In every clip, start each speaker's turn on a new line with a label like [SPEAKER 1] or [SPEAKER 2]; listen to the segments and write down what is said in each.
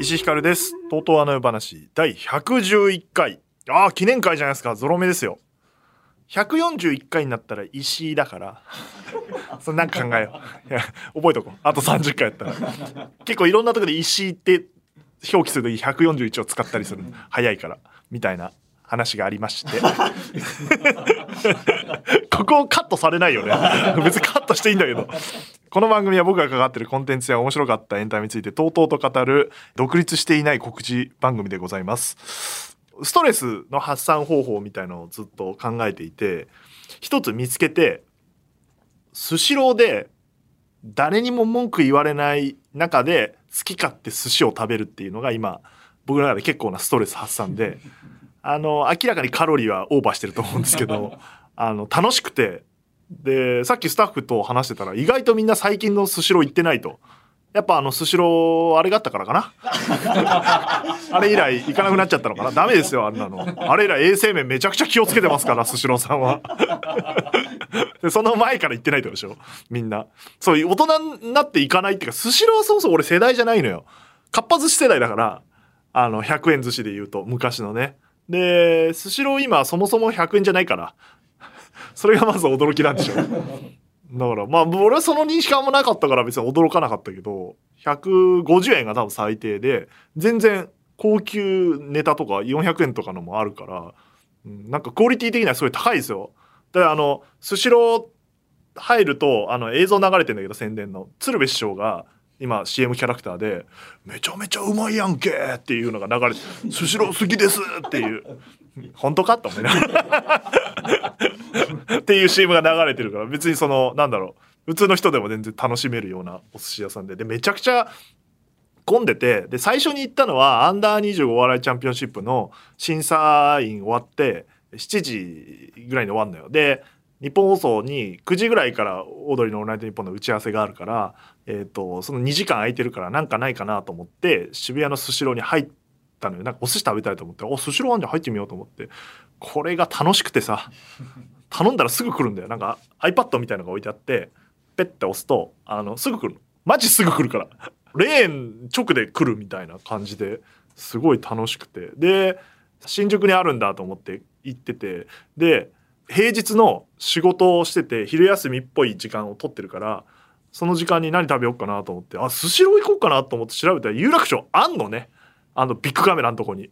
[SPEAKER 1] 石井ひかるです。とうとうあの世話第111回。ああ、記念会じゃないですか。ゾロ目ですよ。141回になったら石井だから。 それなんか考えよう。いや覚えとこう。あと30回やったら。結構いろんなところで石井って表記するとき141を使ったりする。早いから。みたいな話がありまして。 ここをカットされないよね。別にカットしていいんだけど。この番組は僕が関わっているコンテンツや面白かったエンタメについてとうとうと語る独立していない告知番組でございます。ストレスの発散方法みたいのをずっと考えていて、一つ見つけて、スシローで誰にも文句言われない中で好き勝手寿司を食べるっていうのが今、僕の中で結構なストレス発散で、あの、明らかにカロリーはオーバーしてると思うんですけど、あの、楽しくて、で、さっきスタッフと話してたら、意外とみんな最近のスシロー行ってないと。やっぱあのスシロー、あれがあったからかなあれ以来行かなくなっちゃったのかなダメですよ、あんなの。あれ以来衛生面めちゃくちゃ気をつけてますから、スシローさんは。でその前から行ってないってことでしょみんな。そう、大人になって行かないっていうか、スシローはそもそも俺世代じゃないのよ。かっぱ寿司世代だから、あの、100円寿司で言うと、昔のね。で、スシロー今そもそも100円じゃないから。 それがまず驚きなんでしょう。 だから、まあ、俺はその認識あんまなかったから別に驚かなかったけど、150円が多分最低で、全然高級ネタとか400円とかのもあるから、うんなんかクオリティ的にはすごい高いですよ。だからあの、スシロー入ると、あの、映像流れてんだけど、宣伝の。鶴瓶師匠が、今 CM キャラクターで、めちゃめちゃうまいやんけっていうのが流れて、スシロー好きですっていう、本当かと思いながら。 っていう CM が流れてるから別にそのなんだろう普通の人でも全然楽しめるようなお寿司屋さんででめちゃくちゃ混んでてで最初に行ったのはアンダー2 5お笑いチャンピオンシップの審査員終わって7時ぐらいに終わるのよ。で日本放送に9時ぐらいから「オードリーのオールナイトニッポン」の打ち合わせがあるから、えー、とその2時間空いてるからなんかないかなと思って渋谷のスシローに入ったのよなんかお寿司食べたいと思って「おスシローあんじゃん入ってみよう」と思ってこれが楽しくてさ頼んだらすぐ来るんだよなんか iPad みたいのが置いてあってペッて押すとあのすぐ来るのマジすぐ来るから レーン直で来るみたいな感じですごい楽しくてで新宿にあるんだと思って行っててで平日の仕事をしてて昼休みっぽい時間を取ってるからその時間に何食べようかなと思ってあスシロー行こうかなと思って調べたら有楽町あんのねあのビッグカメラのとこに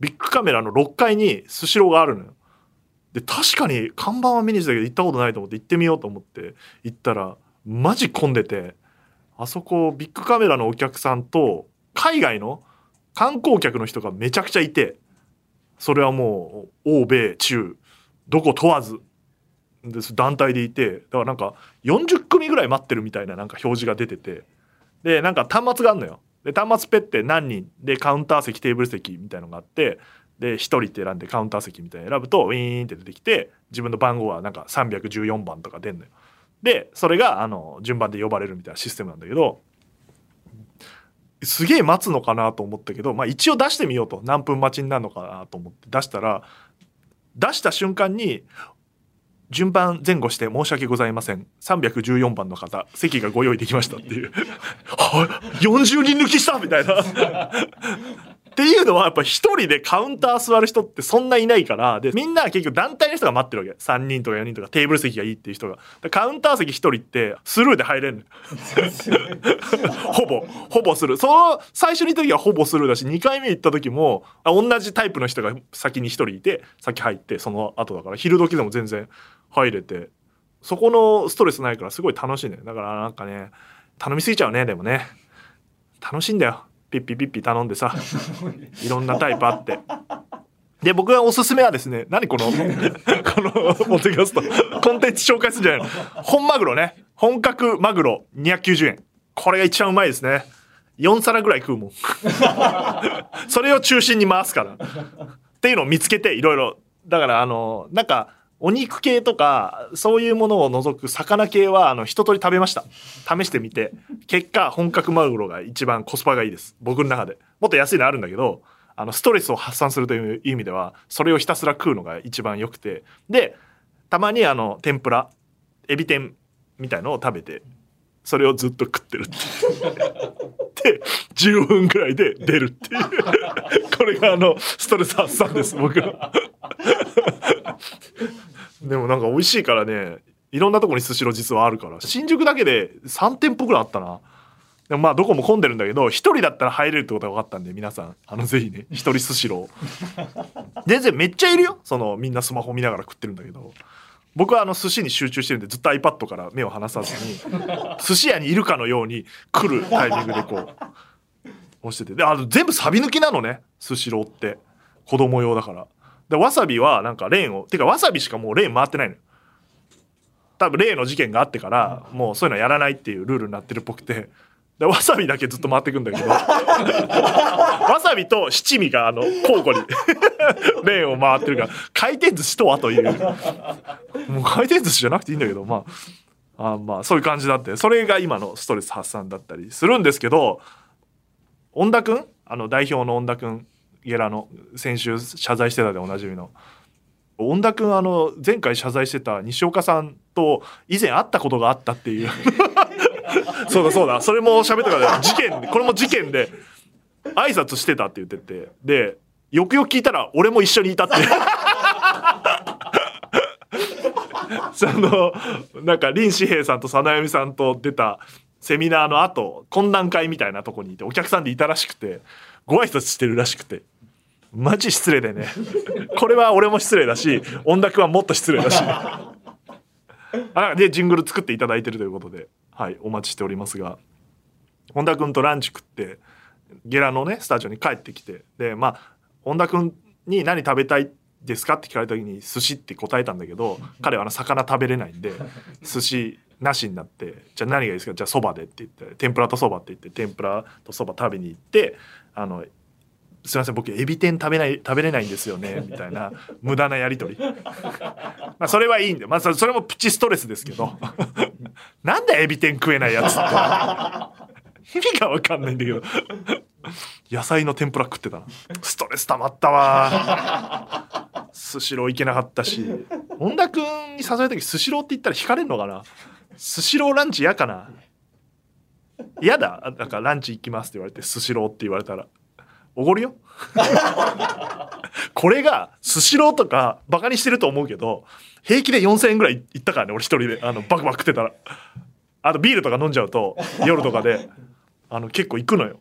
[SPEAKER 1] ビッグカメラの6階にスシローがあるのよで確かに看板は目にしたけど行ったことないと思って行ってみようと思って行ったらマジ混んでてあそこビッグカメラのお客さんと海外の観光客の人がめちゃくちゃいてそれはもう欧米中どこ問わずです団体でいてだからなんか40組ぐらい待ってるみたいななんか表示が出ててでなんか端末があるのよで端末ペッて何人でカウンター席テーブル席みたいのがあってで1人って選んでカウンター席みたいなの選ぶとウィーンって出てきて自分の番号はなんか314番とか出んのよでそれがあの順番で呼ばれるみたいなシステムなんだけどすげえ待つのかなと思ったけど、まあ、一応出してみようと何分待ちになるのかなと思って出したら出した瞬間に順番前後して申し訳ございません314番の方席がご用意できましたっていうは40人抜きしたみたいなっていうのはやっぱ一人でカウンター座る人ってそんないないからでみんなは結局団体の人が待ってるわけ3人とか4人とかテーブル席がいいっていう人がでカウンター席一人ってスルーで入れんのよ ほぼほぼスルーその最初に行った時はほぼスルーだし2回目行った時もあ同じタイプの人が先に一人いて先入ってその後だから昼時でも全然入れてそこのストレスないからすごい楽しいねだからなんかね頼みすぎちゃうねでもね楽しいんだよピッピピッピ頼んでさいろんなタイプあってで僕がおすすめはですね何この このポッドキャストコンテンツ紹介するんじゃないの本マグロね本格マグロ290円これが一番うまいですね4皿ぐらい食うもんそれを中心に回すからっていうのを見つけていろいろだからあのなんかお肉系とかそういうものを除く魚系はあの一通り食べました試してみて結果本格マグロが一番コスパがいいです僕の中でもっと安いのあるんだけどあのストレスを発散するという意味ではそれをひたすら食うのが一番良くてでたまにあの天ぷらエビ天みたいのを食べてそれをずっと食ってるっていうで15分ぐらいで出るっていう これがあのストレス発散です僕のでもなんか美味しいからねいろんなとこにスシロー実はあるから新宿だけで3店舗ぐらいあったなでもまあどこも混んでるんだけど一人だったら入れるってことが分かったんで皆さんあのぜひね一人スシロー全然めっちゃいるよそのみんなスマホ見ながら食ってるんだけど僕はあの寿司に集中してるんでずっと iPad から目を離さずに寿司屋にいるかのように来るタイミングでこう押しててであの全部サビ抜きなのねスシローって子供用だからでわさびはなんかレーンをてかわさびしかもうレーン回ってないのよ多分例の事件があってからもうそういうのやらないっていうルールになってるっぽくてでわさびだけずっと回ってくんだけど わさびと七味があの交互に レーンを回ってるから回転寿司とはというもう回転寿司じゃなくていいんだけどまああまあそういう感じだってそれが今のストレス発散だったりするんですけど恩田君あの代表の恩田君ゲラの先週謝罪してたでおなじみの。恩田君あの前回謝罪してた西岡さんと以前会ったことがあったっていう そうだそうだそれも喋ったから事件これも事件で挨拶してたって言っててでよくよく聞いたら俺も一緒にいたって そのなんか林志平さんと早苗美さんと出たセミナーの後懇談会みたいなとこにいてお客さんでいたらしくてご挨拶してるらしくてマジ失礼だよね これは俺も失礼だし音楽はもっと失礼だし あでジングル作っていただいてるということで、はい、お待ちしておりますが本田君とランチ食ってゲラのねスタジオに帰ってきてでまあ本田君に何食べたいですかって聞かれた時に寿司って答えたんだけど彼はあの魚食べれないんで寿司なしになってじゃあ何がいいですかじゃあそばでって言って天ぷらとそばって言って天ぷらとそば食べに行ってあのすいません僕エビ天食べない食べれないんですよねみたいな無駄なやり取りまあそれはいいんで、まあ、そそれもプチストレスですけどなんでエビ天食えないやつって意味が分かんないんだけど野菜の天ぷら食ってたなストレス溜まったわスシロー行けなかったし本田君に誘われた時スシローって言ったら引かれるのかなスシローランチ嫌かな嫌だあなんかランチ行きますって言われてスシローって言われたらおごるよこれがスシローとかバカにしてると思うけど平気で4,000円ぐらいいったからね俺一人であのバクバク食ってたらあとビールとか飲んじゃうと夜とかであの結構行くのよ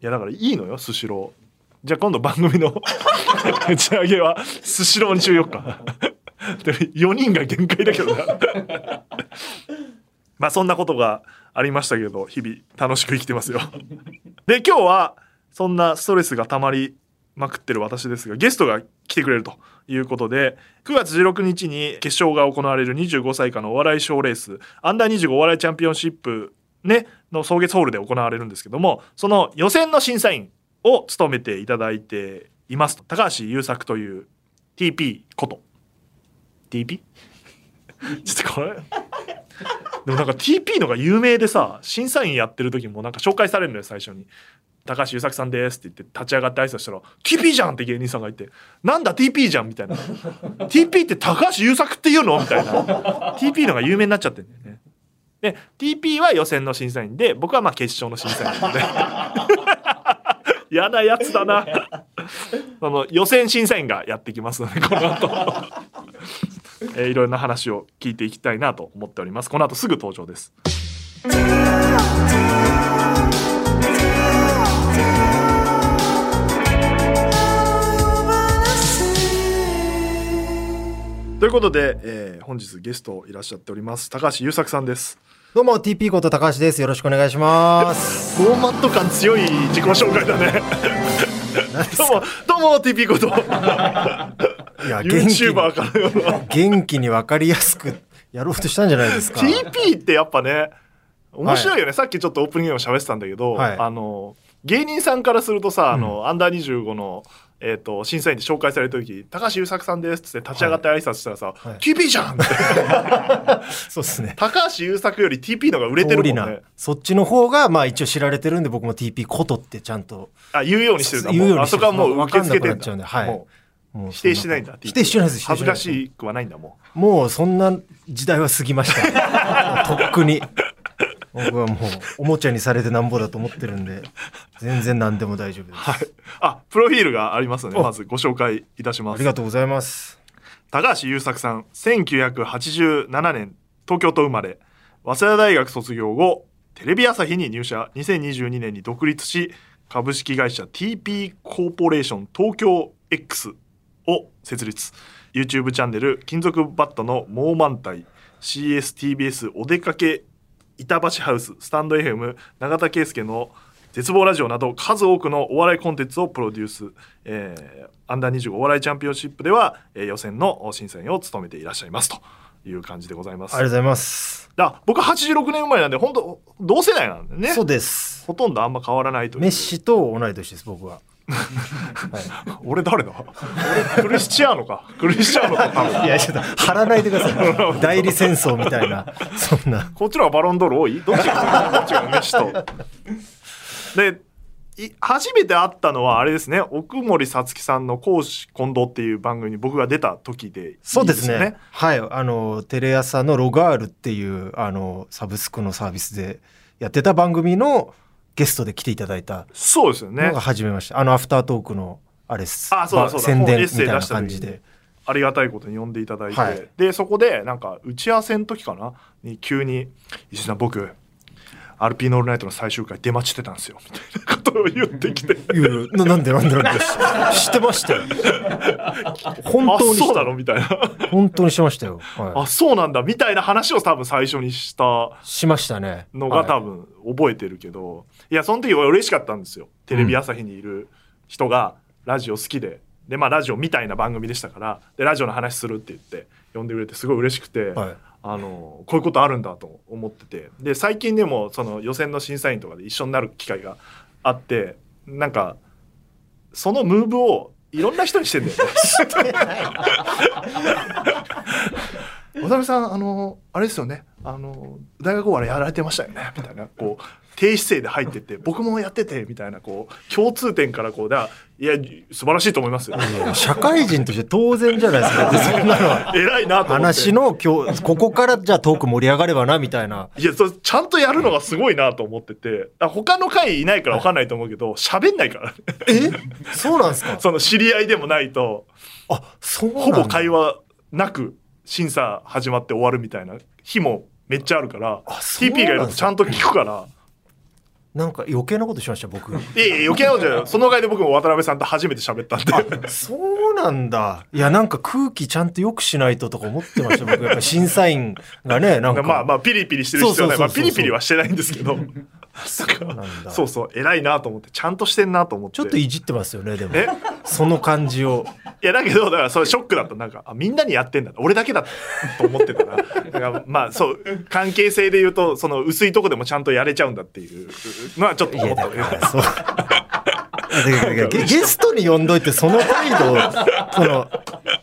[SPEAKER 1] いやだからいいのよスシローじゃあ今度番組の 打ち上げはスシローにしようかで4人が限界だけどなまあそんなことがありましたけど日々楽しく生きてますよで今日はそんなストレスが溜まりまくってる私ですがゲストが来てくれるということで9月16日に決勝が行われる25歳以下のお笑い賞レースアンダー25お笑いチャンピオンシップ、ね、の草月ホールで行われるんですけどもその予選の審査員を務めていただいています高橋優作という TP こと TP? ちょっとこれでもなんか TP のが有名でさ審査員やってる時もなんか紹介されるのよ最初に「高橋優作さんです」って言って立ち上がって挨拶したら「TP じゃん!」って芸人さんがいて「なんだ TP じゃん!」みたいな「TP って高橋優作って言うの?」みたいな TP のが有名になっちゃってんだよね。で TP は予選の審査員で僕はまあ決勝の審査員なんで嫌なやつだなその予選審査員がやってきますのでこの後えーいろんな話を聞いていきたいなと思っております。この後すぐ登場です。ということで、えー本日ゲストいらっしゃっております高橋優作さんです。
[SPEAKER 2] どうも TP こと高橋です。よろしくお願い します。
[SPEAKER 1] フォーマット感強い自己紹介だね。 どうもどうも TP こと
[SPEAKER 2] いや
[SPEAKER 1] YouTuber からよ
[SPEAKER 2] 元気に分かりやすくやろうとしたんじゃないですか。
[SPEAKER 1] TP ってやっぱね面白いよね、さっきちょっとオープニングでも喋ってたんだけど、
[SPEAKER 2] はい
[SPEAKER 1] あの芸人さんからするとさ、あのアンダー25のえっと審査員で紹介された時「高橋優作さんです」っつって立ち上がって挨拶したらさ
[SPEAKER 2] はい
[SPEAKER 1] 「TP じゃん!」って
[SPEAKER 2] そうですね。
[SPEAKER 1] 高橋優作より TP の方が売れてるもん
[SPEAKER 2] 通り
[SPEAKER 1] ね
[SPEAKER 2] なそっちの方が、まあ一応知られてるんで、僕も TP ことってちゃんと。
[SPEAKER 1] あ言うようにしてるんだ
[SPEAKER 2] 言うよ
[SPEAKER 1] も
[SPEAKER 2] う
[SPEAKER 1] う
[SPEAKER 2] に
[SPEAKER 1] あ
[SPEAKER 2] して
[SPEAKER 1] そ
[SPEAKER 2] る
[SPEAKER 1] こはもう受け付けてん
[SPEAKER 2] わかんなくなっちゃうんで
[SPEAKER 1] だ
[SPEAKER 2] はい
[SPEAKER 1] も
[SPEAKER 2] もう
[SPEAKER 1] 否定してないんだ
[SPEAKER 2] 否定してないです。
[SPEAKER 1] う恥ずか
[SPEAKER 2] い。
[SPEAKER 1] しくはないんだも
[SPEAKER 2] もうそんな時代は過ぎました。 とっくに。僕はもうおもちゃにされてなんぼだと思ってるんで、全然何でも大丈夫で
[SPEAKER 1] う
[SPEAKER 2] す。
[SPEAKER 1] はいあプロフィールがありますので
[SPEAKER 2] お
[SPEAKER 1] まずご紹介いたしま
[SPEAKER 2] あ
[SPEAKER 1] す
[SPEAKER 2] りがとうございます。
[SPEAKER 1] 高橋優作さん1987年東京都生まれ早稲田大学卒業後テレビ朝日に入社2022年に独立し株式会社 TP コーポレーション東京 X を設立 YouTube チャンネル「金属バットの猛満体」CSTBS お出かけ板橋ハウススタンド FM 永田圭介の絶望ラジオなど数多くのお笑いコンテンツをプロデュース、えー、アンダー25お笑いチャンピオンシップでは、えー予選の審査員を務めていらっしゃいますという感じでございま
[SPEAKER 2] あ
[SPEAKER 1] す。
[SPEAKER 2] りがとうございます。
[SPEAKER 1] だ僕86年生まれなんで本当同世代なんでね
[SPEAKER 2] そうです。
[SPEAKER 1] ほとんどあんま変わらないという
[SPEAKER 2] メッシと同い年です、僕は。
[SPEAKER 1] 俺誰だ 俺クリスチアーノかクリスチアーノと多分
[SPEAKER 2] いや、ちょっと、張らないでくださ い。代理戦争みたいな、そんな。
[SPEAKER 1] こっちの方がバロンドール多いどっちがどっちがメッシと。でい初めて会ったのはあれですね奥森さつきさんの「講師近藤」っていう番組に僕が出た時でいいよ
[SPEAKER 2] そうですね。はい。あの、テレ朝のロガールっていう、あの、サブスクのサービスでやってた番組のゲストで来ていただいた
[SPEAKER 1] そうですよね
[SPEAKER 2] のが初めまして。あの、アフタートークの、あれです。
[SPEAKER 1] あそうだ
[SPEAKER 2] ま
[SPEAKER 1] そうだ
[SPEAKER 2] 宣
[SPEAKER 1] もう
[SPEAKER 2] 伝
[SPEAKER 1] エッ
[SPEAKER 2] み
[SPEAKER 1] セ
[SPEAKER 2] た
[SPEAKER 1] イ
[SPEAKER 2] い
[SPEAKER 1] 出
[SPEAKER 2] な
[SPEAKER 1] した時
[SPEAKER 2] 感
[SPEAKER 1] に
[SPEAKER 2] じで。
[SPEAKER 1] ありがたいことに呼んでいただいて、
[SPEAKER 2] はい
[SPEAKER 1] でそこでなんか打ち合わせの時かなに急に「石井さん僕 RP のオールナイト」の最終回出待ちしてたんですよみたいなことを言って きて
[SPEAKER 2] いやいやななんでなんでなんで知ってましたよ。本
[SPEAKER 1] あ
[SPEAKER 2] 当に知
[SPEAKER 1] そ
[SPEAKER 2] っ
[SPEAKER 1] うな
[SPEAKER 2] た
[SPEAKER 1] のみたいな
[SPEAKER 2] 本当にしてましたよ。は
[SPEAKER 1] あそうなんだみたいな話を多分最初にした
[SPEAKER 2] い、しましたね。
[SPEAKER 1] のが
[SPEAKER 2] は
[SPEAKER 1] 多分覚えてるけど、い、やその時俺嬉しかったんですよテレビ朝日にいる人がラジオ好きで、でまあラジオみたいな番組でしたからでラジオの話するって言って呼んでくれてすごい嬉しくて、
[SPEAKER 2] いはい
[SPEAKER 1] あのこういうことあるんだと思っててで最近でもその予選の審査員とかで一緒になる機会があってなんかそのムーブをいろんな人にしてんだよね。 渡辺さんあのあれですよねあの大学終わりやられてましたよねみたいなこう低姿勢で入ってって僕もやっててみたいなこう共通点からこうだいや素晴らしいと思いますよ。
[SPEAKER 2] 社会人として当然じゃないで すか。でそんなのは
[SPEAKER 1] 偉いなと思って
[SPEAKER 2] 話の今日ここからじゃあトーク盛り上がればなみたいな。
[SPEAKER 1] いやそれちゃんとやるのがすごいなと思っててあ他の回いないから分かんないと思うけど喋んないからね
[SPEAKER 2] えそうなんですか。
[SPEAKER 1] その知り合いでもないと
[SPEAKER 2] あそうなん
[SPEAKER 1] ほ
[SPEAKER 2] だ
[SPEAKER 1] ぼ会話なく審査始まって終わるみたいな日もめっちゃあるから
[SPEAKER 2] あそうなん
[SPEAKER 1] TP がいるとちゃんと聞くから
[SPEAKER 2] なんか余計なことしました僕。
[SPEAKER 1] いやいや余計なことじゃないそのおかげで僕も渡辺さんと初めて喋ったんで
[SPEAKER 2] そうなんだ。いやなんか空気ちゃんと良くしないととか思ってました僕。やっぱ審査員がねなんか。
[SPEAKER 1] まあまあピリピリしてる必要はない
[SPEAKER 2] そ
[SPEAKER 1] ま
[SPEAKER 2] う
[SPEAKER 1] あ
[SPEAKER 2] そうそ
[SPEAKER 1] ピ
[SPEAKER 2] うそ
[SPEAKER 1] リ
[SPEAKER 2] う
[SPEAKER 1] ピリはしてないんですけどそう
[SPEAKER 2] そうなんだ
[SPEAKER 1] そうそう偉いなと思ってちゃんとしてんなと思って
[SPEAKER 2] ちょっといじってますよねでも
[SPEAKER 1] え。
[SPEAKER 2] その感じを。
[SPEAKER 1] いやだけどだからそれショックだったなんかあみんなにやってんだ俺だけだと思ってたらだからまあそう関係性で言うとその薄いとこでもちゃんとやれちゃうんだっていうのはちょっと
[SPEAKER 2] い
[SPEAKER 1] 思
[SPEAKER 2] や
[SPEAKER 1] った
[SPEAKER 2] だ
[SPEAKER 1] ね
[SPEAKER 2] からそう。いやだからゲゲストに呼んどいてその態度その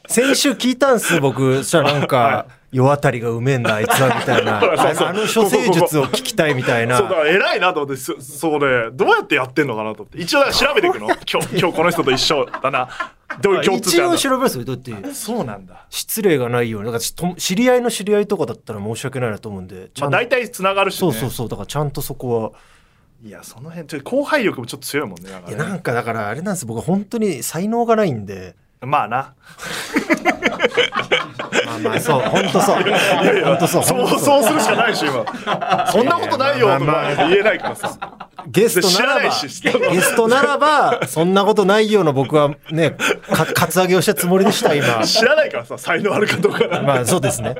[SPEAKER 2] 先週聞いたんす僕そしたらなんか世渡りがうめえんだあいつはみたい な
[SPEAKER 1] そうそう
[SPEAKER 2] あの処世術を聞きたいみたいな
[SPEAKER 1] そうだから偉いなと思ってそそれどうやってやってんのかなと思って一応だから調べていく の今日今日この人と一緒だなどういう共通
[SPEAKER 2] 一
[SPEAKER 1] 点あ
[SPEAKER 2] 応
[SPEAKER 1] る
[SPEAKER 2] 調べますよだって
[SPEAKER 1] そうなんだ、
[SPEAKER 2] 失礼がないようにだからちと知り合いの知り合いとかだったら申し訳ないなと思うんでち
[SPEAKER 1] ま
[SPEAKER 2] ゃ
[SPEAKER 1] あ、
[SPEAKER 2] んと、
[SPEAKER 1] 大体つながるし、
[SPEAKER 2] そ
[SPEAKER 1] ね、
[SPEAKER 2] うそうそうだからちゃんとそこはい
[SPEAKER 1] やその辺ちょっと後輩力もちょっと強いもんねなんか
[SPEAKER 2] い
[SPEAKER 1] ね
[SPEAKER 2] やなんかだからあれなんです僕は本当に才能がないんで
[SPEAKER 1] まあな
[SPEAKER 2] まあまあそう本当そう本当そう
[SPEAKER 1] そう
[SPEAKER 2] 本当そ
[SPEAKER 1] そ
[SPEAKER 2] う
[SPEAKER 1] うするしかないし今そんなことないよとか言えないからさ
[SPEAKER 2] ゲストなら
[SPEAKER 1] 知
[SPEAKER 2] ば、
[SPEAKER 1] らないし
[SPEAKER 2] ゲストならば、そんなことないような僕はね、か、かつあげをしたつもりでし た、今。
[SPEAKER 1] 知らないからさ才能あるかどうか
[SPEAKER 2] まあ、そうですね。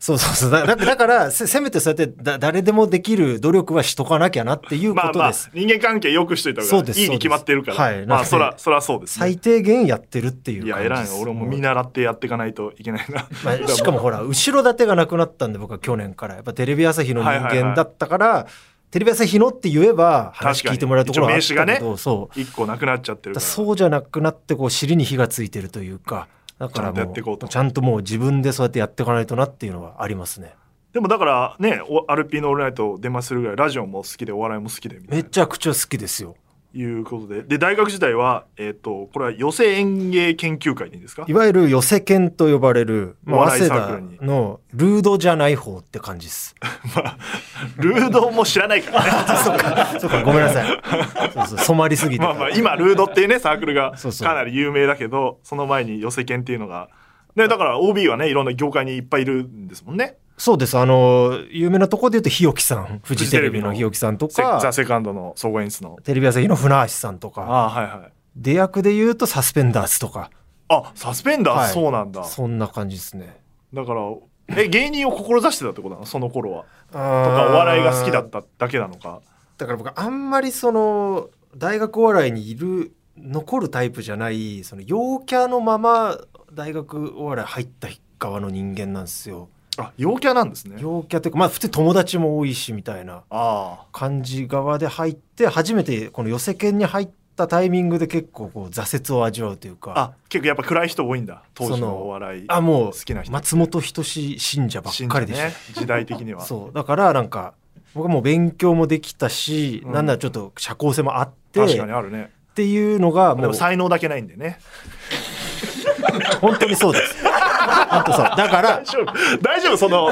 [SPEAKER 2] そうそうそう。だだだからせ、せめてそうやってだ、誰でもできる努力はしとかなきゃなっていうこ
[SPEAKER 1] まあ
[SPEAKER 2] と
[SPEAKER 1] ま
[SPEAKER 2] で
[SPEAKER 1] あ
[SPEAKER 2] す。
[SPEAKER 1] 人間関係よくしといた方
[SPEAKER 2] そうで
[SPEAKER 1] が
[SPEAKER 2] す
[SPEAKER 1] いいに決まってるから、
[SPEAKER 2] そうですはい
[SPEAKER 1] まあそ
[SPEAKER 2] なの
[SPEAKER 1] ら
[SPEAKER 2] で
[SPEAKER 1] そらそうです、ね
[SPEAKER 2] 最、低限やってるっていう
[SPEAKER 1] いや
[SPEAKER 2] 感じ
[SPEAKER 1] 偉
[SPEAKER 2] で
[SPEAKER 1] い
[SPEAKER 2] す。
[SPEAKER 1] な俺も見
[SPEAKER 2] な。
[SPEAKER 1] 習ってやっていかないといけないな、
[SPEAKER 2] まあ、しかもほら後ろ盾がなくなったんで僕は去年からやっぱテレビ朝日の人間だったから、テレビ朝日のって言えば
[SPEAKER 1] 確
[SPEAKER 2] 話
[SPEAKER 1] かに
[SPEAKER 2] 聞いてもらうところはあったけど
[SPEAKER 1] 一応名刺が
[SPEAKER 2] そう
[SPEAKER 1] 一個なくなっちゃってる
[SPEAKER 2] だ
[SPEAKER 1] か
[SPEAKER 2] かららそうじゃなくなってこう尻に火がついてるというかだか
[SPEAKER 1] ちゃ
[SPEAKER 2] ら
[SPEAKER 1] んとや
[SPEAKER 2] も
[SPEAKER 1] っていこうと
[SPEAKER 2] うちゃんともう自分でそうやってやっていかないとなっていうのはありますね
[SPEAKER 1] でもだからねおアルピーのオールナイト出まするぐらいラジオも好きでお笑いも好きでみたい
[SPEAKER 2] め
[SPEAKER 1] な
[SPEAKER 2] ちゃくちゃ好きですよ
[SPEAKER 1] いうことでで大学時代は、えっとこれは寄せ演芸研究会でいいんですか
[SPEAKER 2] いわゆる寄せ犬と呼ばれる、
[SPEAKER 1] お
[SPEAKER 2] まあ、
[SPEAKER 1] 笑い
[SPEAKER 2] 早
[SPEAKER 1] サークルに
[SPEAKER 2] 稲田のルードじゃない方って感じ です
[SPEAKER 1] ルードも知らないからね
[SPEAKER 2] そうかそうかごめんなさいそうそう染まりすぎて
[SPEAKER 1] まあまあ今ルードっていうねサークルが
[SPEAKER 2] そうそう
[SPEAKER 1] かなり有名だけどその前に寄せ研っていうのが、ね、だから OB はねいろんな業界にいっぱいいるんですもんね。
[SPEAKER 2] そうですあの有名なところで言うと日置さんフジテレビの日置さんと
[SPEAKER 1] セザ・
[SPEAKER 2] か
[SPEAKER 1] セカンドの総合演出の。
[SPEAKER 2] テレビ朝日の船橋さんと
[SPEAKER 1] あ
[SPEAKER 2] か
[SPEAKER 1] あはいはい。
[SPEAKER 2] 出役で言うとサスペンダーズとか
[SPEAKER 1] あサスペンダー、
[SPEAKER 2] はい
[SPEAKER 1] そうなんだ。
[SPEAKER 2] そんな感じですね
[SPEAKER 1] だからえ芸人を志してたってことなのその頃は。
[SPEAKER 2] と
[SPEAKER 1] と
[SPEAKER 2] か
[SPEAKER 1] かお笑いが好きだっただけなのか。
[SPEAKER 2] だから僕あんまりその大学お笑いにいる残るタイプじゃないその陽キャのまま大学お笑い入った側の人間なんですよ
[SPEAKER 1] あ陽キャなんですね。
[SPEAKER 2] 陽キャというかまあ普通に友達も多いしみたいな
[SPEAKER 1] あ
[SPEAKER 2] 感じ側で入って初めてこの寄せ犬に入ったタイミングで結構こう挫折を味わうという
[SPEAKER 1] あ。
[SPEAKER 2] か
[SPEAKER 1] あ結構やっぱ暗い人多いんだ当時
[SPEAKER 2] そ
[SPEAKER 1] の
[SPEAKER 2] の
[SPEAKER 1] お笑い
[SPEAKER 2] あも
[SPEAKER 1] 好きな
[SPEAKER 2] う
[SPEAKER 1] 人。
[SPEAKER 2] 松本人志信者ばっかりでした、
[SPEAKER 1] 信者ね時代的には。
[SPEAKER 2] そうだからなんか僕はもう勉強もできたし、
[SPEAKER 1] うん
[SPEAKER 2] なんならちょっと社交性もあって
[SPEAKER 1] 確かに
[SPEAKER 2] っ
[SPEAKER 1] あるね。
[SPEAKER 2] ていうのが
[SPEAKER 1] で
[SPEAKER 2] もう
[SPEAKER 1] も才能だけないんでね。
[SPEAKER 2] 本当にそうです。本当そう。だから
[SPEAKER 1] 大、丈夫大丈夫その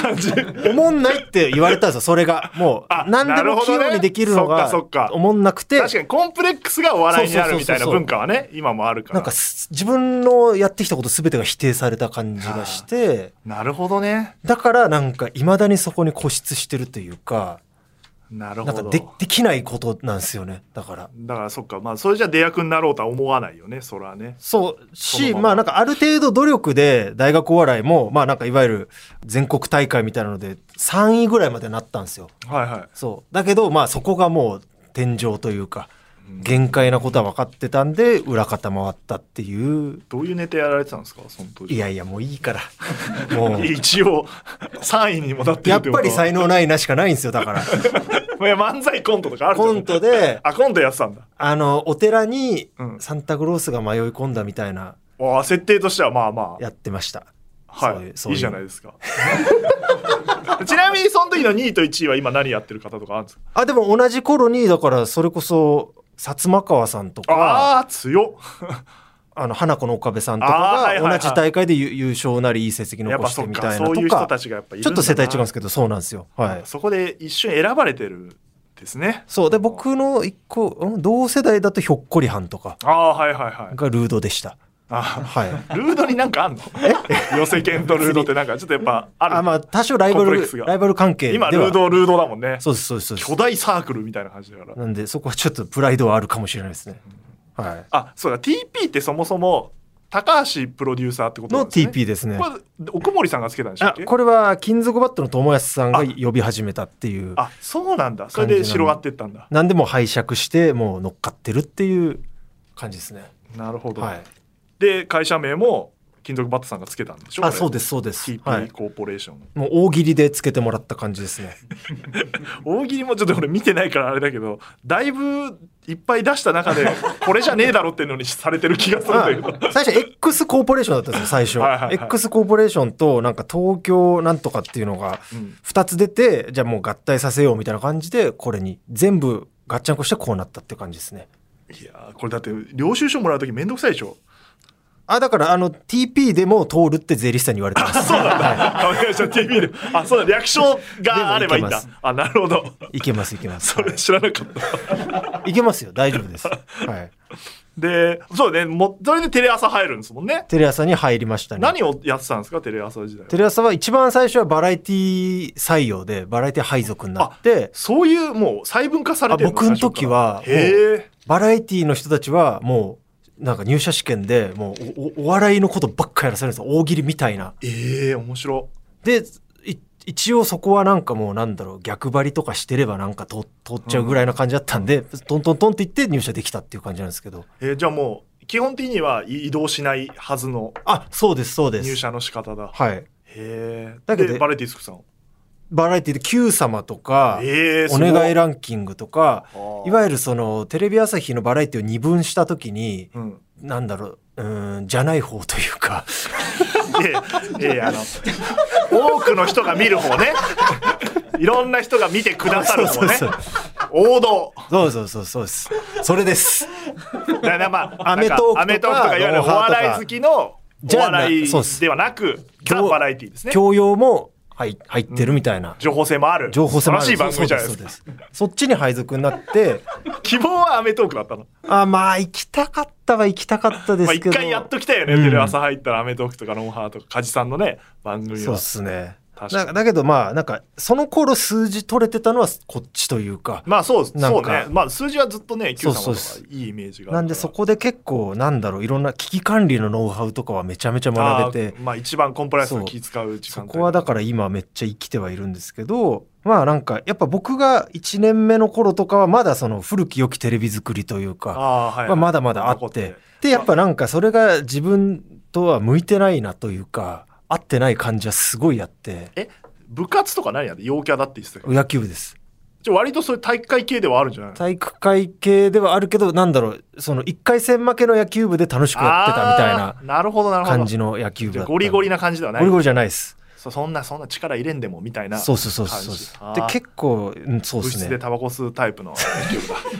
[SPEAKER 1] 感じ。
[SPEAKER 2] おもんないって言われたんですよ、それが。も
[SPEAKER 1] あ
[SPEAKER 2] う、何で
[SPEAKER 1] なる
[SPEAKER 2] も
[SPEAKER 1] ほ
[SPEAKER 2] 器
[SPEAKER 1] どね
[SPEAKER 2] 用にできるのが
[SPEAKER 1] そっかそっか、
[SPEAKER 2] おもんなくて、
[SPEAKER 1] 確かにコンプレックスがお笑いにあるみたいな
[SPEAKER 2] そうそうそ
[SPEAKER 1] 文
[SPEAKER 2] うそう
[SPEAKER 1] 化はね今もあるから。
[SPEAKER 2] なんかす、自分のやってきたこと全てが否定された感じがして、
[SPEAKER 1] なるほどね。
[SPEAKER 2] だからなんか、未だにそこに固執してるというか、
[SPEAKER 1] なる
[SPEAKER 2] な
[SPEAKER 1] ほ
[SPEAKER 2] んか
[SPEAKER 1] ど。
[SPEAKER 2] で、できないことなんですよね、だから。
[SPEAKER 1] だからそっかまあそれじゃ出役になろうとは思わないよねそれはね。
[SPEAKER 2] そう
[SPEAKER 1] その
[SPEAKER 2] し、
[SPEAKER 1] まま
[SPEAKER 2] まあなんかある程度努力で大学お笑いも、まあなんかいわゆる全国大会みたいなので3位ぐらいまでなったんですよ。
[SPEAKER 1] はいはい。
[SPEAKER 2] そう。だけど、まあそこがもう天井というか、限界なことは分かってたんで、裏方回ったっていう。
[SPEAKER 1] どういうネタやられてたんですかその当時。
[SPEAKER 2] いやいや、もういい から。もう。
[SPEAKER 1] 一応3位にもなってる
[SPEAKER 2] や
[SPEAKER 1] っ
[SPEAKER 2] って
[SPEAKER 1] こと
[SPEAKER 2] ぱり才能ないなしかないんですよ、だから。
[SPEAKER 1] いや漫才コントとかあるじゃん
[SPEAKER 2] コントで、
[SPEAKER 1] あコントやってたんだ
[SPEAKER 2] あの、お寺に
[SPEAKER 1] うん
[SPEAKER 2] サンタクロースが迷い込んだみたいな、
[SPEAKER 1] ああ設定としてはまあまあ
[SPEAKER 2] やってました。
[SPEAKER 1] はい
[SPEAKER 2] そう
[SPEAKER 1] いう
[SPEAKER 2] そういう
[SPEAKER 1] いじゃないですか ちなみにその時の2位と1位は今何やってる方とかあるんですか
[SPEAKER 2] あ、でも同じ頃に、だからそれこそ、薩摩川さんとか、あ
[SPEAKER 1] ああー強っ
[SPEAKER 2] の、花子の岡部さんと
[SPEAKER 1] あーは
[SPEAKER 2] か
[SPEAKER 1] いはいは
[SPEAKER 2] が
[SPEAKER 1] い
[SPEAKER 2] 同じ大会で優優勝なりいい成績
[SPEAKER 1] やっ
[SPEAKER 2] 残
[SPEAKER 1] ぱ
[SPEAKER 2] し
[SPEAKER 1] そ
[SPEAKER 2] て
[SPEAKER 1] っ
[SPEAKER 2] み
[SPEAKER 1] か
[SPEAKER 2] たい
[SPEAKER 1] そ
[SPEAKER 2] な
[SPEAKER 1] ういう
[SPEAKER 2] と
[SPEAKER 1] 人
[SPEAKER 2] か
[SPEAKER 1] た、ちがやっぱいるん
[SPEAKER 2] ち
[SPEAKER 1] だ
[SPEAKER 2] ょ
[SPEAKER 1] な
[SPEAKER 2] っと世帯違うんですけど、そうなんですよ。はい。
[SPEAKER 1] そこで一瞬選ばれてるですね
[SPEAKER 2] そう。で、僕の一個、うん同世代だとひょっこりはんとか
[SPEAKER 1] ああはいはいはい
[SPEAKER 2] がルードでした。
[SPEAKER 1] あ
[SPEAKER 2] はい。
[SPEAKER 1] ールードになんかあんの寄せ犬とルードってなんかちょっとやっぱある
[SPEAKER 2] あまあ、多少ライ
[SPEAKER 1] コ
[SPEAKER 2] バ
[SPEAKER 1] ンプレッ
[SPEAKER 2] ル
[SPEAKER 1] クスが、
[SPEAKER 2] ライバル関係では
[SPEAKER 1] 今ルードルードだもんね
[SPEAKER 2] そうです、そうです、そうで
[SPEAKER 1] 巨
[SPEAKER 2] す。
[SPEAKER 1] 大サークルみたいな感じだから
[SPEAKER 2] なんで、そこはちょっとプライドはあるかもしれないですね。は
[SPEAKER 1] あそうだ TP ってそもそも高橋プロデューサーってこ
[SPEAKER 2] い。
[SPEAKER 1] とな
[SPEAKER 2] の
[SPEAKER 1] んです、ね、
[SPEAKER 2] TP ですね。
[SPEAKER 1] これ奥森さんがつけたんでしたっ
[SPEAKER 2] あ
[SPEAKER 1] け、
[SPEAKER 2] これは、金属バットの友康さんが呼び始めたっていう。
[SPEAKER 1] あそうなんだそれで
[SPEAKER 2] 感じな
[SPEAKER 1] 広
[SPEAKER 2] の
[SPEAKER 1] がってったんだ
[SPEAKER 2] なんでもう拝借して、もう乗っかってるっていう感じですね。
[SPEAKER 1] なるほど、
[SPEAKER 2] はい。
[SPEAKER 1] で会社名も金属バットさんがつけたんでしょ
[SPEAKER 2] あ、そう
[SPEAKER 1] で
[SPEAKER 2] です、そうです。は
[SPEAKER 1] TP
[SPEAKER 2] い。
[SPEAKER 1] コーポレーション、
[SPEAKER 2] もう大喜利でつけてもらった感じですね。
[SPEAKER 1] 大喜利もちょっと俺見てないからあれだけどだいぶいっぱい出した中 でこれじゃねえだろっていうのにされてる気がするんだけど
[SPEAKER 2] あ最初 X コーポレーションだったんですよ最初
[SPEAKER 1] はいはいはい
[SPEAKER 2] X コーポレーションとなんか東京なんとかっていうのが
[SPEAKER 1] うん
[SPEAKER 2] 2つ出てじゃあもう合体させようみたいな感じでこれに全部ガッチャンコしてこうなったっていう感じですね
[SPEAKER 1] いやーこれだって領収書もらう時めんどくさいでしょ
[SPEAKER 2] あだからあの TP でも通るって税理士さんに言われてます
[SPEAKER 1] 亀梨さん TV であそうだ略称があればいいん
[SPEAKER 2] で
[SPEAKER 1] だ
[SPEAKER 2] もいけ
[SPEAKER 1] あなるほど
[SPEAKER 2] いけますいけます、
[SPEAKER 1] それ知らなかった
[SPEAKER 2] はい、いけますよ大丈夫 です、はい、
[SPEAKER 1] でそうねもうそれでテレ朝入るんですもんね
[SPEAKER 2] テレ朝に入りましたね
[SPEAKER 1] 何をやってたんですかテレ朝時代は
[SPEAKER 2] テレ朝は一番最初はバラエティ採用でバラエティ配属になって
[SPEAKER 1] そういうもう細分化されてる
[SPEAKER 2] あ僕の時は
[SPEAKER 1] 最初からへえ
[SPEAKER 2] バラエティの人たちはもうなんか入社試験でもうおおお笑いのことばっかやらせるんですよ大喜利みたいな。
[SPEAKER 1] ええ面白
[SPEAKER 2] でい一応そこはなんかもうなんだろう逆張りとかしてればなんか通通っちゃうぐらいな感じだったんで、トントントンって言って入社できたっていう感じなんですけど
[SPEAKER 1] えーじゃあもう基本的にはい移動しないはずの
[SPEAKER 2] あそうですそうです
[SPEAKER 1] 入社の仕方だ
[SPEAKER 2] はい
[SPEAKER 1] へえ
[SPEAKER 2] だけど
[SPEAKER 1] でバレティスクさん
[SPEAKER 2] バラエティで Q 様とか、
[SPEAKER 1] えー
[SPEAKER 2] お
[SPEAKER 1] すごい
[SPEAKER 2] 願いランキングとか、
[SPEAKER 1] あー
[SPEAKER 2] いわゆるそのテレビ朝日のバラエティを二分した時に、
[SPEAKER 1] うん
[SPEAKER 2] なんだろう、うーん、じゃない方というか、
[SPEAKER 1] いやいやいやあの多くの人が見る方ねいろんな人が見てくださる方ね
[SPEAKER 2] そうそう
[SPEAKER 1] 王道
[SPEAKER 2] そうそうそうそうです。それです。
[SPEAKER 1] だからまあ
[SPEAKER 2] アメトークとか
[SPEAKER 1] アメトークとかいわゆるお
[SPEAKER 2] ロンハーとか
[SPEAKER 1] 笑い好きのお
[SPEAKER 2] じゃあな
[SPEAKER 1] 笑い
[SPEAKER 2] そうです
[SPEAKER 1] ではなくザ・
[SPEAKER 2] 教
[SPEAKER 1] バラエティですね
[SPEAKER 2] 教養も入入ってるみたいな。
[SPEAKER 1] 情報性もある
[SPEAKER 2] 情報性もある
[SPEAKER 1] 素晴らしい番組じゃない
[SPEAKER 2] そ
[SPEAKER 1] で
[SPEAKER 2] う
[SPEAKER 1] すか
[SPEAKER 2] ですそうですそっちに配属になって
[SPEAKER 1] 希望はアメトークだったの
[SPEAKER 2] あまあ行きたかったは行きたかったで
[SPEAKER 1] まあ
[SPEAKER 2] すけ
[SPEAKER 1] 一
[SPEAKER 2] ど、
[SPEAKER 1] 回やっときたいよね、
[SPEAKER 2] うん
[SPEAKER 1] テレ朝入ったら『アメトーク』とか『ロンハー』とか梶さんのね番組
[SPEAKER 2] そう
[SPEAKER 1] は
[SPEAKER 2] っすね
[SPEAKER 1] 確か
[SPEAKER 2] だ
[SPEAKER 1] に
[SPEAKER 2] だけどまあなんかその頃数字取れてたのはこっちというか
[SPEAKER 1] まあそうそう
[SPEAKER 2] なんか
[SPEAKER 1] ねまあ数字はずっとね Q さん
[SPEAKER 2] そう
[SPEAKER 1] は
[SPEAKER 2] そう
[SPEAKER 1] いいイメージがあるから
[SPEAKER 2] なんでそこで結構なんだろういろんな危機管理のノウハウとかはめちゃめちゃ学べ
[SPEAKER 1] あ
[SPEAKER 2] て
[SPEAKER 1] ーまあ一番コンプライアンスの気使う時間
[SPEAKER 2] そ
[SPEAKER 1] 帯
[SPEAKER 2] こはだから今めっちゃ生きてはいるんですけどまあなんかやっぱ僕が1年目の頃とかはまだその古き良きテレビ作りというか
[SPEAKER 1] あー、はい
[SPEAKER 2] まあ、まだまだあ
[SPEAKER 1] 残
[SPEAKER 2] っ
[SPEAKER 1] って
[SPEAKER 2] て。で、やっぱなんかそれが自分とは向いてないなというか、合ってない感じはすごいあって、
[SPEAKER 1] え部活とか何やって陽キャだって言ってたけど
[SPEAKER 2] 野球部です。
[SPEAKER 1] じゃあ割とそういう体育会系ではあるんじゃない
[SPEAKER 2] 体育会系ではあるけど、なんだろう、その1回戦負けの野球部で楽しくやってたみたい
[SPEAKER 1] あ
[SPEAKER 2] な
[SPEAKER 1] ーなるほどなるほど
[SPEAKER 2] 感じの野球部
[SPEAKER 1] じゃ
[SPEAKER 2] だ
[SPEAKER 1] あ
[SPEAKER 2] った。
[SPEAKER 1] ゴリゴリ
[SPEAKER 2] な。
[SPEAKER 1] な感じではない
[SPEAKER 2] ゴリゴリじゃないです。
[SPEAKER 1] そそんなそんな力入れんでもみたいな
[SPEAKER 2] そうそうそうそうそう。で
[SPEAKER 1] 感、じ
[SPEAKER 2] 結構、うんそう
[SPEAKER 1] 物
[SPEAKER 2] で
[SPEAKER 1] 質
[SPEAKER 2] す
[SPEAKER 1] で
[SPEAKER 2] ね。
[SPEAKER 1] タバコ吸うタイプの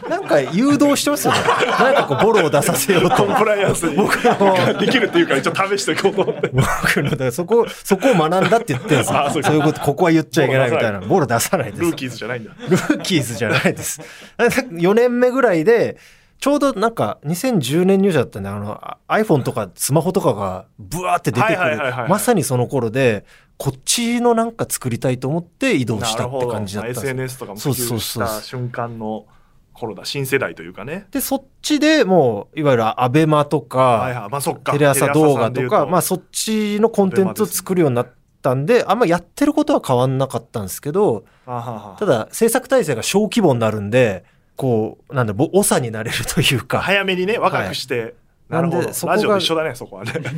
[SPEAKER 2] なんか誘導してますよね。なんかこう、ボロを出させよう
[SPEAKER 1] コ
[SPEAKER 2] と
[SPEAKER 1] ン。プライアン スに
[SPEAKER 2] 僕らも
[SPEAKER 1] できるっていうから一応試していこうと思って
[SPEAKER 2] 僕の、だからそこ、そこを学んだって言ってるんです
[SPEAKER 1] あ
[SPEAKER 2] よ。
[SPEAKER 1] そうか
[SPEAKER 2] そういうこと、ここは言っちゃいけないみたいな。ボロ出さないです。
[SPEAKER 1] ルーキーズじゃないんだ
[SPEAKER 2] ルーキーズじゃないです。4年目ぐらいで、ちょうどなんか2010年入社だったんで、あの、あ iPhone とかスマホとかがブワーって出てく
[SPEAKER 1] はいはい
[SPEAKER 2] る
[SPEAKER 1] はいはいはい、
[SPEAKER 2] まさにその頃で、こっちのなんか作りたいと思って移動したって感じだったん
[SPEAKER 1] なるほ
[SPEAKER 2] です
[SPEAKER 1] ど
[SPEAKER 2] よ。
[SPEAKER 1] SNS とかも普及し
[SPEAKER 2] そうそうそうそ
[SPEAKER 1] た
[SPEAKER 2] う
[SPEAKER 1] 瞬間の頃だ新世代というかね
[SPEAKER 2] で、そっちでもう、いわゆるアベマと
[SPEAKER 1] はい
[SPEAKER 2] か、
[SPEAKER 1] はいまあそっか
[SPEAKER 2] テレ朝動画とか、まあ
[SPEAKER 1] そ
[SPEAKER 2] そっちのコンテンツを作るようになったんで、あんまやってることは変わんなかったんですけど、た
[SPEAKER 1] ただ
[SPEAKER 2] だ制作体制が小規模になるんで、こう、なんだ、ぼ長になれるというか、
[SPEAKER 1] 早めにね若くして、なるほ
[SPEAKER 2] なん
[SPEAKER 1] ど
[SPEAKER 2] でそこが
[SPEAKER 1] ラジオと一緒だねそこはね だか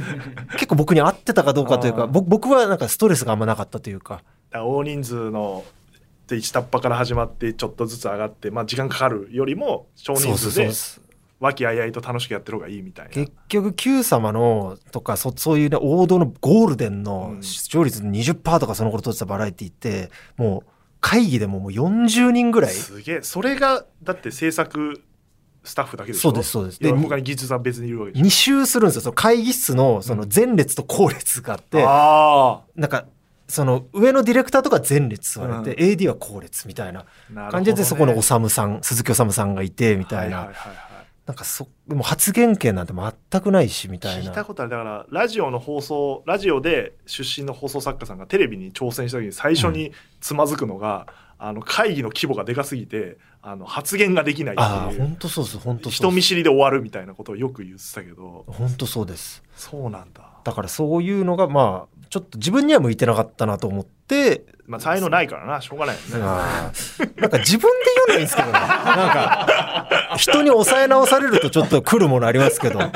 [SPEAKER 2] 結構僕に合ってたかどうかという
[SPEAKER 1] あ
[SPEAKER 2] か
[SPEAKER 1] ー
[SPEAKER 2] 僕僕はなんかストレスがあんまなかったというから
[SPEAKER 1] 大人数ので一タッパから始まってちょっとずつ上がってまあ時間かかるよりも少人数で
[SPEAKER 2] そう
[SPEAKER 1] 和気あいあいと楽しくやってる方がいいみたいな
[SPEAKER 2] 結局 Q 様のとかそそういうね王道のゴールデン
[SPEAKER 1] う
[SPEAKER 2] の
[SPEAKER 1] ん
[SPEAKER 2] 視聴率20%とかその頃取ってたバラエティってもう会議でももう40人ぐらい
[SPEAKER 1] すげえそれがだって制作スタッフだけでしょ
[SPEAKER 2] そうですそうです
[SPEAKER 1] いや
[SPEAKER 2] で
[SPEAKER 1] 他に技術さん別にいるわけでしょ
[SPEAKER 2] 2周するんですよその会議室のその前列と後列があって
[SPEAKER 1] あ
[SPEAKER 2] なんかその上のディレクターとか前列座れて AD は後列みたいな
[SPEAKER 1] あなるほどね
[SPEAKER 2] 感じでそこのおさむさん鈴木おさむさんがいてみたい
[SPEAKER 1] は
[SPEAKER 2] な
[SPEAKER 1] ははいはい
[SPEAKER 2] なんかそもう発言権なんて全くないしみたい
[SPEAKER 1] 聞い
[SPEAKER 2] な
[SPEAKER 1] たことあるだからラジオの放送ラジオで出身の放送作家さんがテレビに挑戦した時に最初につまずくのが、あの会議の規模がでかすぎてあの発言ができない
[SPEAKER 2] ああ
[SPEAKER 1] ってい
[SPEAKER 2] 本
[SPEAKER 1] う
[SPEAKER 2] 当そうです本当そ
[SPEAKER 1] 人
[SPEAKER 2] うで
[SPEAKER 1] 見
[SPEAKER 2] す
[SPEAKER 1] 知りで終わるみたいなことをよく言ってたけど
[SPEAKER 2] 本当そうです
[SPEAKER 1] そうなんだ、
[SPEAKER 2] だからそういうのがまあちょっと自分には向いてなかったなと思って
[SPEAKER 1] まあ、才能ないからなしょうがないよね
[SPEAKER 2] あ ーなんか自分で言うのはいいんですけどねなんか人に抑え直されるとちょっと来るものありま すけどま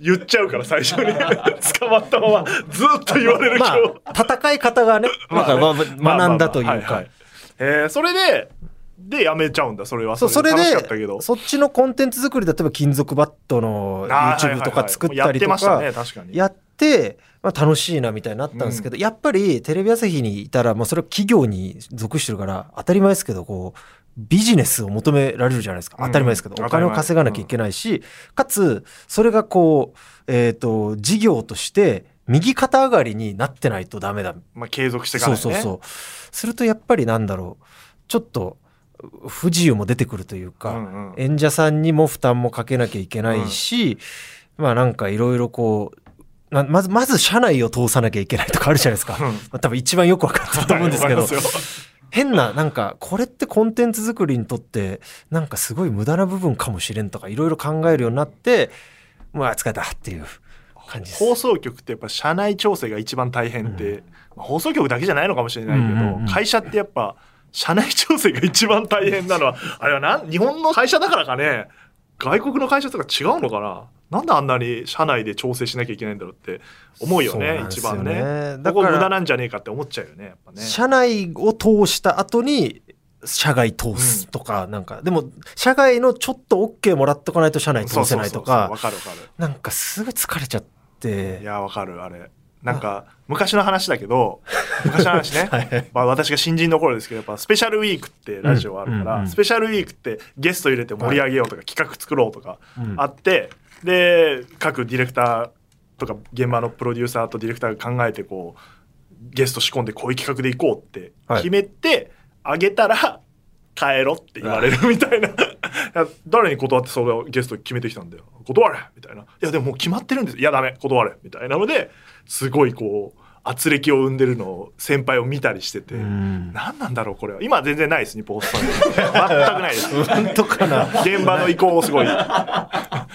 [SPEAKER 1] 言っちゃうから最初に 捕まったままずっと言われる今日、
[SPEAKER 2] あ戦い方がねなんかまあ学んだという
[SPEAKER 1] はは
[SPEAKER 2] か。
[SPEAKER 1] えーそれででやめちゃうんだそれは
[SPEAKER 2] そうそれ
[SPEAKER 1] 楽しかったけ
[SPEAKER 2] で
[SPEAKER 1] ど
[SPEAKER 2] そっちのコンテンツ作り例えば金属バットの YouTube とか作ったりと
[SPEAKER 1] あーはいはいはいやってました
[SPEAKER 2] か
[SPEAKER 1] ね確かに
[SPEAKER 2] やって、まあ、楽しいなみたいになったんですけど、やっぱりテレビ朝日にいたら、まあ、それは企業に属してるから当たり前ですけどこうビジネスを求められるじゃないですか
[SPEAKER 1] うん
[SPEAKER 2] 当たり前ですけど、
[SPEAKER 1] 当た
[SPEAKER 2] お
[SPEAKER 1] り
[SPEAKER 2] 金
[SPEAKER 1] 前
[SPEAKER 2] を稼がなきゃいけないし、かつそれがこう、えー、と事業として右肩上がりになってないとダメだ
[SPEAKER 1] まあ、継続していか
[SPEAKER 2] そ
[SPEAKER 1] ない
[SPEAKER 2] う
[SPEAKER 1] と
[SPEAKER 2] そう
[SPEAKER 1] ね
[SPEAKER 2] そうするとやっぱりなんだろうちょっと不自由も出てくるというか。
[SPEAKER 1] うんうん
[SPEAKER 2] 演者さんにも負担もかけなきゃいけないし、まあなんかいろいろこうなまずまず社内を通さなきゃいけないとかあるじゃないですか、
[SPEAKER 1] うん
[SPEAKER 2] まあ、多分一番よく分かって ると思うんですけど
[SPEAKER 1] わかりますよ
[SPEAKER 2] 変ななんかこれってコンテンツ作りにとってなんかすごい無駄な部分かもしれんとかいろいろ考えるようになってまあ疲れたっていう感じです。
[SPEAKER 1] 放送局ってやっぱ社内調整が一番大変で、まあ放送局だけじゃないのかもしれないけど、
[SPEAKER 2] うんうんうん
[SPEAKER 1] 会社ってやっぱ社内調整が一番 大変なのはあれはなん日本の会社だからかね外国の会社とか違うのかななんであんなに社内で調整しなきゃいけないんだろうって思うよね一
[SPEAKER 2] そうな
[SPEAKER 1] 番
[SPEAKER 2] んですよ
[SPEAKER 1] ね。
[SPEAKER 2] ねだ
[SPEAKER 1] こ
[SPEAKER 2] か
[SPEAKER 1] こ無駄
[SPEAKER 2] ら
[SPEAKER 1] なんじゃねえかって思っちゃうよねやっぱね。
[SPEAKER 2] 社内を通した後に社外通すとか、なんかでも社外のちょっと OK もらっとかないと社内通せないと
[SPEAKER 1] そうそうそう
[SPEAKER 2] か
[SPEAKER 1] そうわかるわか
[SPEAKER 2] なんかすごい疲れちゃっ
[SPEAKER 1] る。い
[SPEAKER 2] て
[SPEAKER 1] やわかるあれ。なんか昔の話だけど昔の話ね、
[SPEAKER 2] はい
[SPEAKER 1] まあ、私が新人の頃ですけどやっぱスペシャルウィークってラジオあるから、
[SPEAKER 2] うんうんうん
[SPEAKER 1] スペシャルウィークってゲスト入れて盛り上げようとか、企画作ろうとか
[SPEAKER 2] うん
[SPEAKER 1] あってで各ディレクターとか現場のプロデューサーとディレクターが考えてこうゲスト仕込んでこういう企画でいこうって
[SPEAKER 2] はい
[SPEAKER 1] 決めて、あげたら帰ろって言われるみたいな いや誰に断ってそれをゲスト決めてきたんだよ断れみたいないやでももう決まってるんですいやダメ断れみたいなのですごいこう圧力を生んでるのを先輩を見たりしてて、
[SPEAKER 2] うん
[SPEAKER 1] 何なんだろうこれは今は全然ないです日本スタジオ全くないです
[SPEAKER 2] なんとかな
[SPEAKER 1] 現場の意向をすごいあ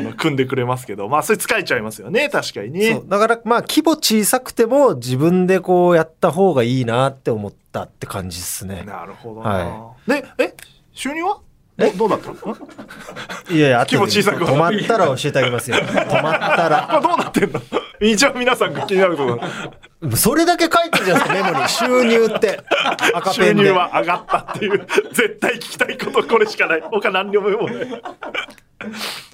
[SPEAKER 1] の組んでくれますけどまあそれ疲れちゃいますよね確かに
[SPEAKER 2] そ
[SPEAKER 1] ね
[SPEAKER 2] うだからまあ規模小さくても自分でこうやった方がいいなって思ったって感じですね
[SPEAKER 1] なるほど
[SPEAKER 2] は
[SPEAKER 1] な、ねえ収入はどどうだったのんこ
[SPEAKER 2] いやいや
[SPEAKER 1] 規模
[SPEAKER 2] 後で
[SPEAKER 1] 小さくは
[SPEAKER 2] 止まったら教えてあげますよ止まったら
[SPEAKER 1] れどうなってんの 一応皆さんが気になること
[SPEAKER 2] それだけ書いてるじゃないですかメモに収入って赤ペ
[SPEAKER 1] 収
[SPEAKER 2] ンで
[SPEAKER 1] 入は上がったっていう 絶対聞きたいことこれしかない他何でももない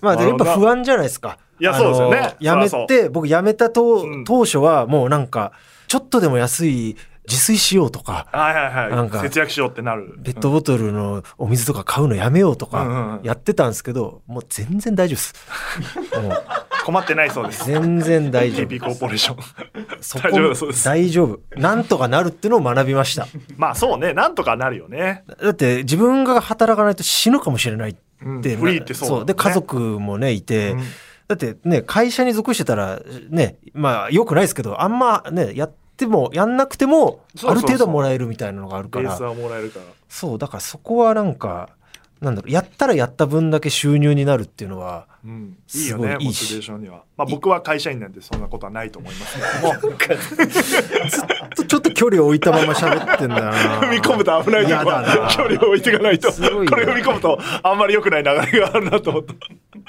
[SPEAKER 2] まあ、で
[SPEAKER 1] なる
[SPEAKER 2] やっ
[SPEAKER 1] ほど
[SPEAKER 2] ぱ不安じゃないですか。
[SPEAKER 1] いや
[SPEAKER 2] あの
[SPEAKER 1] そうですよね
[SPEAKER 2] やめ
[SPEAKER 1] そら
[SPEAKER 2] て、僕辞めたと、
[SPEAKER 1] うん
[SPEAKER 2] 当初はもうなんか、ちょっとでも安い自炊しようとか、
[SPEAKER 1] はいはい
[SPEAKER 2] な
[SPEAKER 1] は
[SPEAKER 2] んか
[SPEAKER 1] い節約しようってなる
[SPEAKER 2] ペットボトルのお水とか買うのやめようと
[SPEAKER 1] うんうん
[SPEAKER 2] か
[SPEAKER 1] う、ん
[SPEAKER 2] やってたんですけど、もう全然大丈夫です。 もう
[SPEAKER 1] 困ってないそうです
[SPEAKER 2] 全然大丈
[SPEAKER 1] TP
[SPEAKER 2] 夫。
[SPEAKER 1] コーポレーション
[SPEAKER 2] そ
[SPEAKER 1] 大丈夫だそうです
[SPEAKER 2] 大丈夫。なんとかなるっていうのを学びました。
[SPEAKER 1] まあそうねなんとかなるよね
[SPEAKER 2] だって自分が働かないと死ぬかもしれないって、
[SPEAKER 1] うんフリーってそうだもんね
[SPEAKER 2] で家族もねいて、
[SPEAKER 1] うん
[SPEAKER 2] だってね会社に属してたらねまあよくないですけどあんまねやってもやんなくても
[SPEAKER 1] そうそうそう
[SPEAKER 2] ある程度もらえるみたいなのがあるか
[SPEAKER 1] ベー
[SPEAKER 2] らそう
[SPEAKER 1] スはもらえるから
[SPEAKER 2] だからそこはなんかなんだろうやったらやった分だけ収入になるっていうのは
[SPEAKER 1] うん、いい
[SPEAKER 2] す
[SPEAKER 1] よ
[SPEAKER 2] ごい
[SPEAKER 1] ね
[SPEAKER 2] いい
[SPEAKER 1] モ
[SPEAKER 2] し
[SPEAKER 1] チベーションには、まあ、僕は会社員なんでそんなことはないと思いますけ ども
[SPEAKER 2] ちょちょっと距離を置いたまま喋ってんだ な
[SPEAKER 1] 踏み込むと危ないと
[SPEAKER 2] や
[SPEAKER 1] こ
[SPEAKER 2] だな
[SPEAKER 1] 距離を置いていかないと
[SPEAKER 2] すごいな
[SPEAKER 1] これ踏み込むとあんまり良くない流れがあるなと思った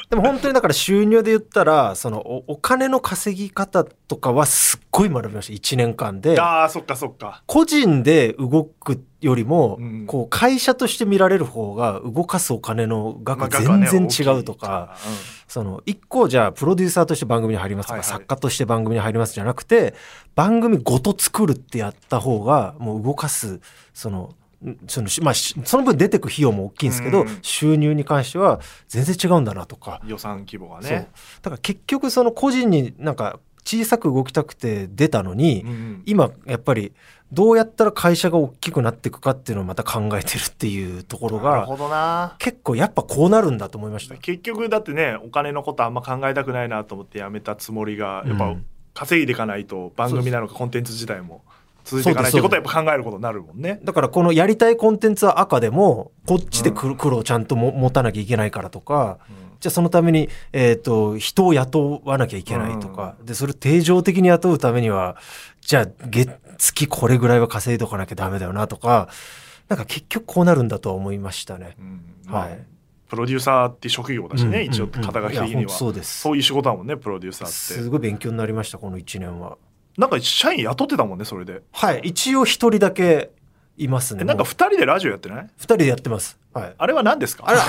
[SPEAKER 2] でも本当にだから収入で言ったらそのおお金の稼ぎ方とかはすっごい学びました1年間で。
[SPEAKER 1] あーそっかそっか
[SPEAKER 2] 個人で動くよりも、
[SPEAKER 1] うん
[SPEAKER 2] こう会社として見られる方が動かすお金の
[SPEAKER 1] まあ
[SPEAKER 2] 額
[SPEAKER 1] 額はね
[SPEAKER 2] 全然違うと
[SPEAKER 1] 大
[SPEAKER 2] か、
[SPEAKER 1] きい
[SPEAKER 2] その一個じゃあプロデューサーとして番組に入りますとか、
[SPEAKER 1] はいはい
[SPEAKER 2] 作家として番組に入りますじゃなくて番組ごと作るってやった方がもう動かすその。んそのしまあ、しその分出てく費用も大きいんですけ
[SPEAKER 1] う
[SPEAKER 2] ど、
[SPEAKER 1] ん
[SPEAKER 2] 収入に関しては全然違うんだなとか
[SPEAKER 1] うん予算規模が
[SPEAKER 2] そうだ
[SPEAKER 1] ね
[SPEAKER 2] から結局その個人になんか小さく動きたくて出たのに、
[SPEAKER 1] うんうん
[SPEAKER 2] 今やっぱりどうやったら会社が大きくなっていくかっていうのをまた考えてるっていうところ
[SPEAKER 1] なる
[SPEAKER 2] が
[SPEAKER 1] ほどな
[SPEAKER 2] 結構やっぱこうなるんだと思いました。
[SPEAKER 1] 結局だってねお金のことあんま考えたくないなと思ってやめたつもりがやっぱ、
[SPEAKER 2] うん
[SPEAKER 1] 稼いでいかないと番組なのかコンテンツ自体も続いていかないってことはやっぱ考えることになるもんね
[SPEAKER 2] だからこのやりたいコンテンツは赤でもこっちで苦苦労をちゃんとも持たなきゃいけないからとか
[SPEAKER 1] うん
[SPEAKER 2] じゃあそのために、えー、と人を雇わなきゃいけないとか、でそれ定常的に雇うためにはじゃあ月月これぐらいは稼いとかなきゃダメだよなとかなんか結局こうなるんだとは思いましたね。
[SPEAKER 1] うん
[SPEAKER 2] はい
[SPEAKER 1] プロデューサーって職業だしね、
[SPEAKER 2] うん
[SPEAKER 1] 一応肩書き的
[SPEAKER 2] いや
[SPEAKER 1] に
[SPEAKER 2] 本
[SPEAKER 1] は
[SPEAKER 2] 当
[SPEAKER 1] そ
[SPEAKER 2] そううです
[SPEAKER 1] いう仕事だもんねプロデューサーっ
[SPEAKER 2] す
[SPEAKER 1] て
[SPEAKER 2] ごい勉強になりましたこの1年は
[SPEAKER 1] なんか社員雇ってたもんねそれで
[SPEAKER 2] はい一応一人だけいますね
[SPEAKER 1] えなんか
[SPEAKER 2] もう
[SPEAKER 1] 2人でラジオやってない
[SPEAKER 2] 二人でやってますはい
[SPEAKER 1] あれは何ですか
[SPEAKER 2] あれあ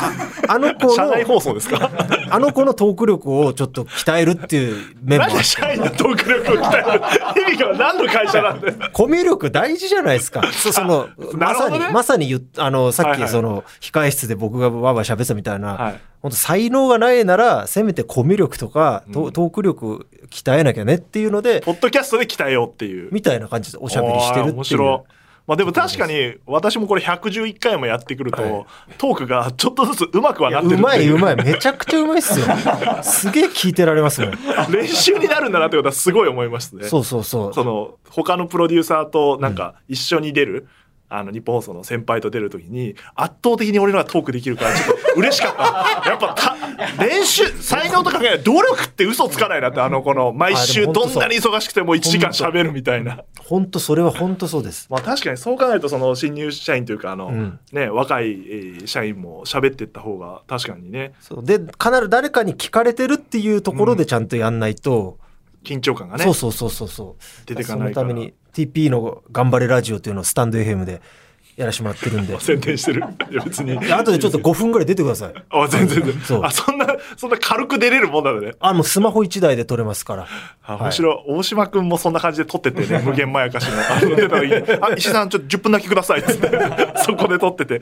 [SPEAKER 2] あの子
[SPEAKER 1] 社内
[SPEAKER 2] の
[SPEAKER 1] 放送ですか
[SPEAKER 2] あの子のトーク力をちょっと鍛えるっていう面も あ
[SPEAKER 1] なん
[SPEAKER 2] って
[SPEAKER 1] で社員のトーク力を鍛える意味が何の会社なんで
[SPEAKER 2] コミュ力大事じゃないですか。 そその、
[SPEAKER 1] な
[SPEAKER 2] ま
[SPEAKER 1] るほ
[SPEAKER 2] さ
[SPEAKER 1] どね
[SPEAKER 2] に、まさに言っあの、さっ
[SPEAKER 1] はいは
[SPEAKER 2] き
[SPEAKER 1] い
[SPEAKER 2] その、控え室で僕がわーわー喋ってたみたいな、
[SPEAKER 1] はい
[SPEAKER 2] 本当才能がないなら、せめてコミュ力とか、ト
[SPEAKER 1] うん
[SPEAKER 2] トーク力鍛えなきゃねっていうので、
[SPEAKER 1] ポッドキャストで鍛えようっていう
[SPEAKER 2] みたいな感じでおしゃべりしてるっ
[SPEAKER 1] お
[SPEAKER 2] ていう。
[SPEAKER 1] ー面白いまあでも確かに私もこれ111回もやってくると、
[SPEAKER 2] はい
[SPEAKER 1] トークがちょっとずつ上手くはなってるっ
[SPEAKER 2] う
[SPEAKER 1] て
[SPEAKER 2] まい
[SPEAKER 1] いう
[SPEAKER 2] うまいめちゃくちゃうまいっ すよすげえ聞いてられますもん
[SPEAKER 1] 練習になるんだなってことはすごい思いますね。
[SPEAKER 2] そうそうそう
[SPEAKER 1] その他のプロデューサーとなんか一緒に出る、あの日本放 送の先輩と出るときに圧倒的に俺らはトークできるからちょっと嬉しかった。やっぱ練習才能とかが努力って嘘つかないなってあのこの毎週
[SPEAKER 2] あでも
[SPEAKER 1] ど
[SPEAKER 2] 本当
[SPEAKER 1] ん
[SPEAKER 2] そ
[SPEAKER 1] な
[SPEAKER 2] う
[SPEAKER 1] に忙しくても1時間喋るみたいな。
[SPEAKER 2] 本当それは本当そうです。
[SPEAKER 1] まあ確かにそう考えるとその新入社員というかあの、
[SPEAKER 2] うん
[SPEAKER 1] ね若いえー社員も喋ってった方が確かにね
[SPEAKER 2] そうで、必ず誰かに聞かれてるっていうところでちゃんとやんないと、
[SPEAKER 1] 緊張感がね
[SPEAKER 2] そうそうそうそうそう。
[SPEAKER 1] 出てかないか
[SPEAKER 2] そ
[SPEAKER 1] ら
[SPEAKER 2] のために TP の頑張れラジオっていうのをスタンド FM でやらしてもらってる んで。
[SPEAKER 1] 宣伝してるいや別に
[SPEAKER 2] あとでちょっと5分ぐらい出てください。
[SPEAKER 1] あ全然全然
[SPEAKER 2] そう
[SPEAKER 1] あそんなそんな軽く出れるもんなのね
[SPEAKER 2] あ、もうスマホ1台で撮れますから。
[SPEAKER 1] あ
[SPEAKER 2] はい
[SPEAKER 1] 面白い、大島君もそんな感じで撮ってて ね無限まやかしのあの出た時にあ石井さんちょっと10分だけくだ さい」っつってそこで撮ってて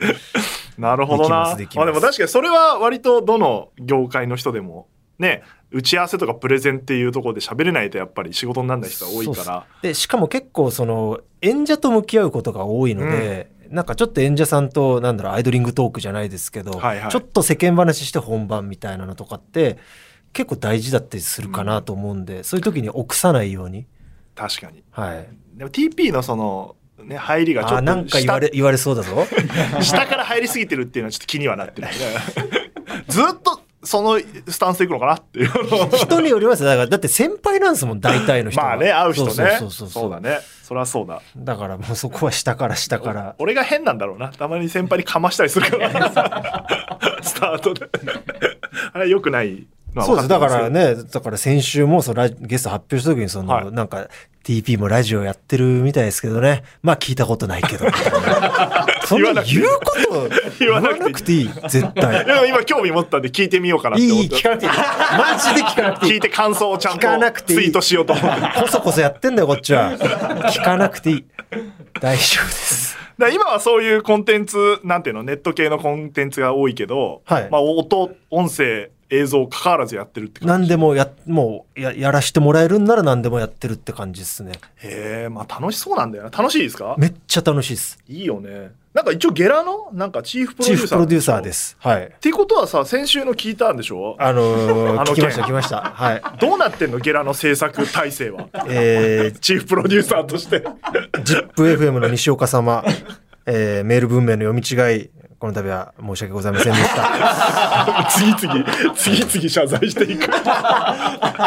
[SPEAKER 1] なるほどな
[SPEAKER 2] できますでき
[SPEAKER 1] ま
[SPEAKER 2] ま
[SPEAKER 1] あ、で
[SPEAKER 2] す
[SPEAKER 1] も確かにそれは割とどの業界の人でもね打ち合わせとかプレゼンっていうところで喋れないとやっぱり仕事にならない人は多い
[SPEAKER 2] そう
[SPEAKER 1] か
[SPEAKER 2] っす
[SPEAKER 1] ら。
[SPEAKER 2] で、しかも結構その演者と向き合うことが多いので、なんかちょっと演者さんとなんだろうアイドリングトークじゃないですけど、
[SPEAKER 1] はいはい
[SPEAKER 2] ちょっと世間話して本番みたいなのとかって結構大事だったりするかなと思うんで、そういう時に臆さないように。
[SPEAKER 1] 確かに
[SPEAKER 2] はい。
[SPEAKER 1] でも TP のそのね入りがちょ
[SPEAKER 2] あ、
[SPEAKER 1] っ
[SPEAKER 2] なん
[SPEAKER 1] と
[SPEAKER 2] か言
[SPEAKER 1] 下
[SPEAKER 2] われ、言われそうだぞ。
[SPEAKER 1] 下から入りすぎてるっていうのはちょっと気にはなってるずっとそのスタンスでいくのかなっていう
[SPEAKER 2] 人によりますよだから、だって先輩なんですもん、大体の人は。
[SPEAKER 1] まあね会う人ね
[SPEAKER 2] そうそうそう
[SPEAKER 1] そうだねそりゃそうだ
[SPEAKER 2] だからもうそこは下から下から。
[SPEAKER 1] 俺が変なんだろうなたまに先輩にかましたりするから スタートであれよくないのは
[SPEAKER 2] そう
[SPEAKER 1] 分
[SPEAKER 2] で
[SPEAKER 1] か
[SPEAKER 2] す。だ
[SPEAKER 1] ってま
[SPEAKER 2] か
[SPEAKER 1] す
[SPEAKER 2] らね、だから先週もそのラジゲスト発表した時にその、
[SPEAKER 1] はい
[SPEAKER 2] なんか TP もラジオやってるみたいですけどね。まあ聞いたことないけど。そん
[SPEAKER 1] 言わな
[SPEAKER 2] な
[SPEAKER 1] くていい
[SPEAKER 2] 言うこと
[SPEAKER 1] 言
[SPEAKER 2] 言
[SPEAKER 1] わ
[SPEAKER 2] わ
[SPEAKER 1] な
[SPEAKER 2] な
[SPEAKER 1] く
[SPEAKER 2] くていい。絶対。
[SPEAKER 1] でも今興味持ったんで聞いてみようかなって思っ
[SPEAKER 2] い
[SPEAKER 1] て
[SPEAKER 2] い、聞かなくていい。マジで聞かなくてい
[SPEAKER 1] 聞
[SPEAKER 2] い
[SPEAKER 1] い。て感想をちゃんと
[SPEAKER 2] 聞かなくていい
[SPEAKER 1] ツイートしようと思う
[SPEAKER 2] こそこそやってんだよ、こっちは。聞かなくていい。大丈夫です。
[SPEAKER 1] だから今はそういうコンテンツなんていうのネット系のコンテンツが多いけど、
[SPEAKER 2] はい
[SPEAKER 1] まあ、音音声映像関わらずやってるって感
[SPEAKER 2] 何
[SPEAKER 1] じ
[SPEAKER 2] でもや、もうや、やらしてもらえるんなら何でもやってるって感じですね。
[SPEAKER 1] へえまあ楽しそうなんだよな楽しいですか
[SPEAKER 2] めっちゃ楽しいです。
[SPEAKER 1] いいよねなんか一応ゲラのなんかチーフプロ
[SPEAKER 2] チ
[SPEAKER 1] デュ
[SPEAKER 2] ー
[SPEAKER 1] ーサー
[SPEAKER 2] フプロデューサーですす。はい。
[SPEAKER 1] っていうことはさ先週の聞いたんでしょ
[SPEAKER 2] あのー
[SPEAKER 1] あの
[SPEAKER 2] 聞きまし
[SPEAKER 1] 件
[SPEAKER 2] た、聞きました。はい。
[SPEAKER 1] どうなってんのゲラの制作体制は
[SPEAKER 2] えー、
[SPEAKER 1] チーフプロデューサーとして
[SPEAKER 2] ZIPFM の西岡様、えーメール文明の読み違い、この度は申し訳ございませんでした。
[SPEAKER 1] 次々次々謝罪していく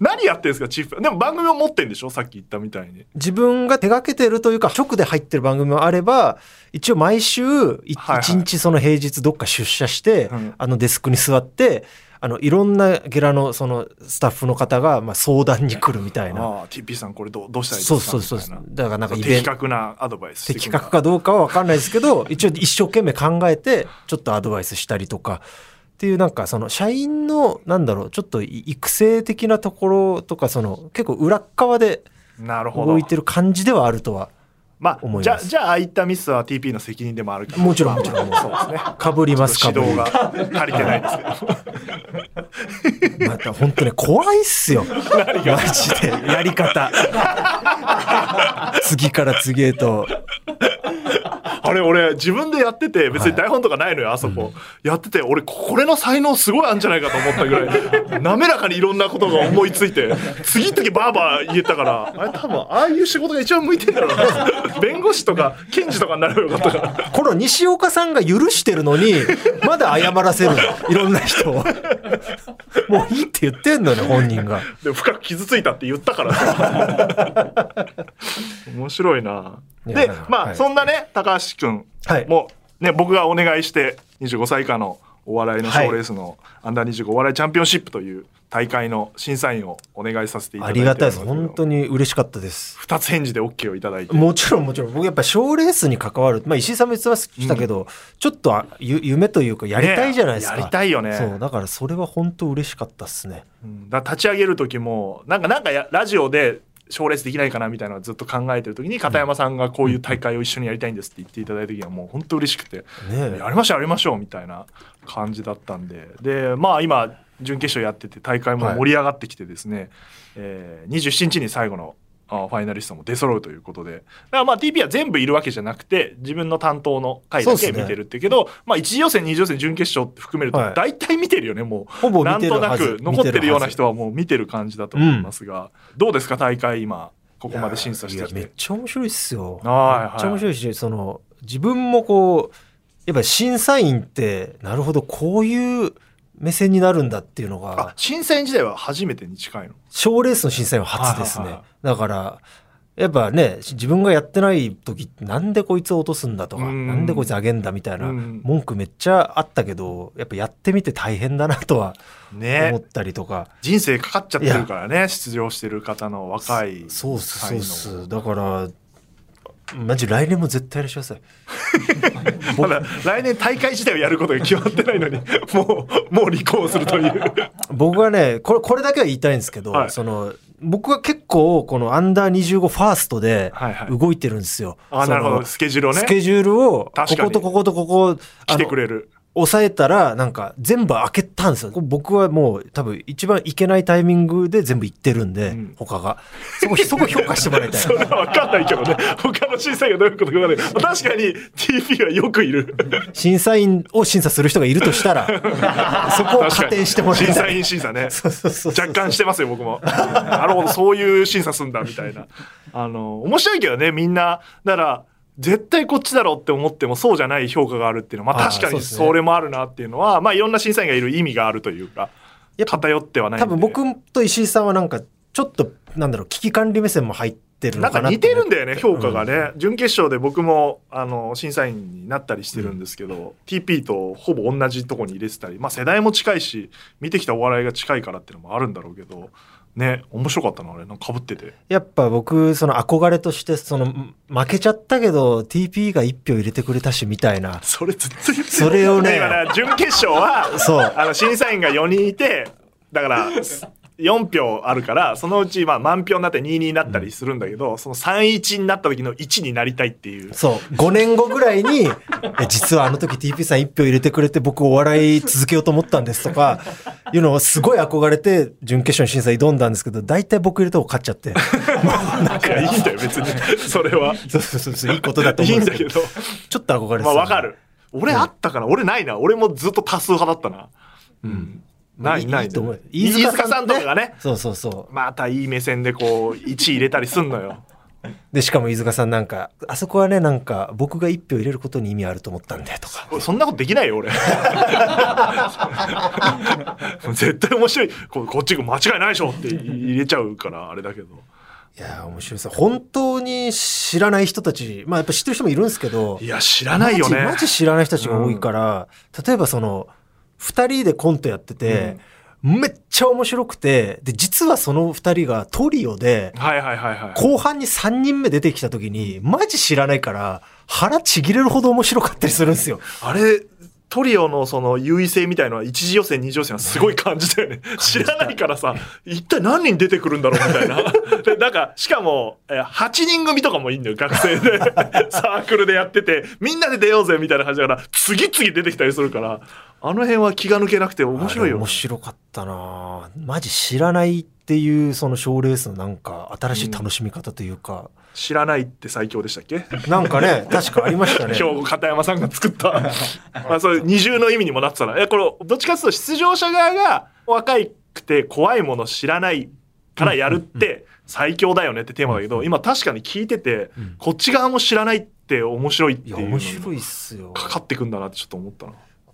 [SPEAKER 1] 何やってんですかチーフでも番組を持ってんでしょさっき言ったみたいに
[SPEAKER 2] 自分が手掛けてるというか、直で入ってる番組もあれば、一応毎週、い一、
[SPEAKER 1] はいはい
[SPEAKER 2] 日その平日どっか出社して、
[SPEAKER 1] うん
[SPEAKER 2] あのデスクに座って、あの、いろんなゲラのそのスタッフの方が、まあ、相談に来るみたいな。
[SPEAKER 1] ああ TP さんこれどうどうしたらいいです
[SPEAKER 2] そ
[SPEAKER 1] か
[SPEAKER 2] うそうそう
[SPEAKER 1] みたいな。
[SPEAKER 2] だからなんかイベ
[SPEAKER 1] 的
[SPEAKER 2] ント。
[SPEAKER 1] 確なアドバイスして
[SPEAKER 2] 的
[SPEAKER 1] くんだ
[SPEAKER 2] 確かどうかは分かんないですけど一応一生懸命考えてちょっとアドバイスしたりとかっていうなんかその社員のなんだろうちょっと育成的なところとかその結構裏っ側で
[SPEAKER 1] なるほど
[SPEAKER 2] 動いてる感じではあるとは
[SPEAKER 1] まあ
[SPEAKER 2] 思い
[SPEAKER 1] じゃ
[SPEAKER 2] ま
[SPEAKER 1] あ
[SPEAKER 2] す
[SPEAKER 1] じゃあああいったミスは TP の責任でもあるから
[SPEAKER 2] もちろんもちろんもう
[SPEAKER 1] そうですね
[SPEAKER 2] かぶりますかぶ
[SPEAKER 1] 指
[SPEAKER 2] り
[SPEAKER 1] 導
[SPEAKER 2] ま
[SPEAKER 1] が足りてないですけど
[SPEAKER 2] た本当ね怖いっすよマジでやり方次から次へと
[SPEAKER 1] あれ俺自分でやってて別に台本とかないのよ、あそこ、やってて俺これの才能すごいあるんじゃないかと思ったぐらい滑らかにいろんなことが思いついて次々バーバー言えたからあれ多分ああいう仕事が一番向いてんだろうな弁護士とか検事とかになればよかったから
[SPEAKER 2] この西岡さんが許してるのに、まだ謝らせるの。いろんな人を。もういいって言ってんのね、本人が。
[SPEAKER 1] でも深く傷ついたって言ったからさ 面白いない
[SPEAKER 2] や
[SPEAKER 1] で
[SPEAKER 2] だから
[SPEAKER 1] まあ、
[SPEAKER 2] はい
[SPEAKER 1] そんなね高橋君
[SPEAKER 2] はい
[SPEAKER 1] もうね僕がお願いして25歳以下のお笑いの賞
[SPEAKER 2] はい
[SPEAKER 1] レースのアンダー25お笑いチャンピオンシップという大会の審査員をお願いさせていただ
[SPEAKER 2] あ
[SPEAKER 1] いて
[SPEAKER 2] りがたいです。本当
[SPEAKER 1] に
[SPEAKER 2] に嬉しかったです。
[SPEAKER 1] 2つ返事で OK をいただいて
[SPEAKER 2] もちろんもちろん。僕やっぱ賞レースに関わる。まあ石井さんも言ってましたけど、ちょっとあゆ夢というかやりたいじゃないですか。
[SPEAKER 1] ねやりたいよね
[SPEAKER 2] そう、だからそれは本当嬉しかったっすね。
[SPEAKER 1] うんだから立ち上げる時もなんかなんかやラジオで賞レースできないかなみたいなのをずっと考えてる時に片山さんがこういう大会を一緒にやりたいんですって言っていただいた時にはもう本当嬉しくて
[SPEAKER 2] ね え
[SPEAKER 1] やりましょうやりましょうみたいな感じだったんででまあ今準決勝やってて大会も盛り上がってきてですね、えー27日に最後のあファイナリストも出揃うということでだからまあ TP は全部いるわけじゃなくて自分の担当の回だ
[SPEAKER 2] そ
[SPEAKER 1] け
[SPEAKER 2] うですね
[SPEAKER 1] 見てるっていうけどまあ、1次予選2次予選準決勝って含めると
[SPEAKER 2] はい
[SPEAKER 1] 大体見てるよね、もう
[SPEAKER 2] ほぼ見てる
[SPEAKER 1] なん
[SPEAKER 2] は
[SPEAKER 1] と
[SPEAKER 2] ず
[SPEAKER 1] なく残ってるような人
[SPEAKER 2] は
[SPEAKER 1] はもう見てる感じだと思いますが、どうですか大会今ここまで審査してき。
[SPEAKER 2] いやめってちゃ面白いっすよ。
[SPEAKER 1] はいはい
[SPEAKER 2] めっちゃ面白いし、その、自分もこう、やっぱ審査員って、なるほど、こういう目線になるんだっていうのが
[SPEAKER 1] あ審査員時代は初めてに近いの
[SPEAKER 2] 賞レースの審査員は初ですね、
[SPEAKER 1] はいはいは
[SPEAKER 2] だからやっぱね自分がやってない時なんでこいつを落とすんだとか
[SPEAKER 1] うん
[SPEAKER 2] なんでこいつあげんだみたいな
[SPEAKER 1] うん
[SPEAKER 2] 文句めっちゃあったけどやっぱやってみて大変だなとは思っ
[SPEAKER 1] ね
[SPEAKER 2] たりとか、
[SPEAKER 1] 人生かかっちゃってるからね出場してる方の若い
[SPEAKER 2] そうっすそう
[SPEAKER 1] 才
[SPEAKER 2] っ
[SPEAKER 1] 能
[SPEAKER 2] すだからマジ来年も絶対いらっしゃいませ
[SPEAKER 1] まだ来年大会自体をやることが決まってないのに もうもう履行するという
[SPEAKER 2] 僕はねこれこれだけは言いたいんですけど、
[SPEAKER 1] はい
[SPEAKER 2] その僕は結構このアンダー25ファーストで
[SPEAKER 1] はいはい
[SPEAKER 2] 動いてるんですよ。
[SPEAKER 1] あ
[SPEAKER 2] その
[SPEAKER 1] なるほどスケジュールをね
[SPEAKER 2] スケジュールをこ
[SPEAKER 1] 確か
[SPEAKER 2] こ
[SPEAKER 1] に
[SPEAKER 2] とこことここ
[SPEAKER 1] 来てく
[SPEAKER 2] あの
[SPEAKER 1] れる
[SPEAKER 2] 抑えたらなんか全部開けたんですよ僕はもう多分一番いけないタイミングで全部行ってるんで、
[SPEAKER 1] ん
[SPEAKER 2] 他がそこそこ評価してもらいた い
[SPEAKER 1] それは分かんないけどね 他の審査員がどういうことか分かんない確かに TP はよくいる
[SPEAKER 2] 審査員を審査する人がいるとしたらそこを加点してもらい
[SPEAKER 1] 審
[SPEAKER 2] た
[SPEAKER 1] 査
[SPEAKER 2] い
[SPEAKER 1] 員審査ね
[SPEAKER 2] そうそうそうそう
[SPEAKER 1] 若干してますよ僕もなるほどそういう審査すんだみたいなあの面白いけどねみんなだから絶対こっちだろうって思ってもそうじゃない評価があるっていうのは、ま
[SPEAKER 2] あ
[SPEAKER 1] あ、
[SPEAKER 2] ー
[SPEAKER 1] 確か
[SPEAKER 2] そう
[SPEAKER 1] に
[SPEAKER 2] ですね
[SPEAKER 1] それもあるなっていうのはまあいろんな審査員がいる意味があるというか
[SPEAKER 2] やっぱ
[SPEAKER 1] 偏ってはないん
[SPEAKER 2] 多
[SPEAKER 1] で
[SPEAKER 2] 分僕と石井さんはなんかちょっとなんだろう危機管理目線も入ってる
[SPEAKER 1] な
[SPEAKER 2] の
[SPEAKER 1] ん
[SPEAKER 2] か
[SPEAKER 1] か
[SPEAKER 2] なって
[SPEAKER 1] 似てるんだよね評価がね、準決勝で僕もあの審査員になったりしてるんですけど、TP とほぼ同じとこに入れてたり、まあ、世代も近いし見てきたお笑いが近いからっていうのもあるんだろうけどね面白かったなあれなんか被ってて
[SPEAKER 2] やっぱ僕その憧れとしてそのん負けちゃったけど TP が1票入れてくれたしみたいな
[SPEAKER 1] それずっと言って
[SPEAKER 2] それをね
[SPEAKER 1] だから準決勝は
[SPEAKER 2] そう
[SPEAKER 1] あの審査員が4人いてだから4票あるからそのうちまあ満票になって22になったりするんだけど、その31になった時の1になりたいっていう
[SPEAKER 2] そう5年後ぐらいにいや実はあの時 TP さん1票入れてくれて僕お笑い続けようと思ったんですとかいうのをすごい憧れて準決勝に審査挑んだんですけど大体僕入れた方勝っちゃって
[SPEAKER 1] いやいいんだよ別にそれは。
[SPEAKER 2] そうそうそうそういいことだと
[SPEAKER 1] い
[SPEAKER 2] 思
[SPEAKER 1] い
[SPEAKER 2] うん
[SPEAKER 1] ん
[SPEAKER 2] で
[SPEAKER 1] だ
[SPEAKER 2] すけ
[SPEAKER 1] け
[SPEAKER 2] ど
[SPEAKER 1] ど。
[SPEAKER 2] ちょっと憧れてた
[SPEAKER 1] まあわかる。俺あったかな、俺ないな。俺もずっと多数派だったな。うん。
[SPEAKER 2] まあ
[SPEAKER 1] ないない
[SPEAKER 2] いと思う
[SPEAKER 1] 飯
[SPEAKER 2] 飯塚
[SPEAKER 1] 塚
[SPEAKER 2] さ
[SPEAKER 1] さ
[SPEAKER 2] ん
[SPEAKER 1] ん
[SPEAKER 2] ね
[SPEAKER 1] とかがね、
[SPEAKER 2] そうそうそう
[SPEAKER 1] またいい目線でこう、1位入れたりすんのよ。
[SPEAKER 2] で、しかも飯塚さんなんか、あそこはね、なんか、僕が一票入れることに意味あると思ったんで、とか。
[SPEAKER 1] そんなことできないよ、俺。絶対面白い。ここっちが間違いないでしょって入れちゃうから、あれだけど。
[SPEAKER 2] いやー、面白いです。本当に知らない人たち、まあやっぱ知ってる人もいるんですけど、
[SPEAKER 1] いや、知らないよね。
[SPEAKER 2] マジマジ知らない人たちが多いから、例えばその、二人でコントやってて、めっちゃ面白くて、で、実はその二人がトリオで、
[SPEAKER 1] はいはいはいはい。
[SPEAKER 2] 後半に三人目出てきた時に、マジ知らないから、腹ちぎれるほど面白かったりするんですよ。
[SPEAKER 1] あれ、トリオのその優位性みたいのは一次予選、二次予選はすごい感じたよね。知らないからさ、一体何人出てくるんだろうみたいな。で、なんか、しかも、えー8人組とかもいいんだよ、学生 で。サークルでやってて、みんなで出ようぜみたいな感じだから、次々出てきたりするから、あの辺は気が抜けなくて面白い
[SPEAKER 2] あれ
[SPEAKER 1] よ
[SPEAKER 2] 面。白かったなぁマジ知らないっていうその賞レースのなんか新しい楽しみ方というか、
[SPEAKER 1] 知らないって最強でしたっけ
[SPEAKER 2] なんかね確かありました ね
[SPEAKER 1] 兵庫片山さんが作った、ま あ、それ二重の意味にもなってたなえこれどっちかっていうと出場者側が若くて怖いもの知らないからやるって最強だよねってテーマだけど今確かに聞いてて
[SPEAKER 2] ん
[SPEAKER 1] こっち側も知らないって面白いって
[SPEAKER 2] い
[SPEAKER 1] いう
[SPEAKER 2] や
[SPEAKER 1] のに
[SPEAKER 2] 面白いっすよ
[SPEAKER 1] かかってくんだなってちょっと思ったな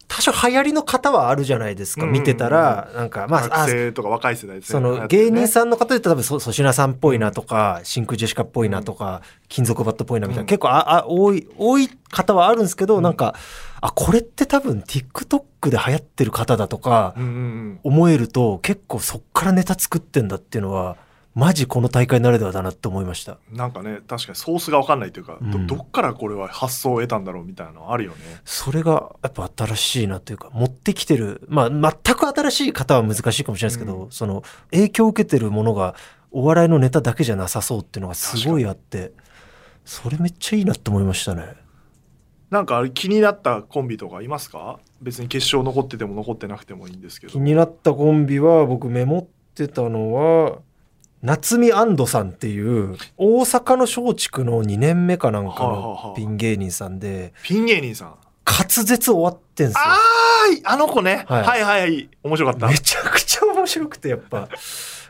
[SPEAKER 2] 多少流行りの方はあるじゃないですか
[SPEAKER 1] うん
[SPEAKER 2] 見てたらなんかまああ
[SPEAKER 1] 学生とか若い世代ですね
[SPEAKER 2] その芸人さんの方で多分そ粗品さんっぽいなとか真空ジェシカっぽいなとか金属バットっぽいなみたいな
[SPEAKER 1] うん
[SPEAKER 2] 結構ああ多い多い方はあるんですけどなんかあこれって多分 TikTok で流行ってる方だとか
[SPEAKER 1] うんうん
[SPEAKER 2] 思えると結構そっからネタ作ってんだっていうのはマジこの大会ならではだなって思いました
[SPEAKER 1] うんなんかね確かにソースが分かんないというか、
[SPEAKER 2] うん
[SPEAKER 1] どどっからこれは発想を得たんだろうみたいなのあるよね
[SPEAKER 2] それがやっぱ新しいなというか持ってきてるまあ全く新しい方は難しいかもしれないですけど、
[SPEAKER 1] う
[SPEAKER 2] その影響を受けてるものがお笑いのネタだけじゃなさそうっていうのがすごいあってそれめっちゃいいなって思いましたね
[SPEAKER 1] なんかあれ気になったコンビとかいますか別に決勝残ってても残ってなくてもいいんですけど
[SPEAKER 2] 気になったコンビは僕メモってたのは夏美安藤さんっていう大阪の松竹の2年目かなんか
[SPEAKER 1] はあはあは
[SPEAKER 2] の
[SPEAKER 1] あ
[SPEAKER 2] ピン芸人さんで、
[SPEAKER 1] ピン芸人さん。
[SPEAKER 2] 滑舌終わってんす
[SPEAKER 1] あ
[SPEAKER 2] よ。
[SPEAKER 1] ーいあの子ね、
[SPEAKER 2] は
[SPEAKER 1] はいい。はいはい面白かった
[SPEAKER 2] め。ちゃくちゃ面白くて、やっぱ。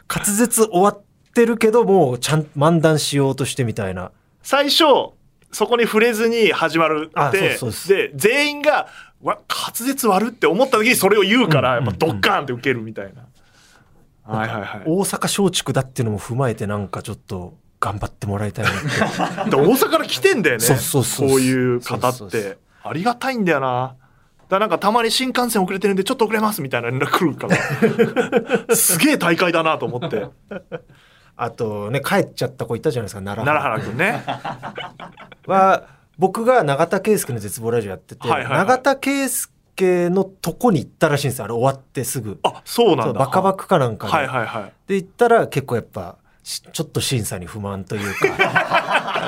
[SPEAKER 2] 滑舌終わってるけど、もうちゃん漫談しようとしてみたいな。
[SPEAKER 1] 最初、そこに触れずに始まる
[SPEAKER 2] あ
[SPEAKER 1] っ
[SPEAKER 2] そうで
[SPEAKER 1] て
[SPEAKER 2] すそうです
[SPEAKER 1] で全員が「わ滑舌悪」って思った時にそれを言うから、
[SPEAKER 2] うん
[SPEAKER 1] やっぱドッカーンって受けるみたいな、はいはいはい
[SPEAKER 2] 大阪松竹だっていうのも踏まえてなんかちょっと頑張ってもらいたいなって
[SPEAKER 1] で大阪から来てんだよね
[SPEAKER 2] そうそうそう
[SPEAKER 1] こういう方
[SPEAKER 2] そ
[SPEAKER 1] っ
[SPEAKER 2] うそうそ
[SPEAKER 1] てありがたいんだよなだからなんかたまに新幹線遅れてるんでちょっと遅れますみたいな連絡来るから すげえ大会だなと思って
[SPEAKER 2] あとね帰っちゃった子いたじゃないですか奈良
[SPEAKER 1] 奈良原君ね
[SPEAKER 2] は僕が永田圭介の絶望ラジオやってて、
[SPEAKER 1] はいはいはい
[SPEAKER 2] 永田圭介のとこに行ったらしいんですよあれ終わってすぐ
[SPEAKER 1] あそうな
[SPEAKER 2] そうん
[SPEAKER 1] だ
[SPEAKER 2] バカバカかなんかで,、
[SPEAKER 1] はいはいはい
[SPEAKER 2] で行ったら結構やっぱしちょっと審査に不満とい うか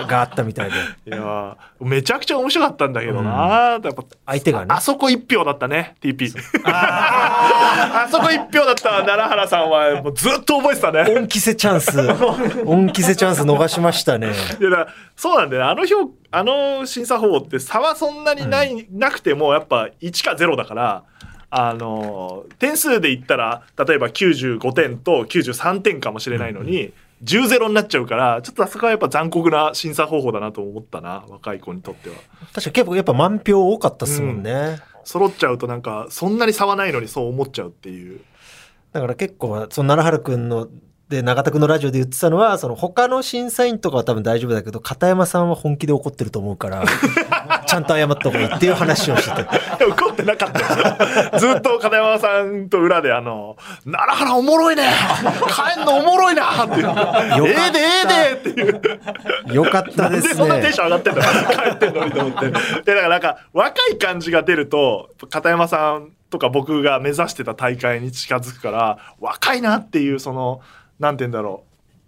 [SPEAKER 2] があったみたい
[SPEAKER 1] い
[SPEAKER 2] で
[SPEAKER 1] やーめちゃくちゃ面白かったんだけどな、やっぱ
[SPEAKER 2] 相手がね
[SPEAKER 1] あそこ一票だったね TP ああそこ一票だった奈良原さんはもうずっと覚えてたね
[SPEAKER 2] 恩着せチャンス 恩着せチャンス逃しましたね
[SPEAKER 1] いやだからそうなんだよねあの票あの審査方法って差はそんなにない、なくてもやっぱ1か0だからあのー点数で言ったら例えば95点と93点かもしれないのに、10ゼロになっちゃうからちょっとあそこはやっぱ残酷な審査方法だなと思ったな若い子にとっては
[SPEAKER 2] 確か結構やっぱ満票多かったっすもんね、
[SPEAKER 1] 揃っちゃうとなんかそんなに差はないのにそう思っちゃうっていう
[SPEAKER 2] だから結構その奈良原くんので永田君のラジオで言ってたのはその他の審査員とかは多分大丈夫だけど片山さんは本気で怒ってると思うから ちゃんと謝った方がいいっていう話をしてて
[SPEAKER 1] いや怒ってなかったよずっと片山さんと裏であの「奈良原おもろいね帰んのおもろいな」っていう「ええでええで」っていう
[SPEAKER 2] よかっ
[SPEAKER 1] な
[SPEAKER 2] たで
[SPEAKER 1] んですそん なテン
[SPEAKER 2] ね
[SPEAKER 1] ション上がってんだ帰ってんのにと思ってでだからなんか若い感じが出ると片山さんとか僕が目指してた大会に近づくから若いなっていうそのなんて言うんだろ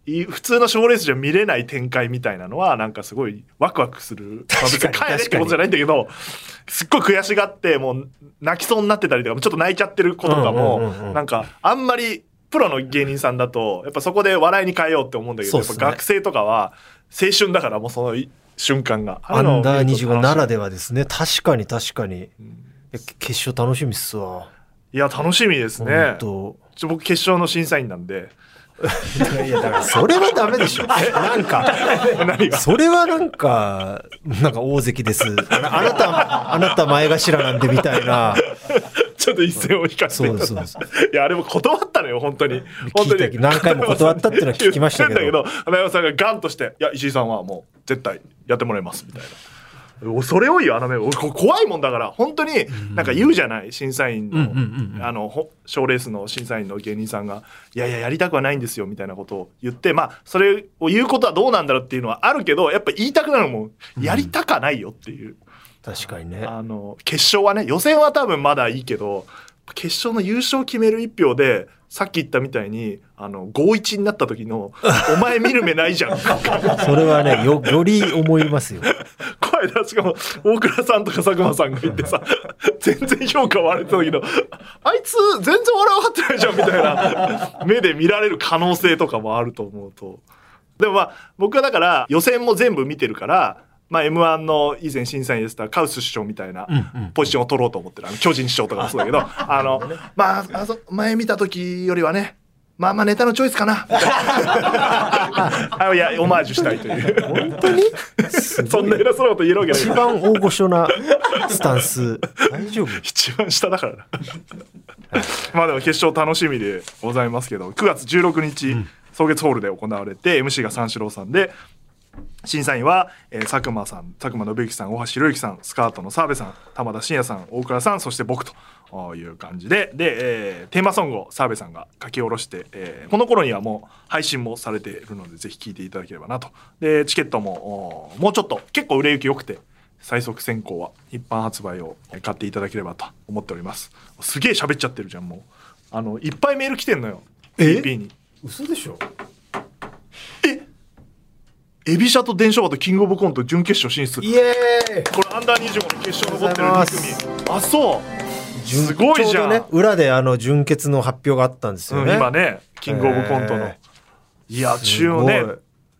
[SPEAKER 1] うい普通の賞レースじゃ見れない展開みたいなのはなんかすごいワクワクする、まあ、別に
[SPEAKER 2] 確か
[SPEAKER 1] 帰
[SPEAKER 2] に
[SPEAKER 1] れってことじゃないんだけどすっごい悔しがってもう泣きそうになってたりとかちょっと泣いちゃってる子とかも、
[SPEAKER 2] うんうんうんうん
[SPEAKER 1] なんかあんまりプロの芸人さんだとやっぱそこで笑いに変えようって思うんだけど、
[SPEAKER 2] そうっ
[SPEAKER 1] やっ
[SPEAKER 2] す
[SPEAKER 1] ぱ
[SPEAKER 2] ね
[SPEAKER 1] 学生とかは青春だからもうそのい瞬間が
[SPEAKER 2] アンダー25なら
[SPEAKER 1] で
[SPEAKER 2] ではですね確かに確かにいや決勝楽しみっすわ
[SPEAKER 1] いや楽しみですね
[SPEAKER 2] 本当
[SPEAKER 1] ちょ僕決勝の審査員なんで
[SPEAKER 2] いやだからそれはダメでしょなんか
[SPEAKER 1] 何 が
[SPEAKER 2] それはなんかなんか大 関ですあなあなたあなた前頭なんでみたいな
[SPEAKER 1] ちょっと一線を引かせていただい
[SPEAKER 2] そうですそ
[SPEAKER 1] いやあれも断ったのよ本当に本
[SPEAKER 2] 聞
[SPEAKER 1] 当
[SPEAKER 2] いた
[SPEAKER 1] に
[SPEAKER 2] けど何回も断ったっていうのは聞きましたけど
[SPEAKER 1] 言ってんだけど花山さんがガンとして「いや石井さんはもう絶対やってもらいます」みたいなおそれ多いよあの目俺こ怖いもんだから本当になんか言うじゃない審査員
[SPEAKER 2] うんうんうんうん
[SPEAKER 1] のあのほ賞レースの審査員の芸人さんが「いやいややりたくはないんですよ」みたいなことを言ってまあそれを言うことはどうなんだろうっていうのはあるけどやっぱ言いたくなるもんやりたくはないよっていう。
[SPEAKER 2] 確かにね
[SPEAKER 1] あの決勝はね予選は多分まだいいけど決勝の優勝を決める一票でさっき言ったみたいにあの5-1になった時の「お前見る目ないじゃん」
[SPEAKER 2] それはねよより思いますよ
[SPEAKER 1] 声出しかも大倉さんとか佐久間さんが言ってさ全然評価割れてた時の「あいつ全然笑わかってないじゃん」みたいな目で見られる可能性とかもあると思うと。でもまあ僕はだから予選も全部見てるから、まあ、m 1の以前審査員でしたカウス首相みたいな
[SPEAKER 2] うんうん
[SPEAKER 1] ポジションを取ろうと思ってるあの巨人師匠とかもそうだ けどあの、まああそ前見た時よりはねまあまあネタのチョイスか なみたいなあいやオマージュしたいという
[SPEAKER 2] 本当にすごい
[SPEAKER 1] そんな偉そうなこと言えるわけない
[SPEAKER 2] 一番大御所なスタンス大丈夫
[SPEAKER 1] 一番下だからな まあでも決勝楽しみでございますけど9月16日、草月ホールで行われて MC が三四郎さんで審査員は、えー佐久間さん佐久間信之さん大橋宏之さんスカートの澤部さん玉田真也さん大倉さんそして僕とあーいう感じでで、えーテーマソングを澤部さんが書き下ろして、えーこの頃にはもう配信もされているのでぜひ聴いていただければなとでチケットもおーもうちょっと結構売れ行き良くて最速選考は一般発売をえー買っていただければと思っておりますすげえ喋っちゃってるじゃんもうあのいっぱいメール来てんのよ
[SPEAKER 2] え
[SPEAKER 1] EP に
[SPEAKER 2] 嘘でしょ
[SPEAKER 1] エビシャと電車バとキングオブコント準決勝進出
[SPEAKER 2] イエーイ
[SPEAKER 1] これアンダー25の決勝残ってる
[SPEAKER 2] ありがとうござい
[SPEAKER 1] 2組あそうすごいじゃん、
[SPEAKER 2] ちょうどね裏であの純潔の発表があったんですよ
[SPEAKER 1] うん
[SPEAKER 2] ね、
[SPEAKER 1] 今ねキングオブコントの、
[SPEAKER 2] え
[SPEAKER 1] いや
[SPEAKER 2] す
[SPEAKER 1] 中央
[SPEAKER 2] ごい
[SPEAKER 1] ね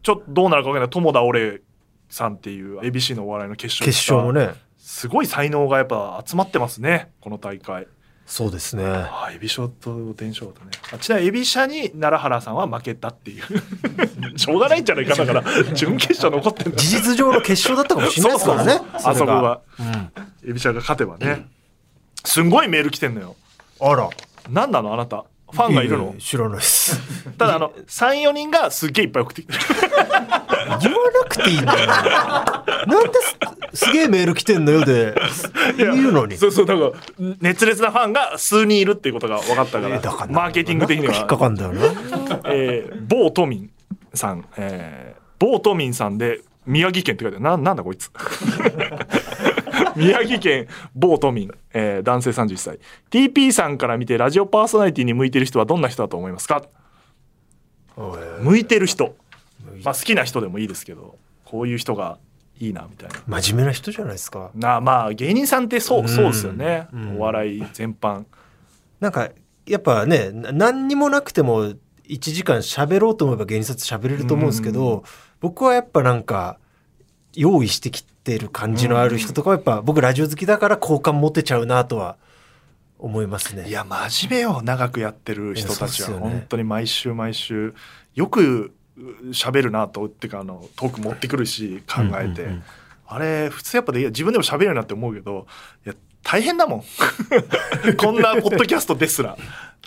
[SPEAKER 1] ちょっとどうなるかわかんない友田オレさんっていう ABC のお笑いの決勝
[SPEAKER 2] 決勝もね
[SPEAKER 1] すごい才能がやっぱ集まってますねこの大会
[SPEAKER 2] そうですね。
[SPEAKER 1] ああエビショと電車だねあちなみにエビシャに奈良原さんは負けたっていう しょうがないんじゃないかだから 準決勝残ってんだ
[SPEAKER 2] 事実上の決勝だったかもしれないですから ね。
[SPEAKER 1] そうそうあそこは
[SPEAKER 2] れが。うん
[SPEAKER 1] エビシャが勝てばねすんごいメール来てんのよ
[SPEAKER 2] あら。
[SPEAKER 1] 何なのあなたファンがいるの
[SPEAKER 2] やや知らないです。
[SPEAKER 1] ただあの34人がすっげえいっぱい送ってきてる
[SPEAKER 2] 言わなくていいんだよ。なんです、すげえメール来てんのよで、言うのに。
[SPEAKER 1] そうそうだから熱烈なファンが数人いるっていうことが分かったから,、
[SPEAKER 2] えーだから
[SPEAKER 1] マーケティング的には
[SPEAKER 2] 引っかかんだよな。
[SPEAKER 1] えー、某都民さん、えー、某都民さんで宮城県って書いてあるななんだこいつ 宮城県某都民、えー、男性31歳 TP さんから見てラジオパーソナリティに向いてる人はどんな人だと思いますか
[SPEAKER 2] おい
[SPEAKER 1] 向いてる人、まあ、好きな人でもいいですけどこういう人がいいなみたいな
[SPEAKER 2] 真面目な人じゃないですか。
[SPEAKER 1] なあまあ芸人さんってそう,、
[SPEAKER 2] うん
[SPEAKER 1] そうですよね、
[SPEAKER 2] うん
[SPEAKER 1] お笑い全般
[SPEAKER 2] なんか、やっぱね、な何にもなくても、1時間喋ろうと思えば芸人さんって喋れると思うんですけど、僕はやっぱなんか、用意してきてる感じのある人とかはやっぱ、僕ラジオ好きだから好感持てちゃうなとは思いますね。
[SPEAKER 1] いや真面目よ長くやってる人たち
[SPEAKER 2] いやそう
[SPEAKER 1] は、
[SPEAKER 2] っすよね
[SPEAKER 1] 本当に毎週毎週よくう喋るなとっていうかあのトーク持ってくるし考えて、
[SPEAKER 2] うんうんうん
[SPEAKER 1] あれ普通やっぱでいや自分でも喋るようになって思うけどいや大変だ もんこんなポッドキャストですら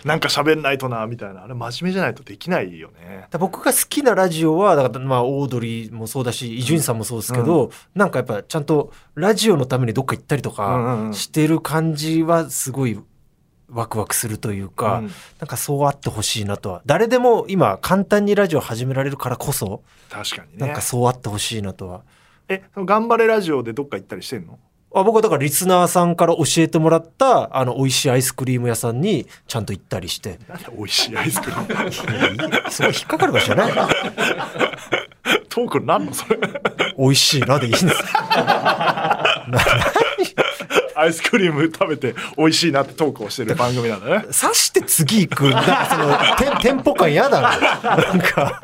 [SPEAKER 1] なんか喋んないとなみたいなあれ真面目じゃないとできないよね。
[SPEAKER 2] だから僕が好きなラジオはだからまあオードリーもそうだし伊集院さんもそうですけど、なんかやっぱちゃんとラジオのためにどっか行ったりと
[SPEAKER 1] うんうんう
[SPEAKER 2] か
[SPEAKER 1] ん
[SPEAKER 2] してる感じはすごいワクワクするというか、
[SPEAKER 1] うん
[SPEAKER 2] なんかそうあってほしいなとは誰でも今簡単にラジオ始められるからこそ
[SPEAKER 1] 確かに
[SPEAKER 2] なん
[SPEAKER 1] ね
[SPEAKER 2] か。そうあってほしいなとは。
[SPEAKER 1] え、その頑張れラジオでどっか行ったりしてんの？
[SPEAKER 2] あ僕はだからリスナーさんから教えてもらったあの美味しいアイスクリーム屋さんにちゃんと行ったりして
[SPEAKER 1] なんで美味しいアイスクリーム。
[SPEAKER 2] そこ引っかかるかしらね
[SPEAKER 1] トークなんのそれ？
[SPEAKER 2] 美味しいなでいいんです
[SPEAKER 1] アイスクリーム食べて美味しいなってトークをしてる番組なんだね。
[SPEAKER 2] 刺して次行く、なん かその、テンテンポ感嫌だな。なんか、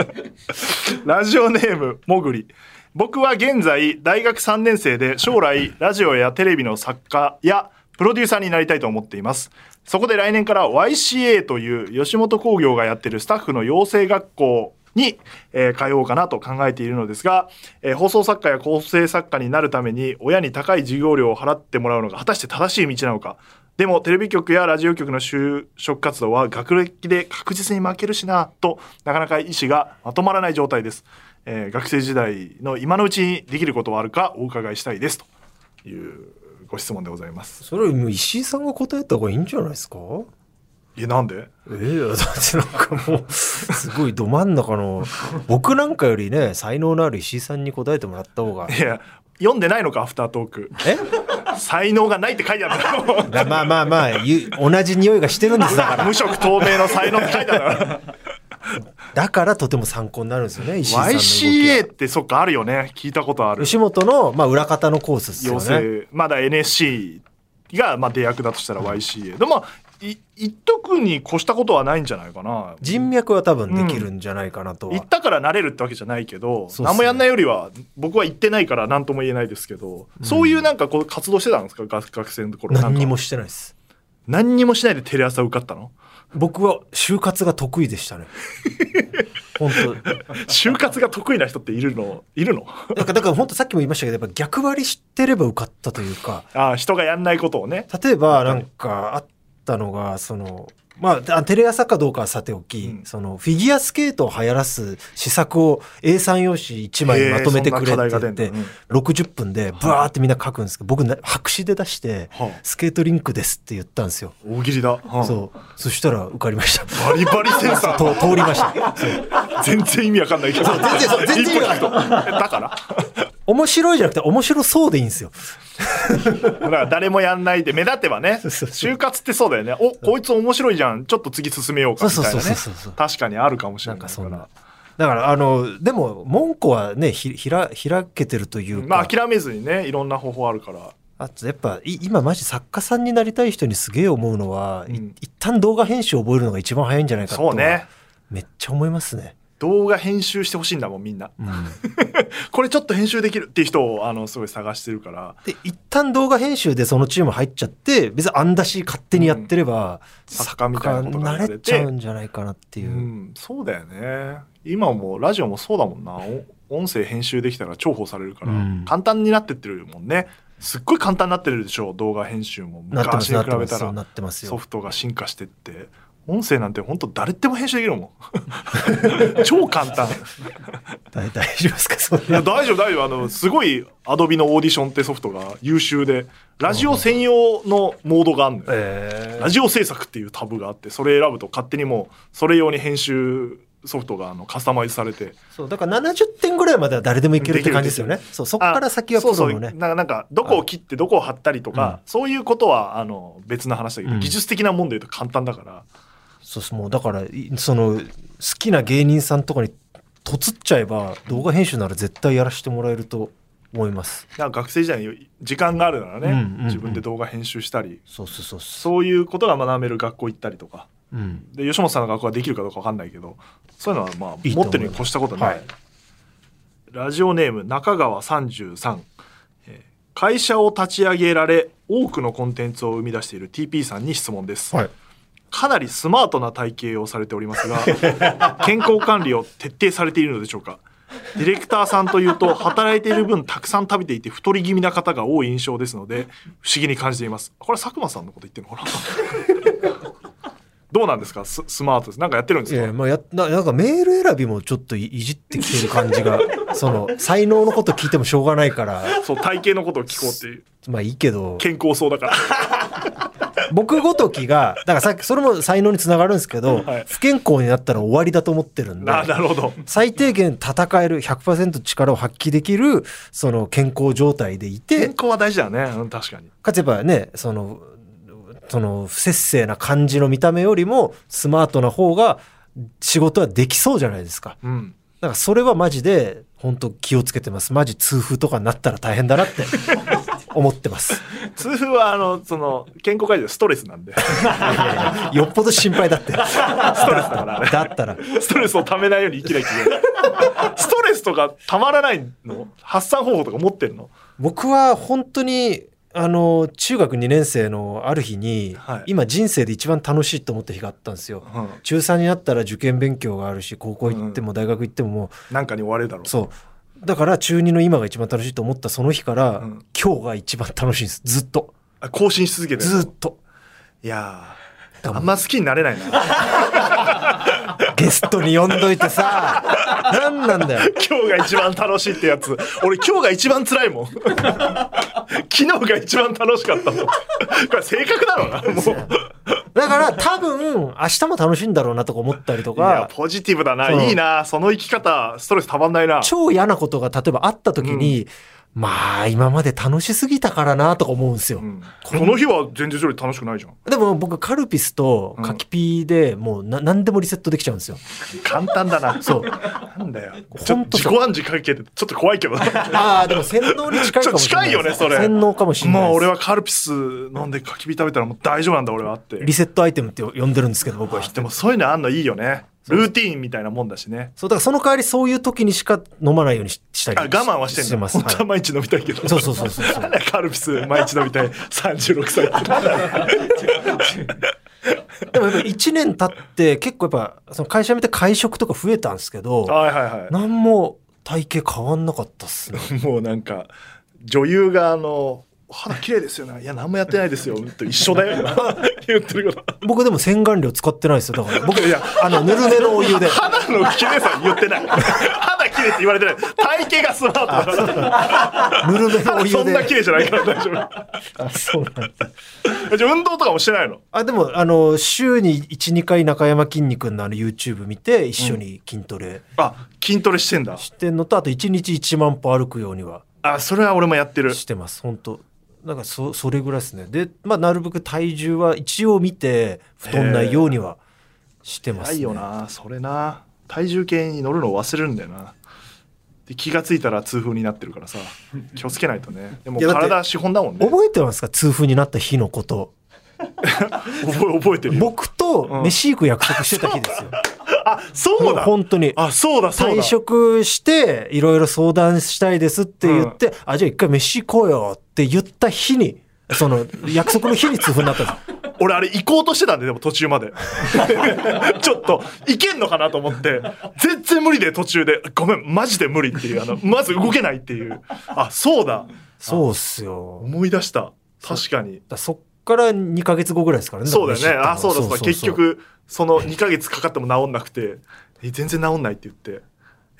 [SPEAKER 1] ラジオネーム、もぐり。僕は現在、大学3年生で、将来、ラジオやテレビの作家や、プロデューサーになりたいと思っています。そこで来年から YCA という吉本興業がやってるスタッフの養成学校に、えー通おうかなと考えているのですが、えー放送作家や構成作家になるために親に高い授業料を払ってもらうのが果たして正しい道なのかでもテレビ局やラジオ局の就職活動は学歴で確実に負けるしなとなかなか意思がまとまらない状態です、えー学生時代の今のうちにできることはあるかお伺いしたいですというご質問でございます
[SPEAKER 2] それよりも石井さんが答えた方がいいんじゃないですか
[SPEAKER 1] えなんで
[SPEAKER 2] ええだってなんかもう、すごいど真ん中の、僕なんかよりね、才能のある石井さんに答えてもらった方が。
[SPEAKER 1] いや読んでないのかアフタートーク
[SPEAKER 2] え
[SPEAKER 1] 才能がないって書いてあるの
[SPEAKER 2] だまあまあまあ、ゆ同じ匂いがしてるんですだ から
[SPEAKER 1] 無。色透明の才能って書いてあ るの
[SPEAKER 2] だからとても参考になるんですよね、石井さんの動きは。
[SPEAKER 1] YCA ってそっかあるよね聞いたことある
[SPEAKER 2] 吉本の、まあ、裏方のコースですよ
[SPEAKER 1] 要
[SPEAKER 2] ね。
[SPEAKER 1] 請まだ NSC がまあ出役だとしたら YCA、でもまあい一徳に越したことはないんじゃないかな
[SPEAKER 2] 人脈は多分できるんじゃないかなとは。
[SPEAKER 1] 行ったからなれるってわけじゃないけど、
[SPEAKER 2] そうっすね
[SPEAKER 1] 何もやんないよりは僕は行ってないから何とも言えないですけど、そういうなんかこう活動してたんですか学学生の頃なんか
[SPEAKER 2] 何にもしてないです。
[SPEAKER 1] 何にもしないでテレ朝受かったの
[SPEAKER 2] 僕は就活が得意でしたね。本当
[SPEAKER 1] 就活が得意な人っているのいるの
[SPEAKER 2] なんかだから本当さっきも言いましたけどやっぱ逆張りしてれば受かったというか
[SPEAKER 1] ああ人がやんないことをね
[SPEAKER 2] 例えばなんかあったのがそのまああテレ朝かどうかはさておき、
[SPEAKER 1] うん
[SPEAKER 2] そのフィギュアスケートを流行らす施策を A3 用紙1枚にまとめてくれって
[SPEAKER 1] へえそんな課題が出ん
[SPEAKER 2] 言っ
[SPEAKER 1] だ
[SPEAKER 2] て
[SPEAKER 1] うん
[SPEAKER 2] 60分でブワーってみんな書くんですけど僕な白紙で出して
[SPEAKER 1] はあ
[SPEAKER 2] 「スケートリンクです」って言ったんですよ。
[SPEAKER 1] 大喜利だ、うん
[SPEAKER 2] そうそしたら受かりました。
[SPEAKER 1] バリバリセン サー
[SPEAKER 2] と通りました。そう
[SPEAKER 1] 全然意味わかんないけど。全
[SPEAKER 2] 然そう全然意味わ
[SPEAKER 1] だから
[SPEAKER 2] 面白いじゃなくて面白そうでいいんですよ。
[SPEAKER 1] だから誰もやんないで、目立てばね、
[SPEAKER 2] そうそう
[SPEAKER 1] 就活ってそうだよね。お、こいつ面白いじゃん。ちょっと次進めようか。みたいなね
[SPEAKER 2] そうそうそうそうそう
[SPEAKER 1] 確かにあるかもしれ
[SPEAKER 2] な
[SPEAKER 1] なんい
[SPEAKER 2] か
[SPEAKER 1] か
[SPEAKER 2] そんな
[SPEAKER 1] ら。。
[SPEAKER 2] だから、あの、でも、門戸はね、ひ、ひら、開けてるというか、
[SPEAKER 1] まあ諦めずにね、いろんな方法あるから。
[SPEAKER 2] あとやっぱ、い今マジ作家さんになりたい人にすげえ思うのは、い
[SPEAKER 1] うん
[SPEAKER 2] 一旦動画編集を覚えるのが一番早いんじゃないかと。
[SPEAKER 1] そうね。
[SPEAKER 2] めっちゃ思いますね。
[SPEAKER 1] 動画編集してほしいんだもんみんなこれちょっと編集できるっていう人をあのすごい探してるから
[SPEAKER 2] で一旦動画編集でそのチーム入っちゃって別にあんだし勝手にやってれば、
[SPEAKER 1] 作家みたいなことが
[SPEAKER 2] 慣れちゃうんじゃないかなっていうう、
[SPEAKER 1] んそうだよね今もうラジオもそうだもんなお音声編集できたら重宝されるから、
[SPEAKER 2] うん
[SPEAKER 1] 簡単になってってるもんねすっごい簡単になってるでしょ動画編集も
[SPEAKER 2] なってま
[SPEAKER 1] 昔
[SPEAKER 2] す
[SPEAKER 1] に
[SPEAKER 2] な
[SPEAKER 1] 比
[SPEAKER 2] ってま
[SPEAKER 1] べ
[SPEAKER 2] す
[SPEAKER 1] た
[SPEAKER 2] そう
[SPEAKER 1] ら
[SPEAKER 2] なってます
[SPEAKER 1] ソ
[SPEAKER 2] よ
[SPEAKER 1] フトが進化してって音声なんて本当誰でも編集できるもん 超簡単
[SPEAKER 2] 大大丈夫ですかそん
[SPEAKER 1] いや
[SPEAKER 2] な
[SPEAKER 1] 大丈夫大丈夫あのすごいアドビのオーディションってソフトが優秀でラジオ専用のモードがあるのよ、
[SPEAKER 2] え
[SPEAKER 1] ラジオ制作っていうタブがあってそれ選ぶと勝手にもうそれ用に編集ソフトがあのカスタマイズされて
[SPEAKER 2] そうだから70点ぐらいまでは誰でもいけるって感じですよね
[SPEAKER 1] で
[SPEAKER 2] そうそこから先はプ
[SPEAKER 1] そうそ
[SPEAKER 2] ロ
[SPEAKER 1] う
[SPEAKER 2] の
[SPEAKER 1] な
[SPEAKER 2] ね
[SPEAKER 1] なんかどこを切ってどこを貼ったりとか、
[SPEAKER 2] うん
[SPEAKER 1] そういうことはあの別の話だけど、
[SPEAKER 2] うん
[SPEAKER 1] 技術的なもんで言うと簡単だから
[SPEAKER 2] そうそうもうだからいその好きな芸人さんとかにとつっちゃえば動画編集なら絶対やらせてもらえると思います
[SPEAKER 1] なんか学生時代に時間があるならね、
[SPEAKER 2] うんうんうん
[SPEAKER 1] 自分で動画編集したり
[SPEAKER 2] そうそうそうそ
[SPEAKER 1] そういうことが学べる学校行ったりとか
[SPEAKER 2] う、うん、
[SPEAKER 1] で吉本さんの学校はできるかどうかわかんないけどそういうのはまあ
[SPEAKER 2] いい
[SPEAKER 1] 持
[SPEAKER 2] と思います
[SPEAKER 1] ってるに越したことない
[SPEAKER 2] はい
[SPEAKER 1] ラジオネーム中川33、えー会社を立ち上げられ多くのコンテンツを生み出している TP さんに質問です、
[SPEAKER 2] はい
[SPEAKER 1] かなりスマートな体型をされております が健康管理を徹底されているのでしょうかディレクターさんというと働いている分たくさん食べていて太り気味な方が多い印象ですので不思議に感じていますこれ佐久間さんのこと言ってるのかなどうなんです かススマートですなんかやってるんで
[SPEAKER 2] い
[SPEAKER 1] すか
[SPEAKER 2] やまあやななんかメール選びもちょっといいじってきてる感 じがその才能のこと聞いてもしょうがないから
[SPEAKER 1] そう体型のことを聞こうっていう
[SPEAKER 2] まあいいけど
[SPEAKER 1] 健康そうだ から
[SPEAKER 2] 僕ごときがだからさっきそれも才能につながるんですけど、
[SPEAKER 1] はい
[SPEAKER 2] 不健康になったら終わりだと思ってるんで
[SPEAKER 1] ななるほど
[SPEAKER 2] 最低限戦える100%力を発揮できるその健康状態でい
[SPEAKER 1] 健
[SPEAKER 2] て
[SPEAKER 1] 康は大事だよね、うん、確かに
[SPEAKER 2] かつやっぱねそのその不摂生な感じの見た目よりもスマートな方が仕事はできそうじゃないですか
[SPEAKER 1] うん
[SPEAKER 2] だからそれはマジで本当気をつけてますマジ痛風とかになったら大変だなって思っ てます
[SPEAKER 1] 痛風はあのその健康管理でストレスなんでス
[SPEAKER 2] よっぽど心配だってだ
[SPEAKER 1] トレスだからあれ
[SPEAKER 2] だったら
[SPEAKER 1] ストレスをためないように生きなきゃいけないストレスとかたまらないの発散方法とか持ってるの
[SPEAKER 2] 僕は本当にあの中学2年生のある日に、
[SPEAKER 1] はい
[SPEAKER 2] 今人生で一番楽しいと思った日があったんですよ
[SPEAKER 1] うん
[SPEAKER 2] 中3になったら受験勉強があるし高校行っても大学行ってもも
[SPEAKER 1] なんかに追われるだろ
[SPEAKER 2] う
[SPEAKER 1] う
[SPEAKER 2] そうだから中2の今が一番楽しいと思ったその日から、
[SPEAKER 1] うん
[SPEAKER 2] 今日が一番楽しいんですずっと
[SPEAKER 1] あ更新し続けてる
[SPEAKER 2] ずっと
[SPEAKER 1] いや
[SPEAKER 2] だ
[SPEAKER 1] ー
[SPEAKER 2] もん
[SPEAKER 1] あんま好きになれないな
[SPEAKER 2] ゲストに呼んどいてさ 何なんだよ
[SPEAKER 1] 今日が一番楽しいってやつ俺今日が一番辛いもん昨日が一番楽しかったもんこれ性格だろうなもう
[SPEAKER 2] だから多分明日も楽しいんだろうなとか思ったりと
[SPEAKER 1] いや
[SPEAKER 2] か
[SPEAKER 1] ポジティブだな
[SPEAKER 2] そう
[SPEAKER 1] いいなその生き方ストレスたまんないな
[SPEAKER 2] 超嫌なことが例えばあった時に、まあ今まで楽しすぎたからなとか思うんですよ、
[SPEAKER 1] うんこの日は前日より楽しくないじゃん
[SPEAKER 2] でも僕カルピスとカキピーでもうな何でもリセットできちゃうんですよ
[SPEAKER 1] 簡単だな
[SPEAKER 2] そう
[SPEAKER 1] なんだよちょ
[SPEAKER 2] ほんと
[SPEAKER 1] 自
[SPEAKER 2] そう
[SPEAKER 1] 己暗示かけてちょっと怖いけど
[SPEAKER 2] ああ、でも洗脳に近いかもしれな
[SPEAKER 1] ちょ近
[SPEAKER 2] い。
[SPEAKER 1] いよねそれ
[SPEAKER 2] 洗脳かもしれない。
[SPEAKER 1] もう俺。はカルピス飲んでかき火食べたらもう大丈夫なんだ俺はって
[SPEAKER 2] リセットアイテムって呼んでるんですけど、僕は。
[SPEAKER 1] でもそういうのあんのいいよねルーティーンみたいなもんだしね
[SPEAKER 2] そう、だからその代わりそういう時にしか飲まないようにししたり
[SPEAKER 1] あ我慢はしてん
[SPEAKER 2] し
[SPEAKER 1] の
[SPEAKER 2] てます。
[SPEAKER 1] 本当は
[SPEAKER 2] は
[SPEAKER 1] 毎日飲みたいけど
[SPEAKER 2] い、そうそうそうそうそう。
[SPEAKER 1] なんだよ カルピス毎日飲みたい36歳
[SPEAKER 2] でもやっぱ1年経って結構やっぱ、その会社見て会食とか増えたんですけど、
[SPEAKER 1] はいはいは
[SPEAKER 2] なんも体型変わんなかったっすね。
[SPEAKER 1] い もうなんか女優があの「肌綺麗ですよねいや何もやってないですよ」と一緒だよ今 言ってること
[SPEAKER 2] 僕でも洗顔料使ってないですよ。だから僕、
[SPEAKER 1] いや
[SPEAKER 2] あの、ぬるめの お湯で。
[SPEAKER 1] 肌の綺麗さ言ってない肌綺麗って言われてない体型がスマートだから
[SPEAKER 2] ぬるめのお湯で。
[SPEAKER 1] そんな綺麗じゃないから大丈
[SPEAKER 2] あそうなんだ
[SPEAKER 1] 夫。じゃあ運動とかもしてないの。
[SPEAKER 2] あでもあの週に12回中山きんに君のあの YouTube 見て一緒に筋トレ
[SPEAKER 1] あ、筋トレしてんだ。
[SPEAKER 2] してんのと、あと1日1万歩歩くようには
[SPEAKER 1] あ、それは俺もやってる。
[SPEAKER 2] してます本当なんかそそれぐらいですねで、まあ、なるべく体重は一応見て太んないようにはしてます、
[SPEAKER 1] な
[SPEAKER 2] ね、
[SPEAKER 1] いよな、それな。体重計に乗るのを忘れるんだよな。で気がついたら痛風になってるからさ、気をつけないとね。でも
[SPEAKER 2] いやだって
[SPEAKER 1] 体資本だもんね。覚
[SPEAKER 2] 覚えてますか痛風になった日のこと
[SPEAKER 1] え覚えてるよ。
[SPEAKER 2] 僕と飯行く約束してた日ですよ、
[SPEAKER 1] あ そうだ
[SPEAKER 2] 本当に。
[SPEAKER 1] あそうだそう
[SPEAKER 2] 退
[SPEAKER 1] だ
[SPEAKER 2] 職して、いろいろ相談したいですって言って、あ、じゃあ一回飯行こうよって言った日に、その、約束の日に痛風になったんですよ。
[SPEAKER 1] 俺 あれ行こうとしてたんででも途中まで ちょっと行けんのかなと思って全然無理で途中でごめんマジで無理っていうあのまず動けないっていうあそうだ
[SPEAKER 2] そうっすよ。
[SPEAKER 1] 思い出した確かに
[SPEAKER 2] だそっから2ヶ月後ぐらいですからね。
[SPEAKER 1] そうだよね
[SPEAKER 2] 飯行ったの
[SPEAKER 1] あそうだそうだ結。局その2ヶ月かかっても治んなくてえ全然治んないって言ってい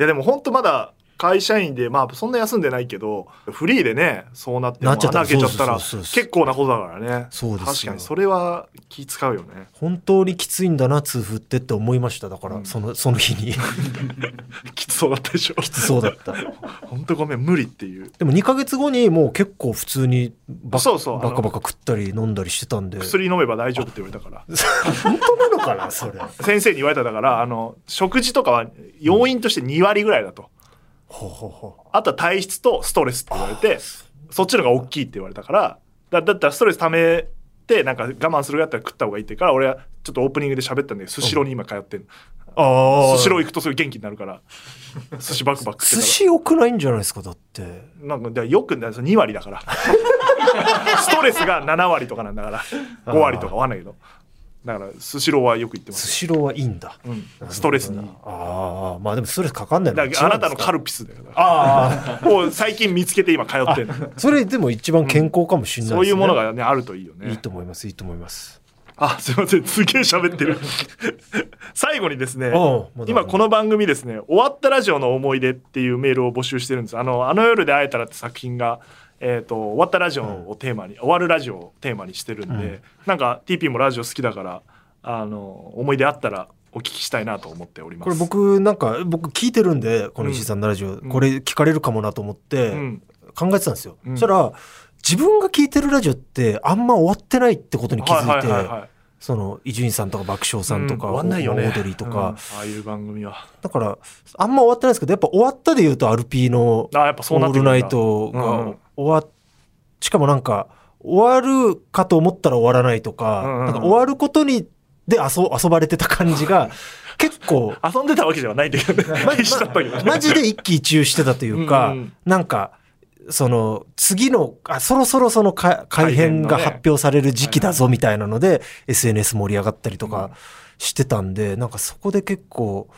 [SPEAKER 1] やでも本当まだ会社員でまあそんな休んでないけどフリーでねそうなっても
[SPEAKER 2] な
[SPEAKER 1] う
[SPEAKER 2] っちゃ
[SPEAKER 1] 穴
[SPEAKER 2] った
[SPEAKER 1] 開けちゃったら
[SPEAKER 2] そうそうそうそう
[SPEAKER 1] 結構なことだからね
[SPEAKER 2] そうですよ
[SPEAKER 1] 確かにそれは気使うよね
[SPEAKER 2] 本当にきついんだな、痛風ってって思いました。だから、
[SPEAKER 1] うん
[SPEAKER 2] その、 その日に。
[SPEAKER 1] きつそうだったでしょ
[SPEAKER 2] きつそうだった。
[SPEAKER 1] 本当ごめん無理っていう
[SPEAKER 2] でも2ヶ月後にもう結構普通にバカ
[SPEAKER 1] そうそうあの
[SPEAKER 2] バカバカ食ったり飲んだりしてたんで。
[SPEAKER 1] 薬飲めば大丈夫って言われたから
[SPEAKER 2] 本当なのかな、そ れ。
[SPEAKER 1] 先生に言われただからあの食事とかは要因として2割ぐらいだと、
[SPEAKER 2] ほうほうほ
[SPEAKER 1] あとは体質とストレスって言われてそっちの方が大きいって言われたからだだったらストレス溜めてなんか我慢するぐらいだったら食った方がいいって言うから俺はちょっとオープニングで喋ったんだけどスシローに今通ってんの
[SPEAKER 2] う。ああ。
[SPEAKER 1] スシロー行くとすごい元気になるから寿司バクバクし
[SPEAKER 2] 寿
[SPEAKER 1] て
[SPEAKER 2] 司良くないんじゃないですかだって
[SPEAKER 1] たらなんかでよくない2割だから ストレスが7割とかなんだから5割とかわかんないけどだからスシローはよく行ってま
[SPEAKER 2] ス
[SPEAKER 1] す、
[SPEAKER 2] シローはいいんだ
[SPEAKER 1] うん、ストレスに
[SPEAKER 2] ああまあでもストレスかかんない
[SPEAKER 1] だからあなたのカ
[SPEAKER 2] ル
[SPEAKER 1] ルピスだよああを最近見つけて今通ってんの
[SPEAKER 2] それでも一番健康かもしれない
[SPEAKER 1] そういうもの
[SPEAKER 2] ね
[SPEAKER 1] がねあるといいよね
[SPEAKER 2] いいと思いますいいと思います
[SPEAKER 1] あ、すいません。すげえ喋 ってる。最後にですね、
[SPEAKER 2] おう
[SPEAKER 1] 今この番組ですね、終わったラジオの思い出っていうメールを募集してるんです。あの、あの夜で会えたらって作品が、えっ、と、終わったラジオをテーマに、終わるラジオをテーマにしてるんで、
[SPEAKER 2] うん
[SPEAKER 1] なんか TP もラジオ好きだから、あの、思い出あったらお聞きしたいなと思っております。
[SPEAKER 2] これ僕なんか僕聞いてるんでこの石井さんのラジオ、
[SPEAKER 1] ん
[SPEAKER 2] これ聞かれるかもなと思って
[SPEAKER 1] うん。
[SPEAKER 2] 考えてたんですよ、
[SPEAKER 1] うん
[SPEAKER 2] そしたら自分が聞いてるラジオってあんま終わってないってことに気づい
[SPEAKER 1] はいは
[SPEAKER 2] て、
[SPEAKER 1] いはいはい
[SPEAKER 2] その伊集院さんとか爆笑さんとか、
[SPEAKER 1] うん終わんないよね
[SPEAKER 2] オードリーと
[SPEAKER 1] うん
[SPEAKER 2] か、
[SPEAKER 1] ああいう番組は。
[SPEAKER 2] だから、あんま終わってないですけど、やっぱ終わったで言うと、アルピーの、
[SPEAKER 1] あやっぱそうなっ
[SPEAKER 2] オー
[SPEAKER 1] てく
[SPEAKER 2] ル
[SPEAKER 1] るんだ
[SPEAKER 2] ナイト
[SPEAKER 1] うんう
[SPEAKER 2] が
[SPEAKER 1] ん
[SPEAKER 2] 終わっ、しかもなんか、終わるかと思ったら終わらないとか、
[SPEAKER 1] うんうんうん
[SPEAKER 2] なんか終わることに、で遊遊ばれてた感 じが、結構、
[SPEAKER 1] 遊んでたわけではないんだけど ね。必死だったけどね
[SPEAKER 2] マジで一喜一憂してたというか、
[SPEAKER 1] うんうん
[SPEAKER 2] なんか、その、次の、あ、そろそろそのか改編
[SPEAKER 1] 改編の
[SPEAKER 2] が
[SPEAKER 1] ね
[SPEAKER 2] 発表される時期だぞみたいなので、SNS 盛り上がったりとかしてたんで、なんかそこで結構、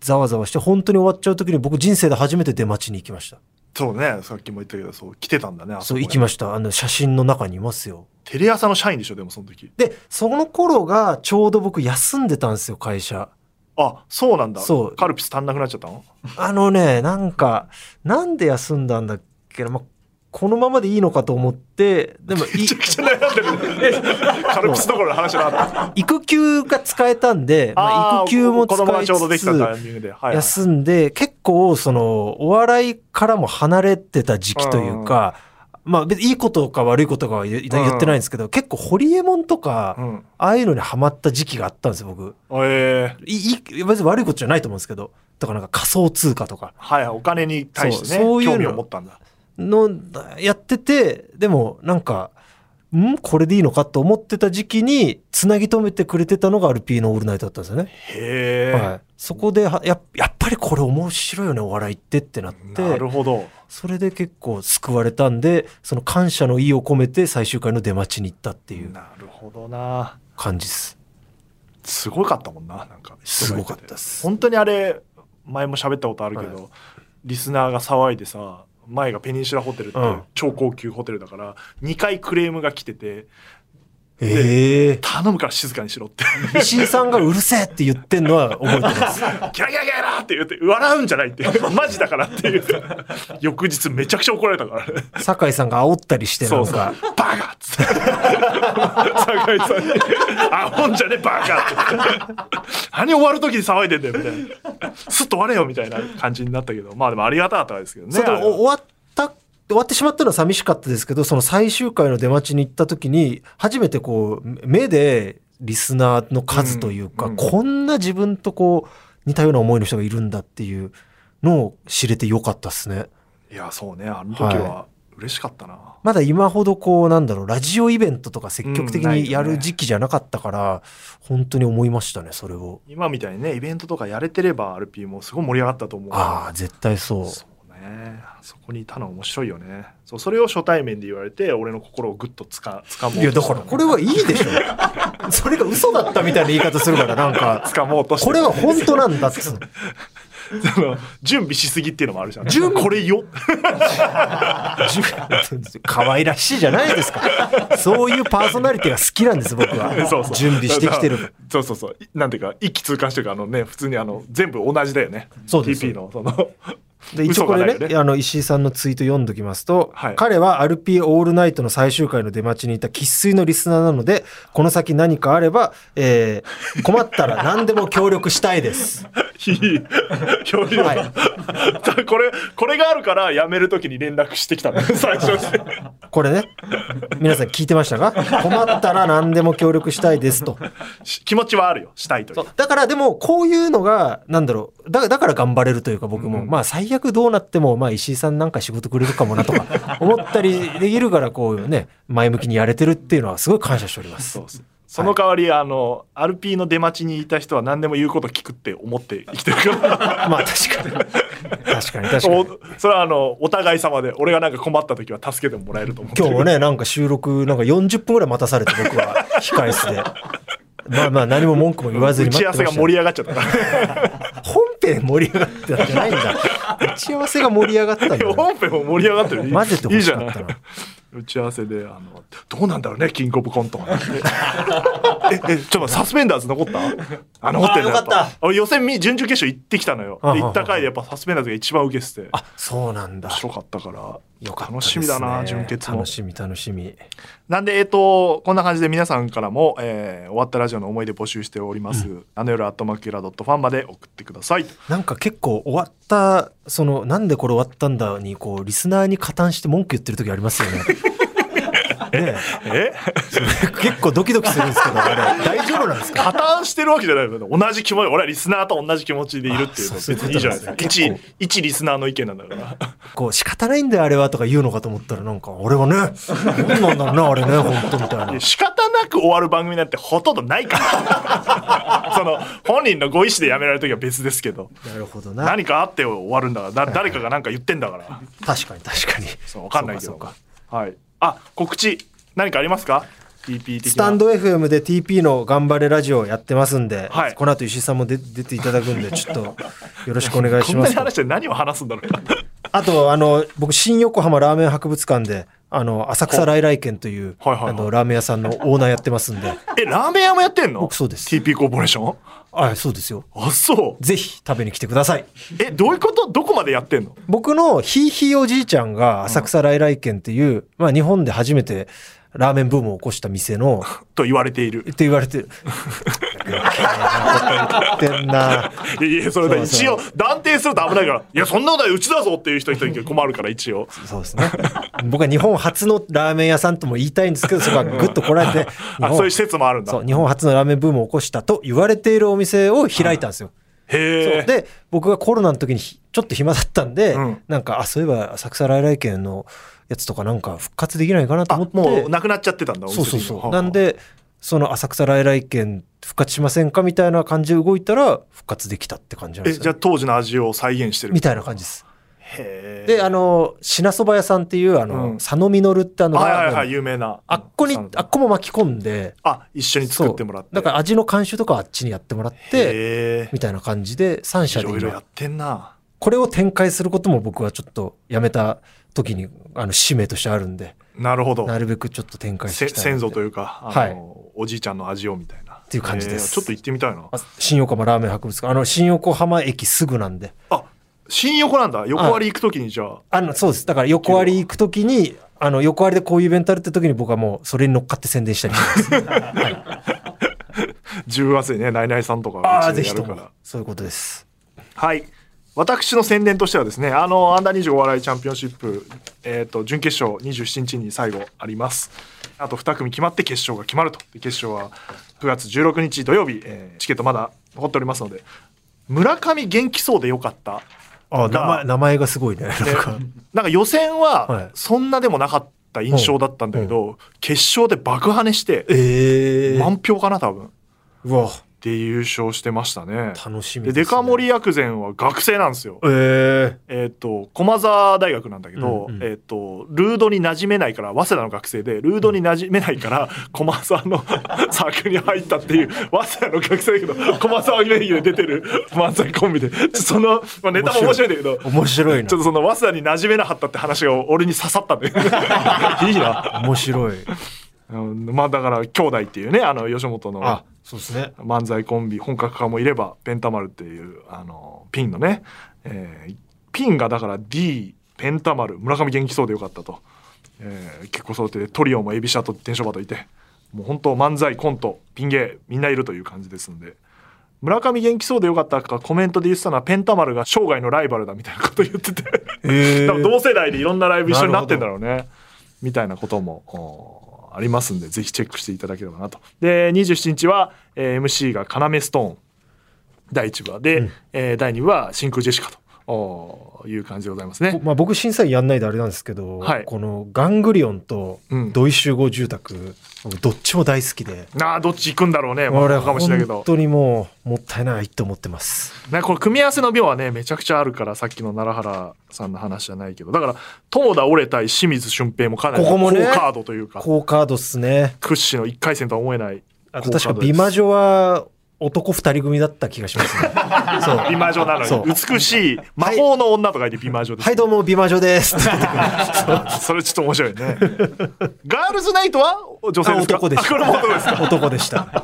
[SPEAKER 2] ざわざわして、本当に終わっちゃう時に僕人生で初めて出待ちに行きました。
[SPEAKER 1] そうね、さっきも言ったけど、そう、来てたんだね、あ
[SPEAKER 2] そ、
[SPEAKER 1] そうこね
[SPEAKER 2] 行きました。あの、写真の中にいますよ。
[SPEAKER 1] テレ朝の社員でしょ、でもその時。
[SPEAKER 2] で、その頃がちょうど僕休んでたんですよ、会社。
[SPEAKER 1] あ、そうなんだ。
[SPEAKER 2] そう
[SPEAKER 1] カルピス足んなくなっちゃったの
[SPEAKER 2] あのね、なんか、なんで休んだんだっけな、まあ、このままでいいのかと思って、でも、い
[SPEAKER 1] めちゃくちゃ悩んで る。カルピスどころの話だなかった。
[SPEAKER 2] 育休が使えたんで、まあ、
[SPEAKER 1] ー
[SPEAKER 2] 育休も
[SPEAKER 1] 子供
[SPEAKER 2] 使
[SPEAKER 1] が
[SPEAKER 2] い
[SPEAKER 1] ちょうどで
[SPEAKER 2] つ
[SPEAKER 1] きたタイ
[SPEAKER 2] つ、
[SPEAKER 1] ミングで。はい、はい。
[SPEAKER 2] 休んで、結構、その、お笑いからも離れてた時期というか、まあ、別にいいことか悪いことかは言言ってないんですけど、結構、ホリエモンとか、
[SPEAKER 1] うん。
[SPEAKER 2] ああいうのにハマった時期があったんですよ、僕。
[SPEAKER 1] えー、
[SPEAKER 2] いい別に悪いことじゃないと思うんですけど、だからなんか仮想通貨とか
[SPEAKER 1] はい、お金に対してね、
[SPEAKER 2] そうそういうの
[SPEAKER 1] 興味を持ったんだ。
[SPEAKER 2] のやってて、でもなんか、んこれでいいのかと思ってた時期に、つなぎ止めてくれてたのがアルピーのオールナイトだったんですよね。
[SPEAKER 1] へえ、
[SPEAKER 2] はい、そこではや、やっぱりこれ面白いよね、お笑いってってなっ
[SPEAKER 1] な
[SPEAKER 2] て
[SPEAKER 1] る、ほど。
[SPEAKER 2] それで結構救われたんで、その感謝の意を込めて最終回の出待ちに行ったっていう
[SPEAKER 1] なるほどな。
[SPEAKER 2] 感じです。
[SPEAKER 1] すごかったもんな、なんか。
[SPEAKER 2] すごかったっす
[SPEAKER 1] 本当にあれ、前も喋ったことあるけど、
[SPEAKER 2] は
[SPEAKER 1] リスナーが騒いでさ、前がペニンシュラホテルって
[SPEAKER 2] うん
[SPEAKER 1] 超高級ホテルだから、2回クレームが来てて、
[SPEAKER 2] ええ
[SPEAKER 1] 頼むから静かにしろって。
[SPEAKER 2] 石井さんがうるせえって言ってんのは覚えて ます。
[SPEAKER 1] ギャラギャラギャラって言って、笑うんじゃないって。マジだからっていう。翌日めちゃくちゃ怒られたからね。
[SPEAKER 2] 酒井さんが煽ったりしてな
[SPEAKER 1] そ
[SPEAKER 2] ん
[SPEAKER 1] うそう。
[SPEAKER 2] か
[SPEAKER 1] バ、カっつって。酒井さんに。あ、ほんじゃねえバカって。何終わる時に騒いでんだよみたいな。すっと終われよみたいな感じになったけど、まあでもありがたかったですけどね。
[SPEAKER 2] そうだ
[SPEAKER 1] あ
[SPEAKER 2] から
[SPEAKER 1] れは
[SPEAKER 2] お終わった、終わってしまったのは寂しかったですけど、その最終回の出待ちに行った時に、初めてこう、目でリスナーの数というか、
[SPEAKER 1] うんうん
[SPEAKER 2] こんな自分とこう、似たような思いの人がいるんだっていうのを知れてよかったっすね。
[SPEAKER 1] いや、そうね。あの時は嬉しかったな
[SPEAKER 2] まだ今ほどこうなんだろうラジオイベントとか積極的
[SPEAKER 1] うんないよね
[SPEAKER 2] にやる時期じゃなかったから、本当に思いましたねそれを
[SPEAKER 1] 今みたいにねイベントとかやれてれば RP もすごい盛り上がったと思う
[SPEAKER 2] ああ絶対そう
[SPEAKER 1] そうねそこにいたの面白いよねそうそれを初対面で言われて俺の心をグッとつかつかもう
[SPEAKER 2] いやだからこれはいいでしょそれが嘘だったみたいな言い方するからなんか
[SPEAKER 1] つかもうとして
[SPEAKER 2] これは本当なんだっつうの
[SPEAKER 1] その準備しすぎっていうのもあるじゃん準これ よ
[SPEAKER 2] じゅ可愛らしいじゃないですかそういうパーソナリティが好きなんです僕は
[SPEAKER 1] そうそう
[SPEAKER 2] 準備してきてる
[SPEAKER 1] そうそうそういなんていうか一気通貫してるからあのね普通にあの全部同じだよね
[SPEAKER 2] そうです
[SPEAKER 1] TP のそ の
[SPEAKER 2] で一応これ
[SPEAKER 1] 嘘が
[SPEAKER 2] ね
[SPEAKER 1] ないよ
[SPEAKER 2] あの石井さんのツイート読んどきますと、
[SPEAKER 1] はい
[SPEAKER 2] 彼は RP オールナイトの最終回の出待ちにいた生粋のリスナーなのでこの先何かあれば、えー困ったら何でも協力したいです
[SPEAKER 1] いい漂流
[SPEAKER 2] はい
[SPEAKER 1] これこれがあるから辞めるときに連絡してきたの最初 に
[SPEAKER 2] これね皆さん聞いてましたか困ったら何でも協力したいですと
[SPEAKER 1] し気持ちはあるよしたいという
[SPEAKER 2] だからでもこういうのがなんだろうだだから頑張れるというか僕も、
[SPEAKER 1] うん
[SPEAKER 2] まあ最悪どうなっても、まあ、石井さんなんか仕事くれるかもなとか 思ったりできるからこうね前向きにやれてるっていうのはすごい感謝しております。
[SPEAKER 1] そうそうその代わり、あの RP の出待ちにいた人は何でも言うこと聞くって思って生きてるから
[SPEAKER 2] まあ 確かに確かに確かに。
[SPEAKER 1] おそれはあのお互い様で俺がなんか困った時は助けてもらえると思って
[SPEAKER 2] 今
[SPEAKER 1] る
[SPEAKER 2] 日もねなんか収録なんか40分ぐらい待たされて僕は控え室で。まあまあ何も文句も言わず
[SPEAKER 1] 打
[SPEAKER 2] に待
[SPEAKER 1] ち合
[SPEAKER 2] っ
[SPEAKER 1] わ
[SPEAKER 2] て
[SPEAKER 1] せ
[SPEAKER 2] ま
[SPEAKER 1] が
[SPEAKER 2] したよ
[SPEAKER 1] 盛り上がっちゃったから
[SPEAKER 2] 本編盛り上がってたんじゃないんだ打ち合わせが盛り上が ったんだね、
[SPEAKER 1] 本編も盛り上がってる
[SPEAKER 2] 混ぜ
[SPEAKER 1] い
[SPEAKER 2] てほ
[SPEAKER 1] い
[SPEAKER 2] し
[SPEAKER 1] じ
[SPEAKER 2] か
[SPEAKER 1] ゃな
[SPEAKER 2] っ
[SPEAKER 1] い
[SPEAKER 2] たな
[SPEAKER 1] 打ち合わせであのどうなんだろうねキングオブコントは ええちょっと待ってサスペンダーズ残ったあ残ってる
[SPEAKER 2] あーよかった
[SPEAKER 1] 俺予選み準々決勝行ってきたのよ
[SPEAKER 2] あは
[SPEAKER 1] で
[SPEAKER 2] は
[SPEAKER 1] 行った回でやっぱサスペンダーズが一番受けてて
[SPEAKER 2] あそうなんだ
[SPEAKER 1] 面白かったから
[SPEAKER 2] よかったで
[SPEAKER 1] 楽
[SPEAKER 2] す
[SPEAKER 1] し
[SPEAKER 2] ね
[SPEAKER 1] みだな純潔も
[SPEAKER 2] 楽しみ楽しみ
[SPEAKER 1] なんで、えっと、こんな感じで皆さんからも、えー終わったラジオの思い出募集しております。あの夜、アットマキュラドットファンまで送ってください。
[SPEAKER 2] なんか結構終わったそのなんでこれ終わったんだにこうリスナーに加担して文句言ってる時ありま すよねね
[SPEAKER 1] え
[SPEAKER 2] え結構ドキドキするんですけどあれ大丈夫なんです
[SPEAKER 1] 加
[SPEAKER 2] か
[SPEAKER 1] 担してるわけじゃないよ。同じ気持ち、俺はリスナーと同じ気持ちでいるっていうの
[SPEAKER 2] あ
[SPEAKER 1] 別
[SPEAKER 2] そうそう
[SPEAKER 1] にいいじゃないです
[SPEAKER 2] そ
[SPEAKER 1] か
[SPEAKER 2] う。ですね
[SPEAKER 1] 一、一リスナーの意見なんだから。
[SPEAKER 2] こう仕方ないんだよあれはとか言うのかと思ったらなんか俺はね何なんだろうなあれね本当みたい
[SPEAKER 1] い
[SPEAKER 2] な
[SPEAKER 1] や仕方なく終わる番組なんてほとんどない から。その、本人のご意思でやめられるときは別ですけど、
[SPEAKER 2] なるほどな
[SPEAKER 1] 何かあって終わるんだから、だ誰かが何か言ってんだ から。
[SPEAKER 2] 確かに確かに
[SPEAKER 1] そう、わかんないけ
[SPEAKER 2] そう
[SPEAKER 1] ど
[SPEAKER 2] かそうか。
[SPEAKER 1] はい。あ、告知、何かありますか ?TP 的な。
[SPEAKER 2] スタンド FM で TP の頑張れラジオやってますんで、
[SPEAKER 1] はい
[SPEAKER 2] この後石井さんも出出ていただくんで、ちょっとよろしくお願い
[SPEAKER 1] こ
[SPEAKER 2] し
[SPEAKER 1] ん
[SPEAKER 2] ま
[SPEAKER 1] なに
[SPEAKER 2] すと。
[SPEAKER 1] 話して何を話すんだろうか。
[SPEAKER 2] あと、あの、僕、新横浜ラーメン博物館で、あの、浅草来来軒という、
[SPEAKER 1] はいはいはい
[SPEAKER 2] あの、ラーメン屋さんのオーナーやってますんで、
[SPEAKER 1] え、ラーメン屋もやってんの
[SPEAKER 2] 僕そうです
[SPEAKER 1] TP コーポレーション
[SPEAKER 2] あ、そうですよ。
[SPEAKER 1] あ、そう。
[SPEAKER 2] ぜひ食べに来てください。
[SPEAKER 1] え、どういうことどこまでやってんの
[SPEAKER 2] 僕のひいひいおじいちゃんが浅草来来軒っていう、まあ、日本で初めてラーメンブームを起こした店 の、
[SPEAKER 1] と言われて いる
[SPEAKER 2] っ。て言われてる。余計なこと言ってんな。
[SPEAKER 1] いやいや、それだ、
[SPEAKER 2] そう
[SPEAKER 1] 一
[SPEAKER 2] そ
[SPEAKER 1] 応
[SPEAKER 2] う、
[SPEAKER 1] 断定すると危ないから、いや、そんなことないうちだぞっていう人に困るから、一応。
[SPEAKER 2] そうですね。僕は日本初のラーメン屋さんとも言いたいんですけど、そこはぐっとこらえて、日
[SPEAKER 1] あ、そういう施
[SPEAKER 2] 本
[SPEAKER 1] 設もあるんだ
[SPEAKER 2] そ。う日本初のラーメンブームを起こしたと言われているお店を開いたんですよ。
[SPEAKER 1] へ
[SPEAKER 2] そう
[SPEAKER 1] え。
[SPEAKER 2] で、僕がコロナの時にひちょっと暇だったんで、
[SPEAKER 1] うん
[SPEAKER 2] なんか、あ、そういえば浅草来来軒のやつとかなんか復活できないかなと
[SPEAKER 1] あ、
[SPEAKER 2] 思って。
[SPEAKER 1] もうなくなっちゃってたんだ、
[SPEAKER 2] そうそうそ
[SPEAKER 1] お店
[SPEAKER 2] う。
[SPEAKER 1] に
[SPEAKER 2] なん、で、その浅草来来軒復活しませんかみたいな感じで動いたら復活できたって感じなん
[SPEAKER 1] え、
[SPEAKER 2] です
[SPEAKER 1] じゃ
[SPEAKER 2] よ
[SPEAKER 1] あ、当時の味を再現してる
[SPEAKER 2] み。たいな感じです。
[SPEAKER 1] へえ。
[SPEAKER 2] で、あの、品そば屋さんっていう、あの、
[SPEAKER 1] うん
[SPEAKER 2] 佐野実ってあの、
[SPEAKER 1] はいは
[SPEAKER 2] ラーメ
[SPEAKER 1] い
[SPEAKER 2] ン
[SPEAKER 1] はい、有名な。
[SPEAKER 2] あっこに
[SPEAKER 1] うん、
[SPEAKER 2] あっこも巻き込んで、
[SPEAKER 1] あ、一緒に作ってもらって。
[SPEAKER 2] そうだから味の監修とかはあっちにやってもらって、
[SPEAKER 1] へえ。
[SPEAKER 2] みたいな感じで、3社
[SPEAKER 1] い
[SPEAKER 2] で
[SPEAKER 1] ろいろや
[SPEAKER 2] 今
[SPEAKER 1] っ、てんな。
[SPEAKER 2] これを展開することも僕はちょっとやめた時に、あの、使命としてあるんで、
[SPEAKER 1] なるほど。
[SPEAKER 2] なるべくちょっと展開して
[SPEAKER 1] せ
[SPEAKER 2] いきたいな
[SPEAKER 1] 先
[SPEAKER 2] って
[SPEAKER 1] 祖というか、あの
[SPEAKER 2] はい
[SPEAKER 1] おじいちゃんの味をみたいな。って
[SPEAKER 2] いう感じです
[SPEAKER 1] ちょっと行ってみたいな。
[SPEAKER 2] あ新横浜ラーメン博物館、あの、新横浜駅すぐなんで。
[SPEAKER 1] あ新横なんだ。横割り行くときにじゃあ。
[SPEAKER 2] あの、そうです。だから横割り行く時に、あの、横割りでこういうイベントあるって時に僕はもう、それに乗っかって宣伝したりします。
[SPEAKER 1] 10月にね、ナイナイさんとか
[SPEAKER 2] ああ、
[SPEAKER 1] うちで
[SPEAKER 2] ぜひ
[SPEAKER 1] や
[SPEAKER 2] と
[SPEAKER 1] るか
[SPEAKER 2] も
[SPEAKER 1] ら。。
[SPEAKER 2] そういうことです。
[SPEAKER 1] はい。私の宣伝としてはですね、あの、アンダー25お笑いチャンピオンシップ、えっ、と、準決勝27日に最後あります。あと2組決まって決勝が決まると。で決勝は9月16日土曜日、えーチケットまだ残っておりますので、村上元気そうでよかった
[SPEAKER 2] あ名前名前がすごいね。な ん
[SPEAKER 1] で
[SPEAKER 2] か
[SPEAKER 1] なんか予選
[SPEAKER 2] はい
[SPEAKER 1] はそんなでもなかった印象だったんだけど、決勝で爆跳ねして
[SPEAKER 2] ええ
[SPEAKER 1] 満票かな多分
[SPEAKER 2] うわ
[SPEAKER 1] で優勝してましたね。
[SPEAKER 2] 楽しみ
[SPEAKER 1] でデ
[SPEAKER 2] ですね
[SPEAKER 1] カ盛り薬膳は学生なんですよ。
[SPEAKER 2] え
[SPEAKER 1] えっと駒澤大学なんだけど、
[SPEAKER 2] うんうん
[SPEAKER 1] えっとルードに馴染めないから早稲田の学生でルードに馴染めないから駒澤の サークルに入ったっていう早稲田の学生だけど駒澤名義で出てる漫才コンビでちょっとその、まあ、ネタも面白いんだけど
[SPEAKER 2] え面白いな
[SPEAKER 1] ちょっとその早稲田に馴染めなかったって話が俺に刺さったん でいいな、
[SPEAKER 2] 面白い
[SPEAKER 1] うんまあだから兄弟っていうねあの吉本の
[SPEAKER 2] あそうですね
[SPEAKER 1] 漫才コンビ本格化もいればペンタマルっていうあのピンのね、えーピンがだから D ペンタマル村上元気そうでよかったと、えー結構そうやってトリオもエビシャと天正バといてもう本当漫才コントピン芸みんないるという感じですんで。村上元気そうでよかったかコメントで言ってたのはペンタマルが生涯のライバルだみたいなこと言ってて
[SPEAKER 2] ええ
[SPEAKER 1] 多分同世代でいろんなライブ一緒になってんだろうねみたいなこともおーありますんでぜひチェックしていただければなとで27日は、えー MC が要ストーン第1部はで、えー第2部は真空ジェシカとおーいう感じでございますね
[SPEAKER 2] まあ、僕審査員やんないであれなんですけど、
[SPEAKER 1] はい
[SPEAKER 2] このガングリオンと
[SPEAKER 1] うん
[SPEAKER 2] 土井集合住宅、どっちも大好きで
[SPEAKER 1] なあどっち行くんだろうね
[SPEAKER 2] 俺
[SPEAKER 1] 俺
[SPEAKER 2] は
[SPEAKER 1] かもしれないけ
[SPEAKER 2] 本
[SPEAKER 1] ど
[SPEAKER 2] 当にもうもったいないと思ってます
[SPEAKER 1] ねこれ組み合わせの秒はねめちゃくちゃあるからさっきの奈良原さんの話じゃないけどだから友田折れ対清水俊平もかなり
[SPEAKER 2] ここもね
[SPEAKER 1] 好カードというか
[SPEAKER 2] 好カードっすね
[SPEAKER 1] 屈指の1回戦とは思えない
[SPEAKER 2] あ
[SPEAKER 1] 好カード
[SPEAKER 2] と確か
[SPEAKER 1] です
[SPEAKER 2] 美魔女は男二人組だった気がしま すねそう
[SPEAKER 1] 美魔女な
[SPEAKER 2] そ
[SPEAKER 1] の
[SPEAKER 2] う
[SPEAKER 1] に美しい魔法の女と書いて美魔女です、
[SPEAKER 2] はいどうも美魔 女ですって言ってくる
[SPEAKER 1] それちょっと面白いねガールズナイトは女性
[SPEAKER 2] あ
[SPEAKER 1] ですか
[SPEAKER 2] 男でし
[SPEAKER 1] あこれも男です
[SPEAKER 2] た男でした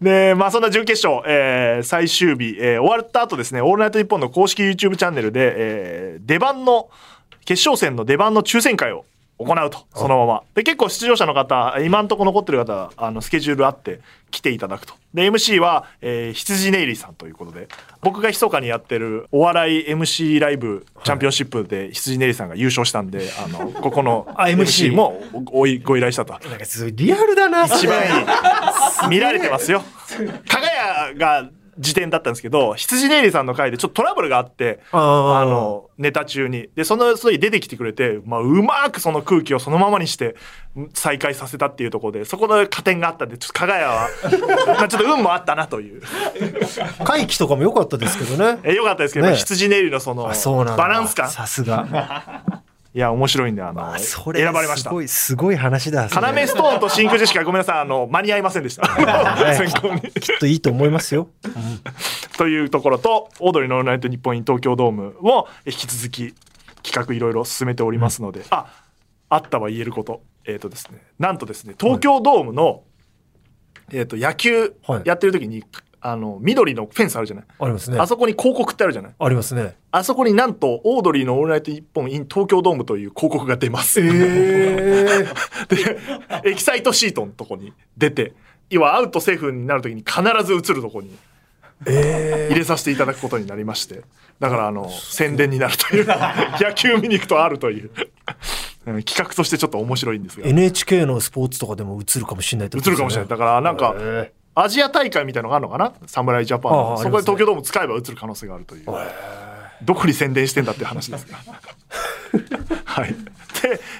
[SPEAKER 1] でまあそんな準決勝、えー最終日、えー終わった後ですね「オールナイトニッポン」の公式 YouTube チャンネルで、えー出番の決勝戦の出番の抽選会を行うとそのままで結構出場者の方今んとこ残ってる方あのスケジュールあって来ていただくとで MC は、えー羊ネイリーさんということで僕が密かにやってるお笑い MC ライブチャンピオンシップで羊ネイリーさんが優勝したんであのここの
[SPEAKER 2] あ
[SPEAKER 1] MC
[SPEAKER 2] MC
[SPEAKER 1] もおいご依頼したと
[SPEAKER 2] なんかすごいリアルだな
[SPEAKER 1] 一番いい見られてますよ加賀谷が時点だったんですけど羊ネイリさんの回でちょっとトラブルがあって
[SPEAKER 2] あー
[SPEAKER 1] あのネタ中にでそのそれ出てきてくれて、まあ、うまくその空気をそのままにして再開させたっていうところでそこの加点があったんでちょっと加賀谷はまあちょっと運もあったなという
[SPEAKER 2] 回帰とかも良かったですけどね
[SPEAKER 1] えよかったですけど、
[SPEAKER 2] ねえ
[SPEAKER 1] 羊ネイリのその
[SPEAKER 2] あそうなんだ
[SPEAKER 1] バランス感
[SPEAKER 2] さすが
[SPEAKER 1] いや面白いんであの、
[SPEAKER 2] あそれ
[SPEAKER 1] 選ばれました
[SPEAKER 2] す。ごいすごい話だそれ
[SPEAKER 1] 要ストーンと真空ジェシカごめんなさいあの間に合いませんでした選考に
[SPEAKER 2] きっといいと思いますよ
[SPEAKER 1] というところと、オードリーのオールナイト日本イン東京ドームを引き続き企画いろいろ進めておりますので、あ、あったは言えること。えっ、とですね、なんとですね、東京ドームの、えっ、と、野球
[SPEAKER 2] はい
[SPEAKER 1] やってる時に、あの、緑のフェンスあるじゃない、
[SPEAKER 2] ありますね
[SPEAKER 1] あそこに広告ってあるじゃない
[SPEAKER 2] ありますね
[SPEAKER 1] あそこになんと、オードリーのオールナイト日本イン東京ドームという広告が出ます。
[SPEAKER 2] え
[SPEAKER 1] で、エキサイトシートのとこに出て、要はアウトセーフになる時に必ず映るとこに
[SPEAKER 2] え
[SPEAKER 1] 入れさせていただくことになりましてだからあの宣伝になるという 野球見に行くとあるという うん企画としてちょっと面白いんですが映
[SPEAKER 2] NHK のスポーツとかでも映るかもしれないってこと
[SPEAKER 1] る
[SPEAKER 2] です
[SPEAKER 1] か
[SPEAKER 2] よ
[SPEAKER 1] もしれ
[SPEAKER 2] ね
[SPEAKER 1] ないだからなんか
[SPEAKER 2] へ
[SPEAKER 1] アジア大会みたいのがあるのかな侍ジャパン
[SPEAKER 2] ああ
[SPEAKER 1] の
[SPEAKER 2] あ
[SPEAKER 1] そ
[SPEAKER 2] り
[SPEAKER 1] こ
[SPEAKER 2] ま
[SPEAKER 1] です
[SPEAKER 2] ね
[SPEAKER 1] 東京ドーム使えば映る可能性があるというどこに宣伝してんだっていう話 ですがはいで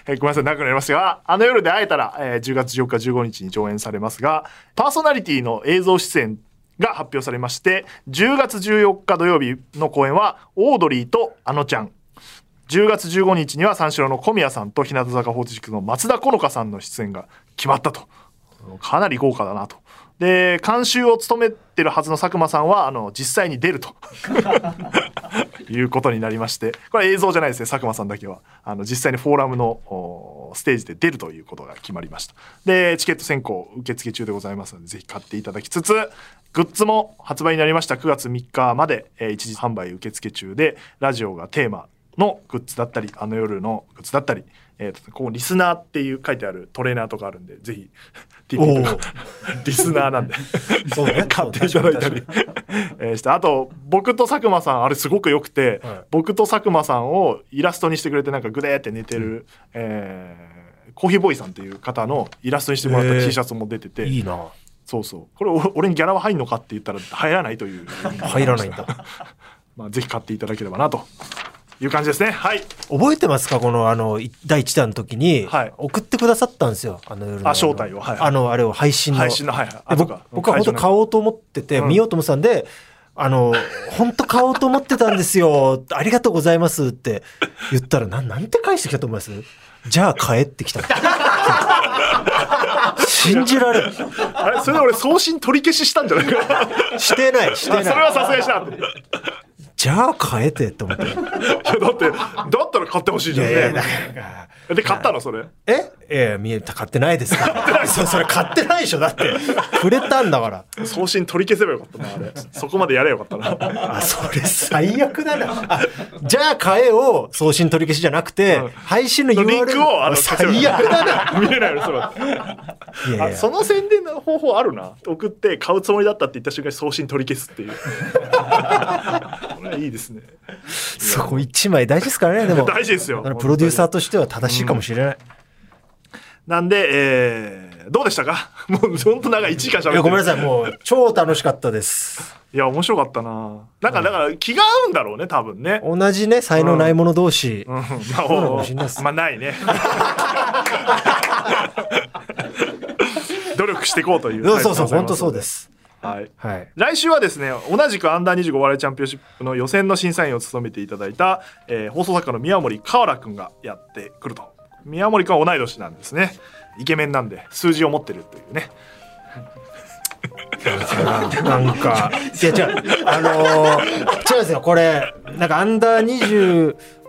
[SPEAKER 1] えーごめんなさい長くなりましたがあの夜で会えたら、えー10月14日15日に上演されますがパーソナリティの映像出演が発表されまして10月14日土曜日の公演はオードリーとあのちゃん10月15日には三四郎の小宮さんと日向坂46の松田好花さんの出演が決まったとかなり豪華だなとで監修を務めてるはずの佐久間さんはあの実際に出るということになりましてこれ映像じゃないですね佐久間さんだけはあの実際にフォーラムのおステージで出るということが決まりましたでチケット先行受付中でございますのでぜひ買っていただきつつグッズも発売になりました9月3日まで、えー一時販売受付中でラジオがテーマのグッズだったりあの夜のグッズだったり、えーとここリスナーっていう書いてあるトレーナーとかあるんでぜひ TP とかリスナーなんで
[SPEAKER 2] そうね
[SPEAKER 1] 買っていただいたりえーしてあと僕と佐久間さんあれすごく良くて、
[SPEAKER 2] はい
[SPEAKER 1] 僕と佐久間さんをイラストにしてくれてなんかグデーって寝てる、えーコーヒーボーイさんっていう方のイラストにしてもらっ
[SPEAKER 2] へ
[SPEAKER 1] た
[SPEAKER 2] ー
[SPEAKER 1] T シャツも出てて、
[SPEAKER 2] いいな
[SPEAKER 1] そうそうこれお俺にギャラは入んのかって言ったら入らないという
[SPEAKER 2] 入らないんだ
[SPEAKER 1] まあ、ぜひ買っていただければなという感じですね。はい。
[SPEAKER 2] 覚えてますかこの、あの、い第1弾の時に
[SPEAKER 1] はい、
[SPEAKER 2] 送ってくださったんですよ。あの夜の。
[SPEAKER 1] あ招待をはい
[SPEAKER 2] あの、あれを配信の。
[SPEAKER 1] 配信の、はいはい。
[SPEAKER 2] で
[SPEAKER 1] あ
[SPEAKER 2] 僕
[SPEAKER 1] そうか
[SPEAKER 2] 僕は本当買おうと思ってて、
[SPEAKER 1] うん
[SPEAKER 2] 見ようと思ってたんで、あの、本当買おうと思ってたんですよ。ありがとうございますって言ったら、なん、なんて返してきたと思いますじゃあ帰ってきた。信じられん。
[SPEAKER 1] あれそれで俺送信取り消ししたんじゃないか
[SPEAKER 2] してない、し
[SPEAKER 1] そ
[SPEAKER 2] て
[SPEAKER 1] れ
[SPEAKER 2] ない。
[SPEAKER 1] はさすがにしたって。い
[SPEAKER 2] じゃあ帰ってって思って。
[SPEAKER 1] やだってだったら買ってほしいじゃん
[SPEAKER 2] え
[SPEAKER 1] ね。で買ったのそれ。
[SPEAKER 2] ええ見えた、買ってないですから。そそれ買ってないでしょ、だって。くれたんだから。
[SPEAKER 1] 送信取り消せばよかったなあれ。そこまでやればよかったな。
[SPEAKER 2] あ、それ最悪だな。あじゃあ買えを送信取り消しじゃなくて、
[SPEAKER 1] うん
[SPEAKER 2] 配信の URL
[SPEAKER 1] リンクをあの消せば
[SPEAKER 2] 最悪だな。
[SPEAKER 1] 見れないよそれは。
[SPEAKER 2] いやい
[SPEAKER 1] あ
[SPEAKER 2] や
[SPEAKER 1] その宣伝の方法あるな送って買うつもりだったって言った瞬間に送信取り消すっていうこれはいいですね
[SPEAKER 2] そこ一枚大事ですからね、でも。
[SPEAKER 1] 大事ですよ
[SPEAKER 2] だからプロデューサーとしては正しいかもしれない。
[SPEAKER 1] なんで、えーどうでしたか もうほんと長い1時間しゃ
[SPEAKER 2] い
[SPEAKER 1] べ
[SPEAKER 2] や、
[SPEAKER 1] って
[SPEAKER 2] ごめん
[SPEAKER 1] る
[SPEAKER 2] なさい、もう超楽しかったです。
[SPEAKER 1] いや面白かったななんかだから気が合うんだろうね多分ね、
[SPEAKER 2] 同じね、才能ない者同士。
[SPEAKER 1] うんまあ、
[SPEAKER 2] そうなのかもしれないです
[SPEAKER 1] まあないね努力していこうという、
[SPEAKER 2] そうそうそう、本当そうですす。
[SPEAKER 1] はい
[SPEAKER 2] はい。
[SPEAKER 1] 来週はですね同じくアンダー2 5お笑いチャンピオンシップの予選の審査員を務めていただいた、えー放送作家の宮森河原くんがやってくると宮森くんは同い年なんですねイケメンなんで数字を持ってるというね
[SPEAKER 2] なんか、いや、違う、あのー、違うんですよ、これ、なんかアンダー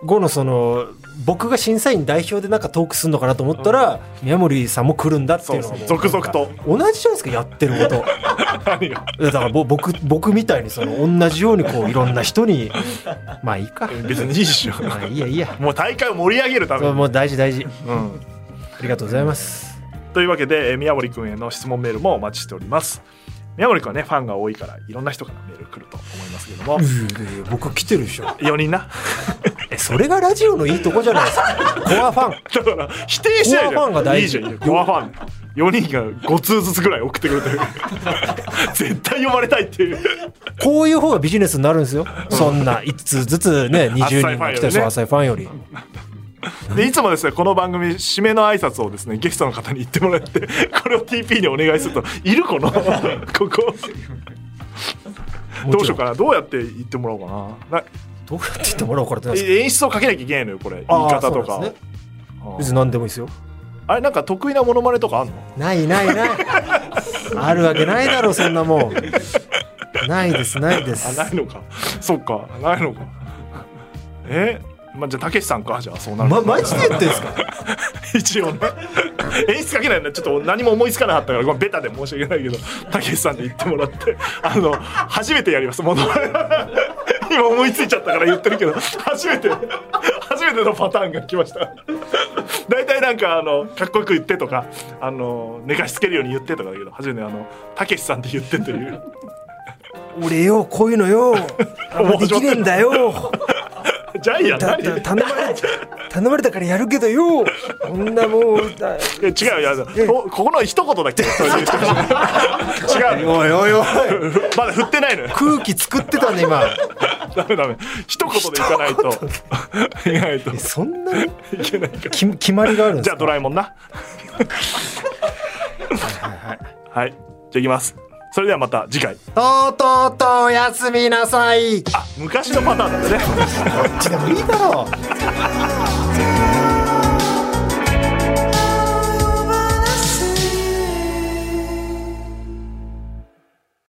[SPEAKER 2] 25のその、僕が審査員代表でなんかトークするのかなと思ったら、宮森さんも来るんだっていうのが
[SPEAKER 1] そうそう続々と
[SPEAKER 2] 同じじゃないですか、やってること。
[SPEAKER 1] 何が
[SPEAKER 2] いやだからぼ僕僕みたいにその同じようにこういろんな人にまあいいか
[SPEAKER 1] 別にいいっしょ
[SPEAKER 2] まあいいやいいや
[SPEAKER 1] もう大会を盛り上げるため
[SPEAKER 2] そう
[SPEAKER 1] に、
[SPEAKER 2] もう大事大事
[SPEAKER 1] うん、
[SPEAKER 2] ありがとうございます
[SPEAKER 1] というわけで、えー宮森くんへの質問メールもお待ちしております宮森くんはねファンが多いからいろんな人からメール来ると思いますけども
[SPEAKER 2] 僕来てるでしょ
[SPEAKER 1] 4人な
[SPEAKER 2] えそれがラジオのいいとこじゃないですかコアファン
[SPEAKER 1] だから否定しないじゃん
[SPEAKER 2] コアファンが大事
[SPEAKER 1] いいじゃんいいじゃんコアファン4人が5通ずつぐらい送ってくる という絶対読まれたいっていう
[SPEAKER 2] こういう方がビジネスになるんですよそんな一通ずつね20人が来たり
[SPEAKER 1] 浅いファンよりね
[SPEAKER 2] そう浅いファンより
[SPEAKER 1] でいつもですねこの番組締めの挨拶をですねゲストの方に言ってもらってこれを TP にお願いするといるこの ここどうしようかなどうやって言ってもらおうかな
[SPEAKER 2] どうやって言ってもらおうからって
[SPEAKER 1] な
[SPEAKER 2] な
[SPEAKER 1] ん
[SPEAKER 2] ですか
[SPEAKER 1] 演出をかけなきゃいけないのよこれ言い
[SPEAKER 2] あー
[SPEAKER 1] 方と
[SPEAKER 2] そう
[SPEAKER 1] か
[SPEAKER 2] なんです
[SPEAKER 1] あ
[SPEAKER 2] 別
[SPEAKER 1] ー
[SPEAKER 2] に何でもいいですよ
[SPEAKER 1] あれなんか得意なモノマネとかあんの
[SPEAKER 2] ないないないあるわけないだろそんなもんないですないで
[SPEAKER 1] あ
[SPEAKER 2] す
[SPEAKER 1] ないのか そっかないのかえまあ、じゃあたけしさんかじゃあそうなると
[SPEAKER 2] まマジで言ってんすか
[SPEAKER 1] 一応ね 演出かけないのちょっと何も思いつかなかったからごめんベタで申し訳ないけどたけしさんで言ってもらってあの初めてやりますもの 今思いついちゃったから言ってるけど初めて初めてのパターンが来ました大体なんかあのかっこよく言ってとかあの寝かしつけるように言ってとかだけど初めてあのたけしさんって言ってという
[SPEAKER 2] 俺よこういうの よあんまできねえんだ よ
[SPEAKER 1] ジャイアン
[SPEAKER 2] だ
[SPEAKER 1] 何
[SPEAKER 2] だ頼まれ頼まれたからやるけどよこんなもうだ
[SPEAKER 1] いや違ういやここの一言だけ それ言ってほしい違う
[SPEAKER 2] おいおいおい
[SPEAKER 1] まだ振ってないのよ
[SPEAKER 2] 空気作ってたね今
[SPEAKER 1] ダメダメ一言でいかないといかないと
[SPEAKER 2] えそんなに
[SPEAKER 1] いけないから
[SPEAKER 2] き決まりがあるんで
[SPEAKER 1] じ
[SPEAKER 2] す
[SPEAKER 1] ゃあ
[SPEAKER 2] か
[SPEAKER 1] ドラえもんなはいじゃあいきますそれではまた次回
[SPEAKER 2] とうとうとおやすみなさいこ
[SPEAKER 1] あ昔のパターンだね
[SPEAKER 2] っちでもいいだろう